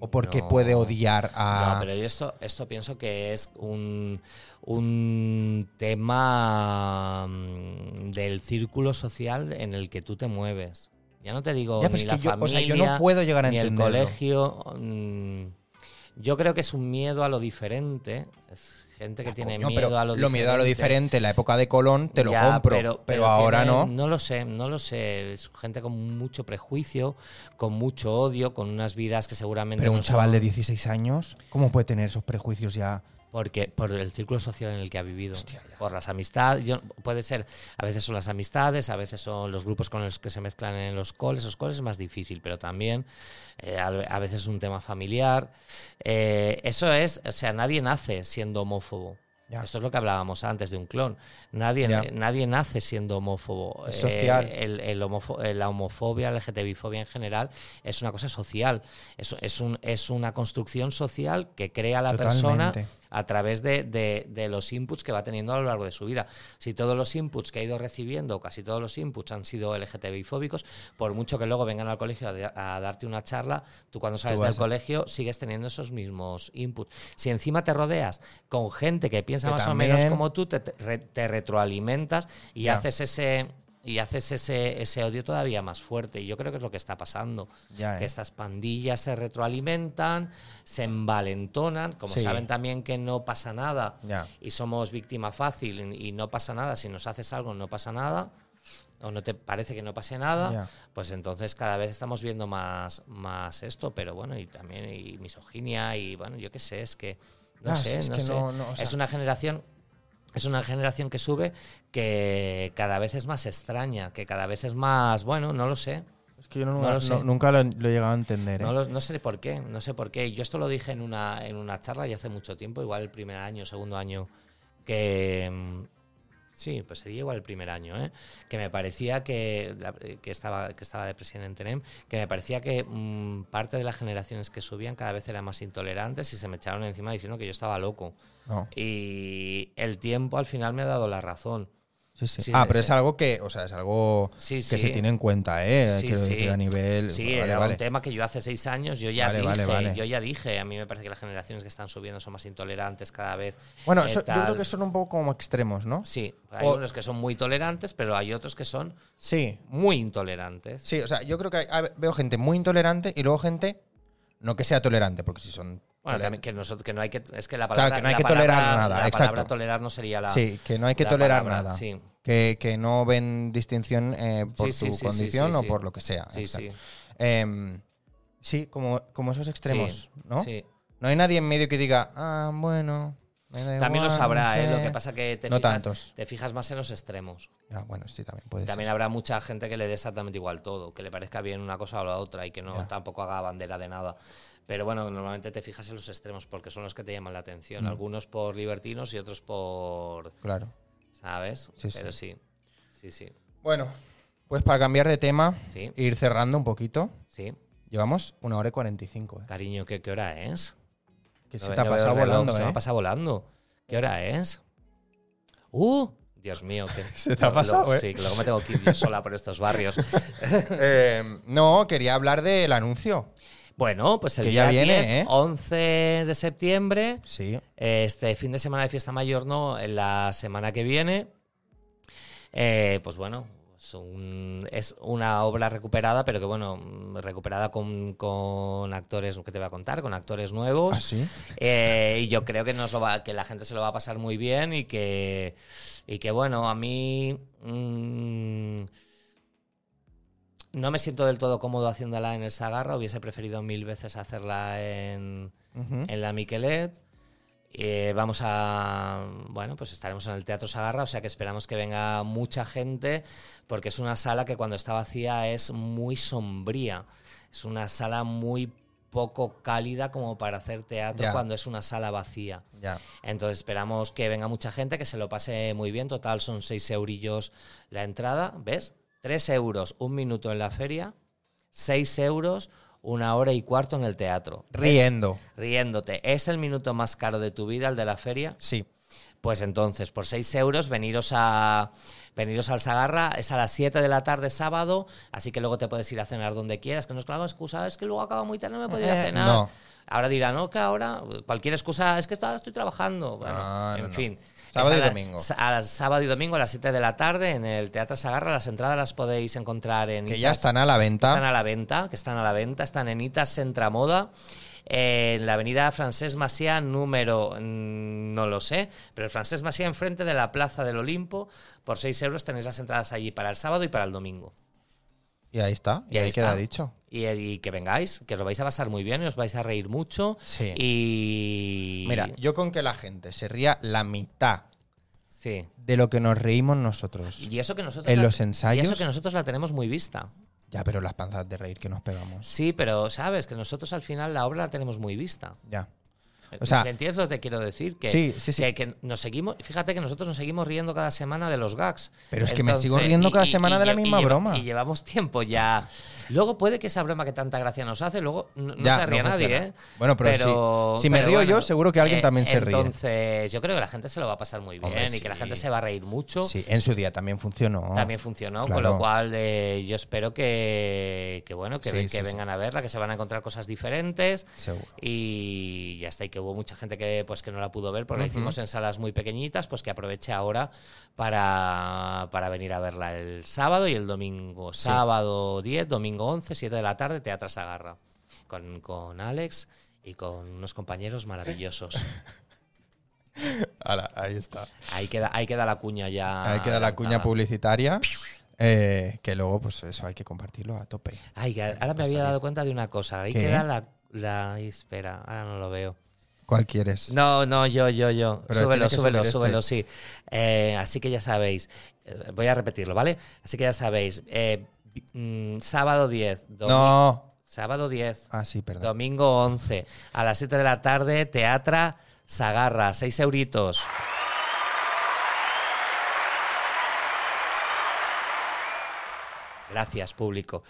Speaker 1: ¿O por qué
Speaker 2: No.
Speaker 1: puede odiar a.?
Speaker 2: No, pero yo esto, esto pienso que es un, un tema mm, del círculo social en el que tú te mueves. Ya no te digo
Speaker 1: Ya, pero
Speaker 2: ni
Speaker 1: es
Speaker 2: la
Speaker 1: que yo,
Speaker 2: familia,
Speaker 1: o sea, yo no puedo llegar a
Speaker 2: ni el
Speaker 1: entenderlo.
Speaker 2: colegio. mm, yo creo que es un miedo a lo diferente. Es gente que tiene
Speaker 1: Coño,
Speaker 2: miedo
Speaker 1: pero
Speaker 2: a lo
Speaker 1: lo
Speaker 2: diferente.
Speaker 1: miedo a lo diferente, la época de Colón, te lo
Speaker 2: Ya,
Speaker 1: compro. Pero, ahora
Speaker 2: tiene-
Speaker 1: no.
Speaker 2: No lo sé, no lo sé. Es gente con mucho prejuicio, con mucho odio, con unas vidas que seguramente.
Speaker 1: Pero
Speaker 2: no
Speaker 1: un chaval
Speaker 2: son-
Speaker 1: de 16 años, ¿cómo puede tener esos prejuicios ya?
Speaker 2: Porque por el círculo social en el que ha vivido,
Speaker 1: Hostia, ya.
Speaker 2: por las amistades, yo- puede ser, a veces son las amistades, a veces son los grupos con los que se mezclan en los coles, los coles es más difícil, pero también eh, a, a veces es un tema familiar. Eh, eso es, o sea, nadie nace siendo homófobo.
Speaker 1: Ya.
Speaker 2: Eso es lo que hablábamos antes de un clon. Nadie,
Speaker 1: Ya.
Speaker 2: nadie nace siendo homófobo.
Speaker 1: Es social.
Speaker 2: el- el homofo- eh, la homofobia, la LGTBifobia en general, es una cosa social. Es, es, un, es una construcción social que crea a la persona
Speaker 1: Totalmente.
Speaker 2: a través de, de- de los inputs que va teniendo a lo largo de su vida. Si todos los inputs que ha ido recibiendo, casi todos los inputs han sido LGTBI fóbicos, por mucho que luego vengan al colegio a, de- a darte una charla, tú cuando sales
Speaker 1: Tú vas a-
Speaker 2: del colegio sigues teniendo esos mismos inputs. Si encima te rodeas con gente que piensa
Speaker 1: Que
Speaker 2: más
Speaker 1: también-
Speaker 2: o menos como tú, te, te re- te retroalimentas y
Speaker 1: Ya.
Speaker 2: haces ese... Y haces ese, ese odio todavía más fuerte. Y yo creo que es lo que está pasando
Speaker 1: Ya,
Speaker 2: que
Speaker 1: ¿eh?
Speaker 2: estas pandillas se retroalimentan, se envalentonan, como
Speaker 1: Sí.
Speaker 2: saben también que no pasa nada
Speaker 1: Ya.
Speaker 2: y somos víctima fácil y, y no pasa nada, si nos haces algo no pasa nada o no te parece que no pase nada,
Speaker 1: Ya.
Speaker 2: pues entonces cada vez estamos viendo más, más esto, pero bueno, y también y misoginia y bueno, yo qué sé, es que no
Speaker 1: Ah, sí,
Speaker 2: sé,
Speaker 1: es
Speaker 2: no
Speaker 1: que
Speaker 2: sé.
Speaker 1: no- no, o sea-
Speaker 2: es una generación es una generación que sube que cada vez es más extraña, que cada vez es más, bueno, no lo sé.
Speaker 1: Es que yo nunca,
Speaker 2: No
Speaker 1: no-
Speaker 2: lo sé.
Speaker 1: nunca lo, lo he llegado a entender. ¿eh?
Speaker 2: No, lo- no sé por qué, no sé por qué. Yo esto lo dije en una, en una charla ya hace mucho tiempo, igual el primer año, segundo año, que... mm, Sí, pues sería igual el primer año, ¿eh? Que me parecía que, la- que, estaba, que estaba de presidente en TENEM, que me parecía que mm, parte de las generaciones que subían cada vez eran más intolerantes y se me echaron encima diciendo que yo estaba loco.
Speaker 1: No.
Speaker 2: Y el tiempo al final me ha dado la razón.
Speaker 1: Sí, sí.
Speaker 2: Sí,
Speaker 1: ah,
Speaker 2: sí.
Speaker 1: pero es algo que, o sea, es algo
Speaker 2: Sí,
Speaker 1: que
Speaker 2: sí.
Speaker 1: se tiene en cuenta, ¿eh?
Speaker 2: Sí,
Speaker 1: Quiero
Speaker 2: sí.
Speaker 1: decir, a nivel.
Speaker 2: Sí,
Speaker 1: vale,
Speaker 2: era
Speaker 1: vale.
Speaker 2: un tema que yo hace seis años yo ya
Speaker 1: Vale,
Speaker 2: dije,
Speaker 1: vale, vale.
Speaker 2: yo ya dije. A mí me parece que las generaciones que están subiendo son más intolerantes cada vez.
Speaker 1: Bueno,
Speaker 2: eh,
Speaker 1: eso- yo
Speaker 2: tal.
Speaker 1: creo que son un poco como extremos, ¿no?
Speaker 2: Sí, hay
Speaker 1: O-
Speaker 2: unos que son muy tolerantes, pero hay otros que son
Speaker 1: Sí.
Speaker 2: muy intolerantes.
Speaker 1: Sí, o sea, yo creo que hay- a ver, veo gente muy intolerante y luego gente no que sea tolerante, porque si son.
Speaker 2: Bueno,
Speaker 1: toler-
Speaker 2: también que nosotros que no hay que es que la
Speaker 1: Claro,
Speaker 2: palabra
Speaker 1: que no hay
Speaker 2: la
Speaker 1: que tolerar
Speaker 2: palabra-
Speaker 1: nada,
Speaker 2: la
Speaker 1: exacto.
Speaker 2: palabra tolerar no sería la
Speaker 1: sí, que no hay que
Speaker 2: la
Speaker 1: tolerar
Speaker 2: palabra,
Speaker 1: nada.
Speaker 2: Sí.
Speaker 1: Que, que no ven distinción eh, por
Speaker 2: Sí, sí,
Speaker 1: tu
Speaker 2: sí, sí,
Speaker 1: condición
Speaker 2: sí, sí.
Speaker 1: o por lo que sea.
Speaker 2: Sí,
Speaker 1: exacto.
Speaker 2: sí.
Speaker 1: Em, sí, como, como esos extremos, ¿no?
Speaker 2: Sí.
Speaker 1: No hay nadie en medio que diga, ah, bueno. me da
Speaker 2: También lo
Speaker 1: igual,
Speaker 2: sabrá,
Speaker 1: no
Speaker 2: ¿eh? lo
Speaker 1: sé".
Speaker 2: que pasa que te
Speaker 1: No
Speaker 2: fijas,
Speaker 1: tantos.
Speaker 2: te fijas más en los extremos.
Speaker 1: Ah, bueno, sí, también puede
Speaker 2: También habrá mucha gente que le dé exactamente igual todo, que le parezca bien una cosa o la otra y que no
Speaker 1: Ya.
Speaker 2: tampoco haga bandera de nada. Pero bueno, normalmente te fijas en los extremos porque son los que te llaman la atención.
Speaker 1: Mm.
Speaker 2: Algunos por libertinos y otros por.
Speaker 1: ser. Claro.
Speaker 2: ¿Sabes?
Speaker 1: Sí,
Speaker 2: Pero sí. Sí, sí.
Speaker 1: Bueno, pues para cambiar de tema,
Speaker 2: Sí.
Speaker 1: ir cerrando un poquito.
Speaker 2: Sí.
Speaker 1: Llevamos una hora y 45. ¿eh?
Speaker 2: Cariño, ¿qué, qué hora es?
Speaker 1: Que
Speaker 2: No
Speaker 1: se
Speaker 2: ve-
Speaker 1: te ha
Speaker 2: no veo el
Speaker 1: pasado
Speaker 2: reloj,
Speaker 1: volando,
Speaker 2: Se me ha
Speaker 1: ¿eh?
Speaker 2: pasado volando. ¿Qué hora es? ¡Uh! Dios mío, que.
Speaker 1: Se te ha
Speaker 2: lo-
Speaker 1: pasado,
Speaker 2: lo-
Speaker 1: ¿eh?
Speaker 2: Sí, que luego me tengo que ir yo sola por estos barrios.
Speaker 1: Eh, no, quería hablar del anuncio.
Speaker 2: Bueno, pues el
Speaker 1: Que ya
Speaker 2: día
Speaker 1: viene,
Speaker 2: 10,
Speaker 1: ¿eh?
Speaker 2: 11 de septiembre.
Speaker 1: Sí.
Speaker 2: Este fin de semana de fiesta mayor no, en la semana que viene. Eh, pues bueno, es, un- es una obra recuperada, pero que bueno, mm, recuperada con, con actores, que te voy a contar, con actores nuevos.
Speaker 1: ¿Ah, sí?
Speaker 2: Eh, y yo creo que nos lo va, que la gente se lo va a pasar muy bien y que y que bueno a mí mm, no me siento del todo cómodo haciéndola en el Sagarra hubiese preferido mil veces hacerla en
Speaker 1: Ujú.
Speaker 2: en la Miquelet Eh, vamos a bueno pues estaremos en el Teatro Sagarra o sea que esperamos que venga mucha gente porque es una sala que cuando está vacía es muy sombría es una sala muy poco cálida como para hacer teatro
Speaker 1: Ya.
Speaker 2: cuando es una sala vacía.
Speaker 1: Ya.
Speaker 2: Entonces esperamos que venga mucha gente, que se lo pase muy bien. Total son 6 eurillos la entrada, ¿ves? 3 euros un minuto en la feria, 6 euros una hora y cuarto en el teatro.
Speaker 1: Riendo.
Speaker 2: Riéndote, ¿es el minuto más caro de tu vida el de la feria?
Speaker 1: Sí.
Speaker 2: Pues entonces, por 6 euros, veniros a veniros al Sagarra, es a las 7 de la tarde sábado, así que luego te puedes ir a cenar donde quieras, que no es que la excusa, es que luego acaba muy tarde, no me puedo ir a
Speaker 1: Eh,
Speaker 2: cenar.
Speaker 1: no.
Speaker 2: Ahora dirán, no, que ahora, cualquier excusa, es que ahora estoy trabajando. Bueno,
Speaker 1: No, no,
Speaker 2: en
Speaker 1: no.
Speaker 2: fin.
Speaker 1: Sábado
Speaker 2: Es
Speaker 1: y
Speaker 2: a la-
Speaker 1: domingo.
Speaker 2: A las- sábado y domingo a las 7 de la tarde en el Teatro Sagarra, las entradas las podéis encontrar en
Speaker 1: Que ya
Speaker 2: Itas-
Speaker 1: están a la
Speaker 2: están
Speaker 1: venta.
Speaker 2: a la venta, que están a la venta, están en Itas Centra Moda, eh, en la avenida Francés Maciá, número, mm, no lo sé, pero el Francés Maciá enfrente de la Plaza del Olimpo, por 6 euros tenéis las entradas allí para el sábado y para el domingo.
Speaker 1: Y ahí está. Y,
Speaker 2: Y
Speaker 1: ahí,
Speaker 2: ahí
Speaker 1: queda
Speaker 2: está.
Speaker 1: dicho.
Speaker 2: Y, eh, y que vengáis, que os lo vais a pasar muy bien, y os vais a reír mucho.
Speaker 1: Sí.
Speaker 2: Y...
Speaker 1: Mira, yo con que la gente se ría la mitad
Speaker 2: Sí.
Speaker 1: de lo que nos reímos nosotros.
Speaker 2: Y eso que nosotros
Speaker 1: En
Speaker 2: la-
Speaker 1: los ensayos-
Speaker 2: Y eso que nosotros la tenemos muy vista.
Speaker 1: Ya, pero las panzas de reír que nos pegamos.
Speaker 2: Sí, pero sabes que nosotros al final la obra la tenemos muy vista.
Speaker 1: Ya. O sea-
Speaker 2: ¿Me ¿entiendes lo que te quiero decir? Que,
Speaker 1: Sí, sí, sí.
Speaker 2: Que, que nos seguimos, fíjate que nosotros nos seguimos riendo cada semana de los gags.
Speaker 1: Pero es que me sigo riendo cada semana de la
Speaker 2: lle-
Speaker 1: misma
Speaker 2: lleva-
Speaker 1: broma.
Speaker 2: Y llevamos tiempo ya Luego puede que esa broma que tanta gracia nos hace, luego no, no
Speaker 1: Ya,
Speaker 2: se ría
Speaker 1: no
Speaker 2: nadie,
Speaker 1: funciona.
Speaker 2: ¿eh?
Speaker 1: Bueno, pero si- si me río yo, seguro que alguien también se ríe.
Speaker 2: Entonces, yo creo que la gente se lo va a pasar muy bien
Speaker 1: Hombre,
Speaker 2: y que la
Speaker 1: sí.
Speaker 2: gente se va a reír mucho.
Speaker 1: Sí, en su día también funcionó.
Speaker 2: También funcionó, con
Speaker 1: Ah, Claro.
Speaker 2: lo cual eh, yo espero que, que bueno, que,
Speaker 1: Sí,
Speaker 2: ven-
Speaker 1: sí,
Speaker 2: que
Speaker 1: sí.
Speaker 2: vengan a verla, que se van a encontrar cosas diferentes.
Speaker 1: Seguro.
Speaker 2: Y ya está, y que hubo mucha gente que pues que no la pudo ver porque la hicimos en salas muy pequeñitas, pues que aproveche ahora para, para venir a verla el sábado y el domingo. Sábado 10, domingo 11, 7 de la tarde, Teatras Agarra. Con, con Alex y con unos compañeros maravillosos.
Speaker 1: Ala, ahí está.
Speaker 2: Ahí queda, ahí queda la cuña ya.
Speaker 1: Ahí queda la cuña
Speaker 2: Ah, lanzada.
Speaker 1: publicitaria. eh, que luego, pues eso hay que compartirlo a tope.
Speaker 2: Ay, que ahora me había dado cuenta de una cosa. Ahí
Speaker 1: Pues ¿Qué?
Speaker 2: queda la, la. ay, Espera, ahora no lo veo.
Speaker 1: ¿Cuál quieres?
Speaker 2: No, no, yo, yo, yo.
Speaker 1: Pero tiene
Speaker 2: súbelo,
Speaker 1: que este.
Speaker 2: súbelo,
Speaker 1: subir
Speaker 2: súbelo, sí. Eh, así que ya sabéis. eh, Voy a repetirlo, ¿vale? Así que ya sabéis. eh, vi- mm, sábado 10. domi-
Speaker 1: No.
Speaker 2: Sábado 10.
Speaker 1: Ah, sí, perdón.
Speaker 2: Domingo 11. A las 7 de la tarde, Teatra Sagarra. 6 euritos. Gracias, público.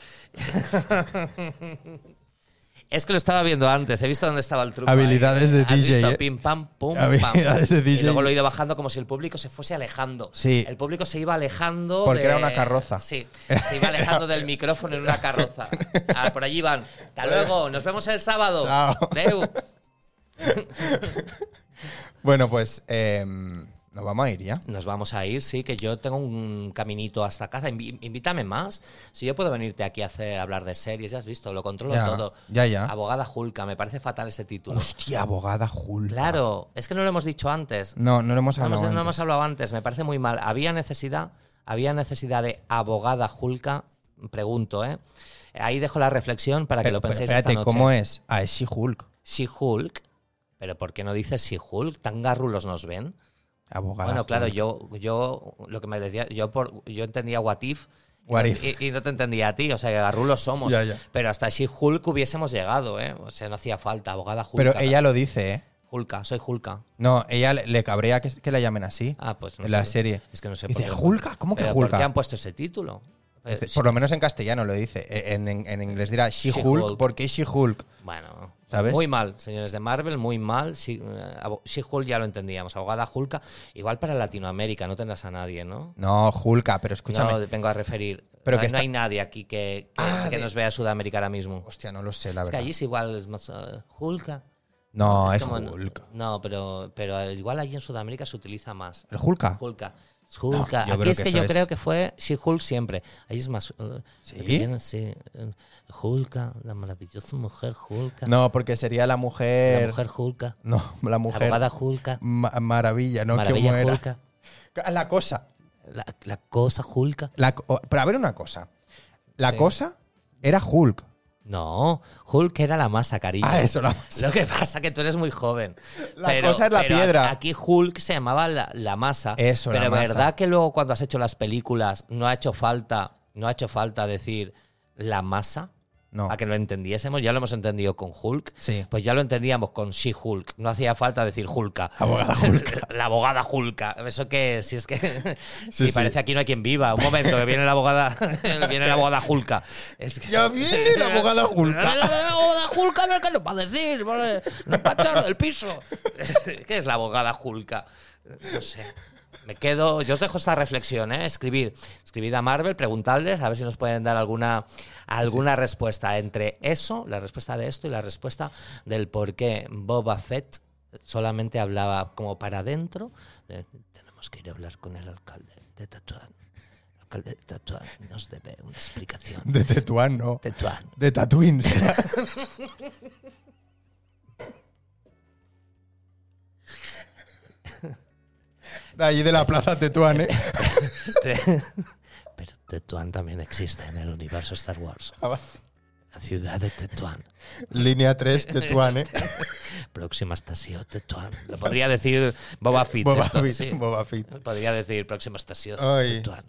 Speaker 2: Es que lo estaba viendo antes, he visto dónde estaba el truco.
Speaker 1: Habilidades de
Speaker 2: ¿Has
Speaker 1: DJ,
Speaker 2: visto?
Speaker 1: eh.
Speaker 2: Pim, pam, pum,
Speaker 1: Habilidades
Speaker 2: pam.
Speaker 1: de DJ.
Speaker 2: Y luego lo he ido bajando como si el público se fuese alejando.
Speaker 1: Sí.
Speaker 2: El público se iba alejando.
Speaker 1: Porque
Speaker 2: de-
Speaker 1: era una carroza.
Speaker 2: Sí, se iba alejando del micrófono en una carroza. Ah, por allí van. Hasta luego, nos vemos el sábado.
Speaker 1: Chao.
Speaker 2: Deu.
Speaker 1: Bueno, pues em, nos vamos a ir ya.
Speaker 2: Nos vamos a ir, sí, que yo tengo un caminito hasta casa. Invi- invítame más. Si yo puedo venirte aquí a hacer, hablar de series, ya has visto, lo controlo
Speaker 1: Ya,
Speaker 2: todo.
Speaker 1: ya, ya.
Speaker 2: Abogada Julka, me parece fatal ese título.
Speaker 1: Hostia, abogada Julka.
Speaker 2: Claro, es que no lo hemos dicho antes.
Speaker 1: No, no lo hemos
Speaker 2: No hemos,
Speaker 1: hablado.
Speaker 2: no
Speaker 1: antes.
Speaker 2: hemos hablado antes, me parece muy mal. Había necesidad, había necesidad de abogada Julka, pregunto, ¿eh? Ahí dejo la reflexión para que
Speaker 1: Pero-
Speaker 2: lo
Speaker 1: pero
Speaker 2: penséis
Speaker 1: espérate,
Speaker 2: esta noche.
Speaker 1: ¿cómo es? Ah, es She-Hulk.
Speaker 2: She-Hulk, pero ¿por qué no dices She-Hulk? ¿Tan garrulos nos ven?
Speaker 1: Abogada.
Speaker 2: Bueno, claro,
Speaker 1: Hulk.
Speaker 2: yo, yo lo que me decía, yo por, yo entendía What If. y
Speaker 1: What
Speaker 2: no-
Speaker 1: if.
Speaker 2: Y, y no te entendía a ti, o sea, que garrulos somos.
Speaker 1: Ya, ya.
Speaker 2: Pero hasta She-Hulk hubiésemos llegado, ¿eh? O sea, no hacía falta, abogada Julka.
Speaker 1: Pero ella lo dice, ¿eh?
Speaker 2: Julka, soy Julka.
Speaker 1: No, ella le, le cabrea que, que la llamen así.
Speaker 2: Ah, pues no
Speaker 1: En la
Speaker 2: sé.
Speaker 1: serie.
Speaker 2: Es que no sé por
Speaker 1: Dice,
Speaker 2: qué.
Speaker 1: ¿Julka? ¿Cómo que
Speaker 2: ¿Pero
Speaker 1: Julka?
Speaker 2: ¿Por qué han puesto ese título? Eh,
Speaker 1: Dice,
Speaker 2: sí,
Speaker 1: Por lo menos en castellano lo dice. E- En, en- en inglés dirá She-Hulk.
Speaker 2: She-Hulk.
Speaker 1: ¿Por qué She-Hulk?
Speaker 2: Bueno,
Speaker 1: ¿Sabes?
Speaker 2: muy mal, señores de Marvel, muy mal. Si Hulk ya lo entendíamos, abogada Hulka. Igual para Latinoamérica, no tendrás a nadie, ¿no?
Speaker 1: No, Julka, pero escúchame.
Speaker 2: No, vengo a referir.
Speaker 1: Pero
Speaker 2: no,
Speaker 1: que
Speaker 2: no
Speaker 1: está-
Speaker 2: hay nadie aquí que, que-
Speaker 1: Ah,
Speaker 2: que
Speaker 1: de-
Speaker 2: nos vea Sudamérica ahora mismo.
Speaker 1: Hostia, no lo sé, la
Speaker 2: Es que
Speaker 1: verdad.
Speaker 2: allí es igual, es más eh, Hulka.
Speaker 1: No, es,
Speaker 2: como-
Speaker 1: Hulk.
Speaker 2: No, pero, pero igual allí en Sudamérica se utiliza más.
Speaker 1: ¿El Hulka?
Speaker 2: Hulka. Hulka.
Speaker 1: yo
Speaker 2: Aquí
Speaker 1: creo
Speaker 2: es
Speaker 1: que
Speaker 2: que,
Speaker 1: eso
Speaker 2: yo
Speaker 1: es-
Speaker 2: creo que fue She-Hulk siempre. Ahí es más. eh,
Speaker 1: ¿Sí?
Speaker 2: lo que tienen, sí. eh, Hulka, la maravillosa mujer Hulka.
Speaker 1: No, porque sería la
Speaker 2: la
Speaker 1: mujer.
Speaker 2: mujer Hulka.
Speaker 1: No, la
Speaker 2: La
Speaker 1: mujer.
Speaker 2: abogada Hulka.
Speaker 1: ma- maravilla, ¿no? Que
Speaker 2: maravilla
Speaker 1: muera.
Speaker 2: Hulka.
Speaker 1: Ah, La cosa.
Speaker 2: La, la cosa Hulka.
Speaker 1: La co- pero a ver una cosa. La cosa era Hulk.
Speaker 2: No, Hulk era la masa, cariño.
Speaker 1: Ah, eso la
Speaker 2: Lo que pasa que tú eres muy joven.
Speaker 1: La cosa es la piedra.
Speaker 2: Aquí Hulk se llamaba la, la masa.
Speaker 1: Eso, la
Speaker 2: Pero
Speaker 1: masa.
Speaker 2: verdad que luego cuando has hecho las películas no ha hecho falta, no ha hecho falta decir la masa.
Speaker 1: No.
Speaker 2: A que lo entendiésemos, ya lo hemos entendido con Hulk.
Speaker 1: Sí.
Speaker 2: Pues ya lo entendíamos con She-Hulk. No hacía falta decir Hulka.
Speaker 1: Abogada Hulka.
Speaker 2: la abogada Hulka. Eso que, si es que. si
Speaker 1: sí.
Speaker 2: parece aquí no hay quien viva. Un momento, que viene la abogada. viene la abogada Hulka. Es que-
Speaker 1: Ya viene la abogada Hulka.
Speaker 2: la abogada Julka, a ver qué nos va a decir. ¿vale? Nos va a echar del piso. ¿Qué es la abogada Julka? No sé. Me quedo, yo os dejo esta reflexión, ¿eh? escribid, escribid a Marvel, preguntadles, a ver si nos pueden dar alguna, alguna respuesta entre eso, la respuesta de esto y la respuesta del por qué Boba Fett solamente hablaba como para adentro. de, Tenemos que ir a hablar con el alcalde de Tatuán. El alcalde de Tatuán nos debe una explicación.
Speaker 1: De Tetuán, no.
Speaker 2: Tetuán.
Speaker 1: De Tatooine. será. De allí de la plaza Tetuán, ¿eh?
Speaker 2: Te- Pero Tetuán también existe en el universo Star Wars.
Speaker 1: Ah, va.
Speaker 2: La ciudad de Tetuán.
Speaker 1: Línea 3, Tetuán, ¿eh?
Speaker 2: Próxima estación, Tetuán. Lo podría decir Boba Fett.
Speaker 1: Boba
Speaker 2: esto,
Speaker 1: Fett,
Speaker 2: sí.
Speaker 1: Boba Fett.
Speaker 2: Podría decir próxima estación,
Speaker 1: Ay.
Speaker 2: Tetuán.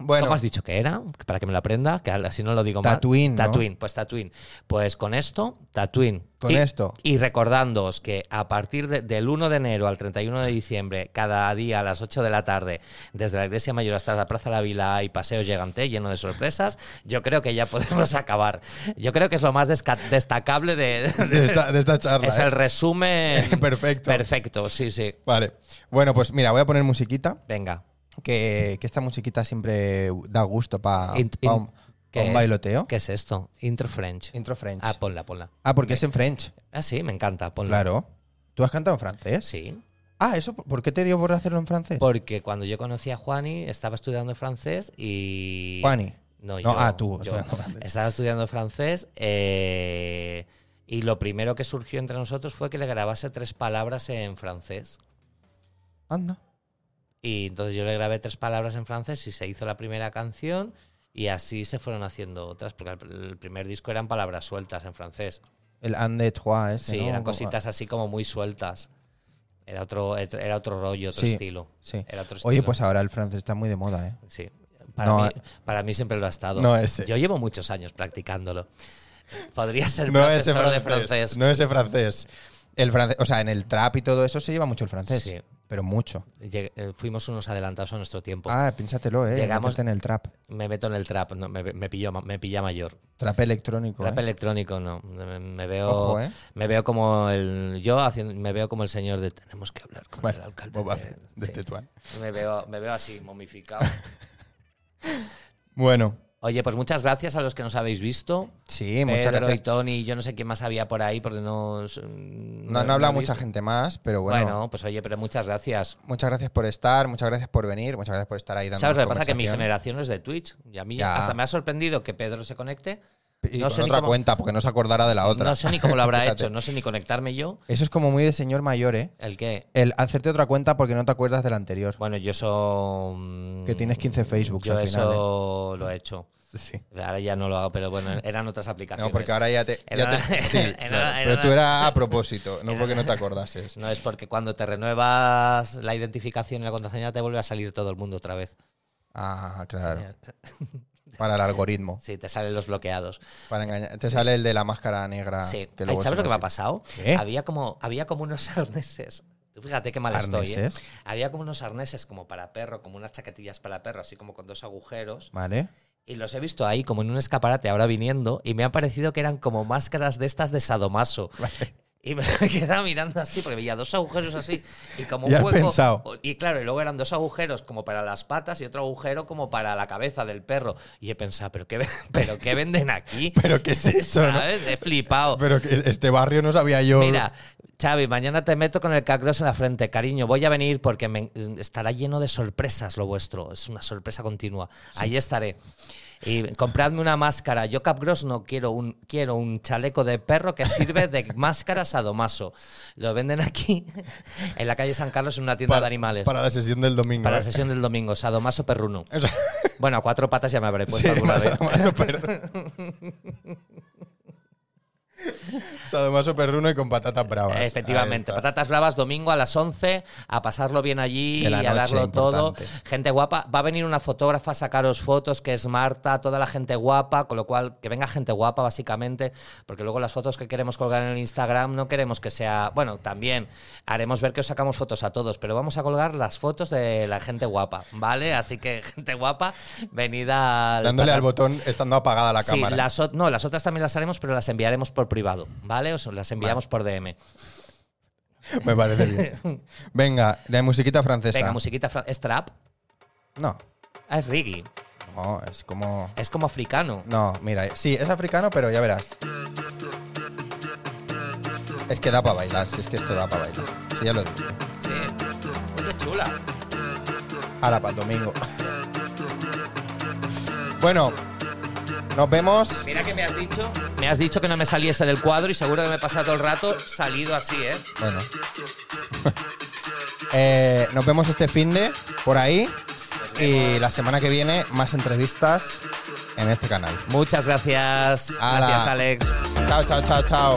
Speaker 1: Bueno.
Speaker 2: ¿Cómo has dicho que era? Para que me lo aprenda, que así no lo digo mal.
Speaker 1: Tatooine, ¿no?
Speaker 2: Tatooine, pues Tatooine. Pues con esto, Tatooine.
Speaker 1: Con
Speaker 2: Y-
Speaker 1: esto.
Speaker 2: Y recordándoos que a partir de- del 1 de enero al 31 de diciembre, cada día a las 8 de la tarde, desde la Iglesia Mayor hasta la Plaza de la Vila y Paseo Llegante, lleno de sorpresas, yo creo que ya podemos acabar. Yo creo que es lo más desca- destacable de...
Speaker 1: De esta, de esta charla.
Speaker 2: es
Speaker 1: ¿eh?
Speaker 2: el resumen
Speaker 1: Perfecto.
Speaker 2: perfecto, sí, sí.
Speaker 1: Vale. Bueno, pues mira, voy a poner musiquita.
Speaker 2: Venga.
Speaker 1: Que, que esta musiquita siempre da gusto para
Speaker 2: Int- in-
Speaker 1: un,
Speaker 2: ¿qué
Speaker 1: pa un
Speaker 2: es?
Speaker 1: bailoteo.
Speaker 2: ¿Qué es esto? Intro French.
Speaker 1: Intro French.
Speaker 2: Ah, ponla, ponla.
Speaker 1: Ah, porque es en French.
Speaker 2: Ah, sí, me encanta, ponla.
Speaker 1: Claro. ¿Tú has cantado en francés?
Speaker 2: Sí,
Speaker 1: Ah, ¿eso por por qué te dio por hacerlo en francés?
Speaker 2: porque cuando yo conocí a Juani estaba estudiando francés y...
Speaker 1: Juani.
Speaker 2: No,
Speaker 1: No,
Speaker 2: yo,
Speaker 1: ah, tú,
Speaker 2: yo
Speaker 1: o sea, no.
Speaker 2: estaba estudiando francés eh, y lo primero que surgió entre nosotros fue que le grabase tres palabras en francés.
Speaker 1: Anda.
Speaker 2: Y entonces yo le grabé tres palabras en francés y se hizo la primera canción y así se fueron haciendo otras, porque el- el primer disco eran palabras sueltas en francés.
Speaker 1: El Ande Trois, ¿eh? ese,
Speaker 2: Sí,
Speaker 1: ¿no?
Speaker 2: eran
Speaker 1: Como- ah.
Speaker 2: cositas así como muy sueltas. Era otro, era otro rollo, otro
Speaker 1: Sí,
Speaker 2: estilo.
Speaker 1: sí.
Speaker 2: Era otro
Speaker 1: Oye,
Speaker 2: estilo.
Speaker 1: pues ahora el francés está muy de moda, ¿eh?
Speaker 2: Sí. Para,
Speaker 1: No,
Speaker 2: mí,
Speaker 1: eh.
Speaker 2: para mí siempre lo ha estado.
Speaker 1: No ese.
Speaker 2: Yo llevo muchos años practicándolo. Podría ser
Speaker 1: No ese
Speaker 2: profesor
Speaker 1: francés.
Speaker 2: de francés.
Speaker 1: No ese francés. El francés. O sea, en el trap y todo eso se lleva mucho el francés.
Speaker 2: Sí.
Speaker 1: Pero mucho.
Speaker 2: Llegué- eh, fuimos unos adelantados a nuestro tiempo.
Speaker 1: Ah, piénsatelo, ¿eh?
Speaker 2: Llegamos-
Speaker 1: Métete en el trap.
Speaker 2: Me meto en el trap, no, me, me pillo ma- me pilla mayor.
Speaker 1: Trap electrónico.
Speaker 2: Trap
Speaker 1: ¿eh?
Speaker 2: electrónico no. Me, me veo
Speaker 1: Ojo, ¿eh?
Speaker 2: me veo como el yo haciendo, me veo como el señor de tenemos que hablar con el alcalde.
Speaker 1: Boba
Speaker 2: de-
Speaker 1: Fett, de
Speaker 2: sí.
Speaker 1: Tetuán.
Speaker 2: me veo me veo así momificado.
Speaker 1: Bueno,
Speaker 2: Oye, pues muchas gracias a los que nos habéis visto.
Speaker 1: sí, muchas
Speaker 2: Pedro y
Speaker 1: gracias.
Speaker 2: Tony, yo no sé quién más había por ahí porque no no,
Speaker 1: No han hablado
Speaker 2: no he
Speaker 1: mucha
Speaker 2: visto.
Speaker 1: gente más, pero bueno,
Speaker 2: Bueno. pues oye, pero muchas gracias.
Speaker 1: Muchas gracias por estar, muchas gracias por venir, muchas gracias por estar ahí dando
Speaker 2: ¿Sabes lo que pasa? Que mi
Speaker 1: conversación.
Speaker 2: generación no es de Twitch. Y a mí
Speaker 1: Ya.
Speaker 2: hasta me ha sorprendido que Pedro se conecte.
Speaker 1: Y
Speaker 2: no
Speaker 1: con
Speaker 2: sé ni
Speaker 1: otra
Speaker 2: cómo-
Speaker 1: cuenta, porque no se acordará de la otra.
Speaker 2: No sé ni cómo lo habrá
Speaker 1: Fíjate.
Speaker 2: hecho, no sé ni conectarme yo.
Speaker 1: Eso es como muy de señor mayor, ¿eh?
Speaker 2: El que,
Speaker 1: El hacerte otra cuenta porque no te acuerdas de la anterior.
Speaker 2: bueno, yo soy...
Speaker 1: Que tienes 15 Facebooks
Speaker 2: Yo
Speaker 1: al final,
Speaker 2: eso lo he hecho.
Speaker 1: sí.
Speaker 2: Ahora ya no lo hago, pero bueno, eran otras aplicaciones.
Speaker 1: No, porque ahora ya te.
Speaker 2: Era
Speaker 1: ya
Speaker 2: una-
Speaker 1: te- sí,
Speaker 2: era
Speaker 1: claro,
Speaker 2: una- era
Speaker 1: pero tú
Speaker 2: una-
Speaker 1: era a propósito, no porque no te acordases.
Speaker 2: No es porque cuando te renuevas la identificación y la contraseña te vuelve a salir todo el mundo otra vez.
Speaker 1: Ah, claro. Para el algoritmo.
Speaker 2: Sí, te salen los bloqueados.
Speaker 1: Para engañar. Te sale el de la máscara negra.
Speaker 2: sí.
Speaker 1: que
Speaker 2: Ay,
Speaker 1: luego
Speaker 2: ¿Sabes
Speaker 1: se
Speaker 2: lo que me ha
Speaker 1: nos-
Speaker 2: pasado?
Speaker 1: ¿Qué?
Speaker 2: Había como, había como unos arneses. Tú fíjate qué mal estoy, ¿eh?
Speaker 1: ¿Arneses?
Speaker 2: Había como unos arneses como para perro, como unas chaquetillas para perro, así como con dos agujeros.
Speaker 1: Vale.
Speaker 2: Y los he visto ahí como en un escaparate ahora viniendo y me han parecido que eran como máscaras de estas de sadomaso. Y me quedaba mirando así porque veía dos agujeros así y como un
Speaker 1: Ya has
Speaker 2: hueco.
Speaker 1: pensado.
Speaker 2: Y claro, y luego eran dos agujeros como para las patas y otro agujero como para la cabeza del perro. Y he pensado, ¿pero qué, ven- pero qué venden aquí?
Speaker 1: Pero qué es esto, ¿no?
Speaker 2: ¿Sabes? He flipado.
Speaker 1: Pero que este barrio no sabía yo.
Speaker 2: Mira, Xavi, mañana te meto con el cacros en la frente, cariño. Voy a venir porque me- estará lleno de sorpresas lo vuestro. Es una sorpresa continua. Ahí estaré. Y compradme una máscara. Yo Capgros no quiero un quiero un chaleco de perro que sirve de máscara sadomaso. Lo venden aquí en la calle San Carlos en una tienda
Speaker 1: para,
Speaker 2: de animales. pues, Para,
Speaker 1: Para la sesión del domingo.
Speaker 2: la
Speaker 1: ¿eh?
Speaker 2: sesión del domingo, sadomaso perruno.
Speaker 1: O sea,
Speaker 2: Bueno, a cuatro patas ya me habré puesto
Speaker 1: sí,
Speaker 2: alguna
Speaker 1: más-
Speaker 2: vez.
Speaker 1: más super- Sadomaso perruno y con patatas bravas.
Speaker 2: Efectivamente,
Speaker 1: Ahí está.
Speaker 2: patatas bravas domingo a las 11, a pasarlo bien allí y
Speaker 1: De la
Speaker 2: a
Speaker 1: noche,
Speaker 2: darlo todo.
Speaker 1: importante.
Speaker 2: Gente guapa, va a venir una fotógrafa a sacaros fotos, que es Marta, toda la gente guapa, con lo cual que venga gente guapa básicamente, porque luego las fotos que queremos colgar en el Instagram no queremos que sea, bueno, también haremos ver que os sacamos fotos a todos, pero vamos a colgar las fotos de la gente guapa, ¿vale? Así que gente guapa, venida al
Speaker 1: Dándole al
Speaker 2: botón
Speaker 1: botón estando apagada la
Speaker 2: Sí,
Speaker 1: cámara.
Speaker 2: las ot- no, las otras también las haremos, pero las enviaremos por privado, ¿vale? O sea, las enviamos por DM.
Speaker 1: Me parece bien. Venga, la musiquita francesa.
Speaker 2: Venga, musiquita fran- es trap.
Speaker 1: no,
Speaker 2: Ah, es reggae.
Speaker 1: no, es como.
Speaker 2: Es como africano.
Speaker 1: No, mira, sí, es africano, pero ya verás. Es que da para bailar, si es que esto da para bailar. Sí, ya lo digo.
Speaker 2: Sí. Qué chula.
Speaker 1: Ahora para el domingo. Bueno, nos vemos.
Speaker 2: Mira que me has dicho. Me has dicho que no me saliese del cuadro y seguro que me he pasado el rato salido así, ¿eh?
Speaker 1: Bueno. Eh, nos vemos este fin de por ahí. Y la semana que viene, más entrevistas en este canal.
Speaker 2: Muchas gracias.
Speaker 1: Ala.
Speaker 2: Gracias, Alex.
Speaker 1: Chao, chao, chao, chao.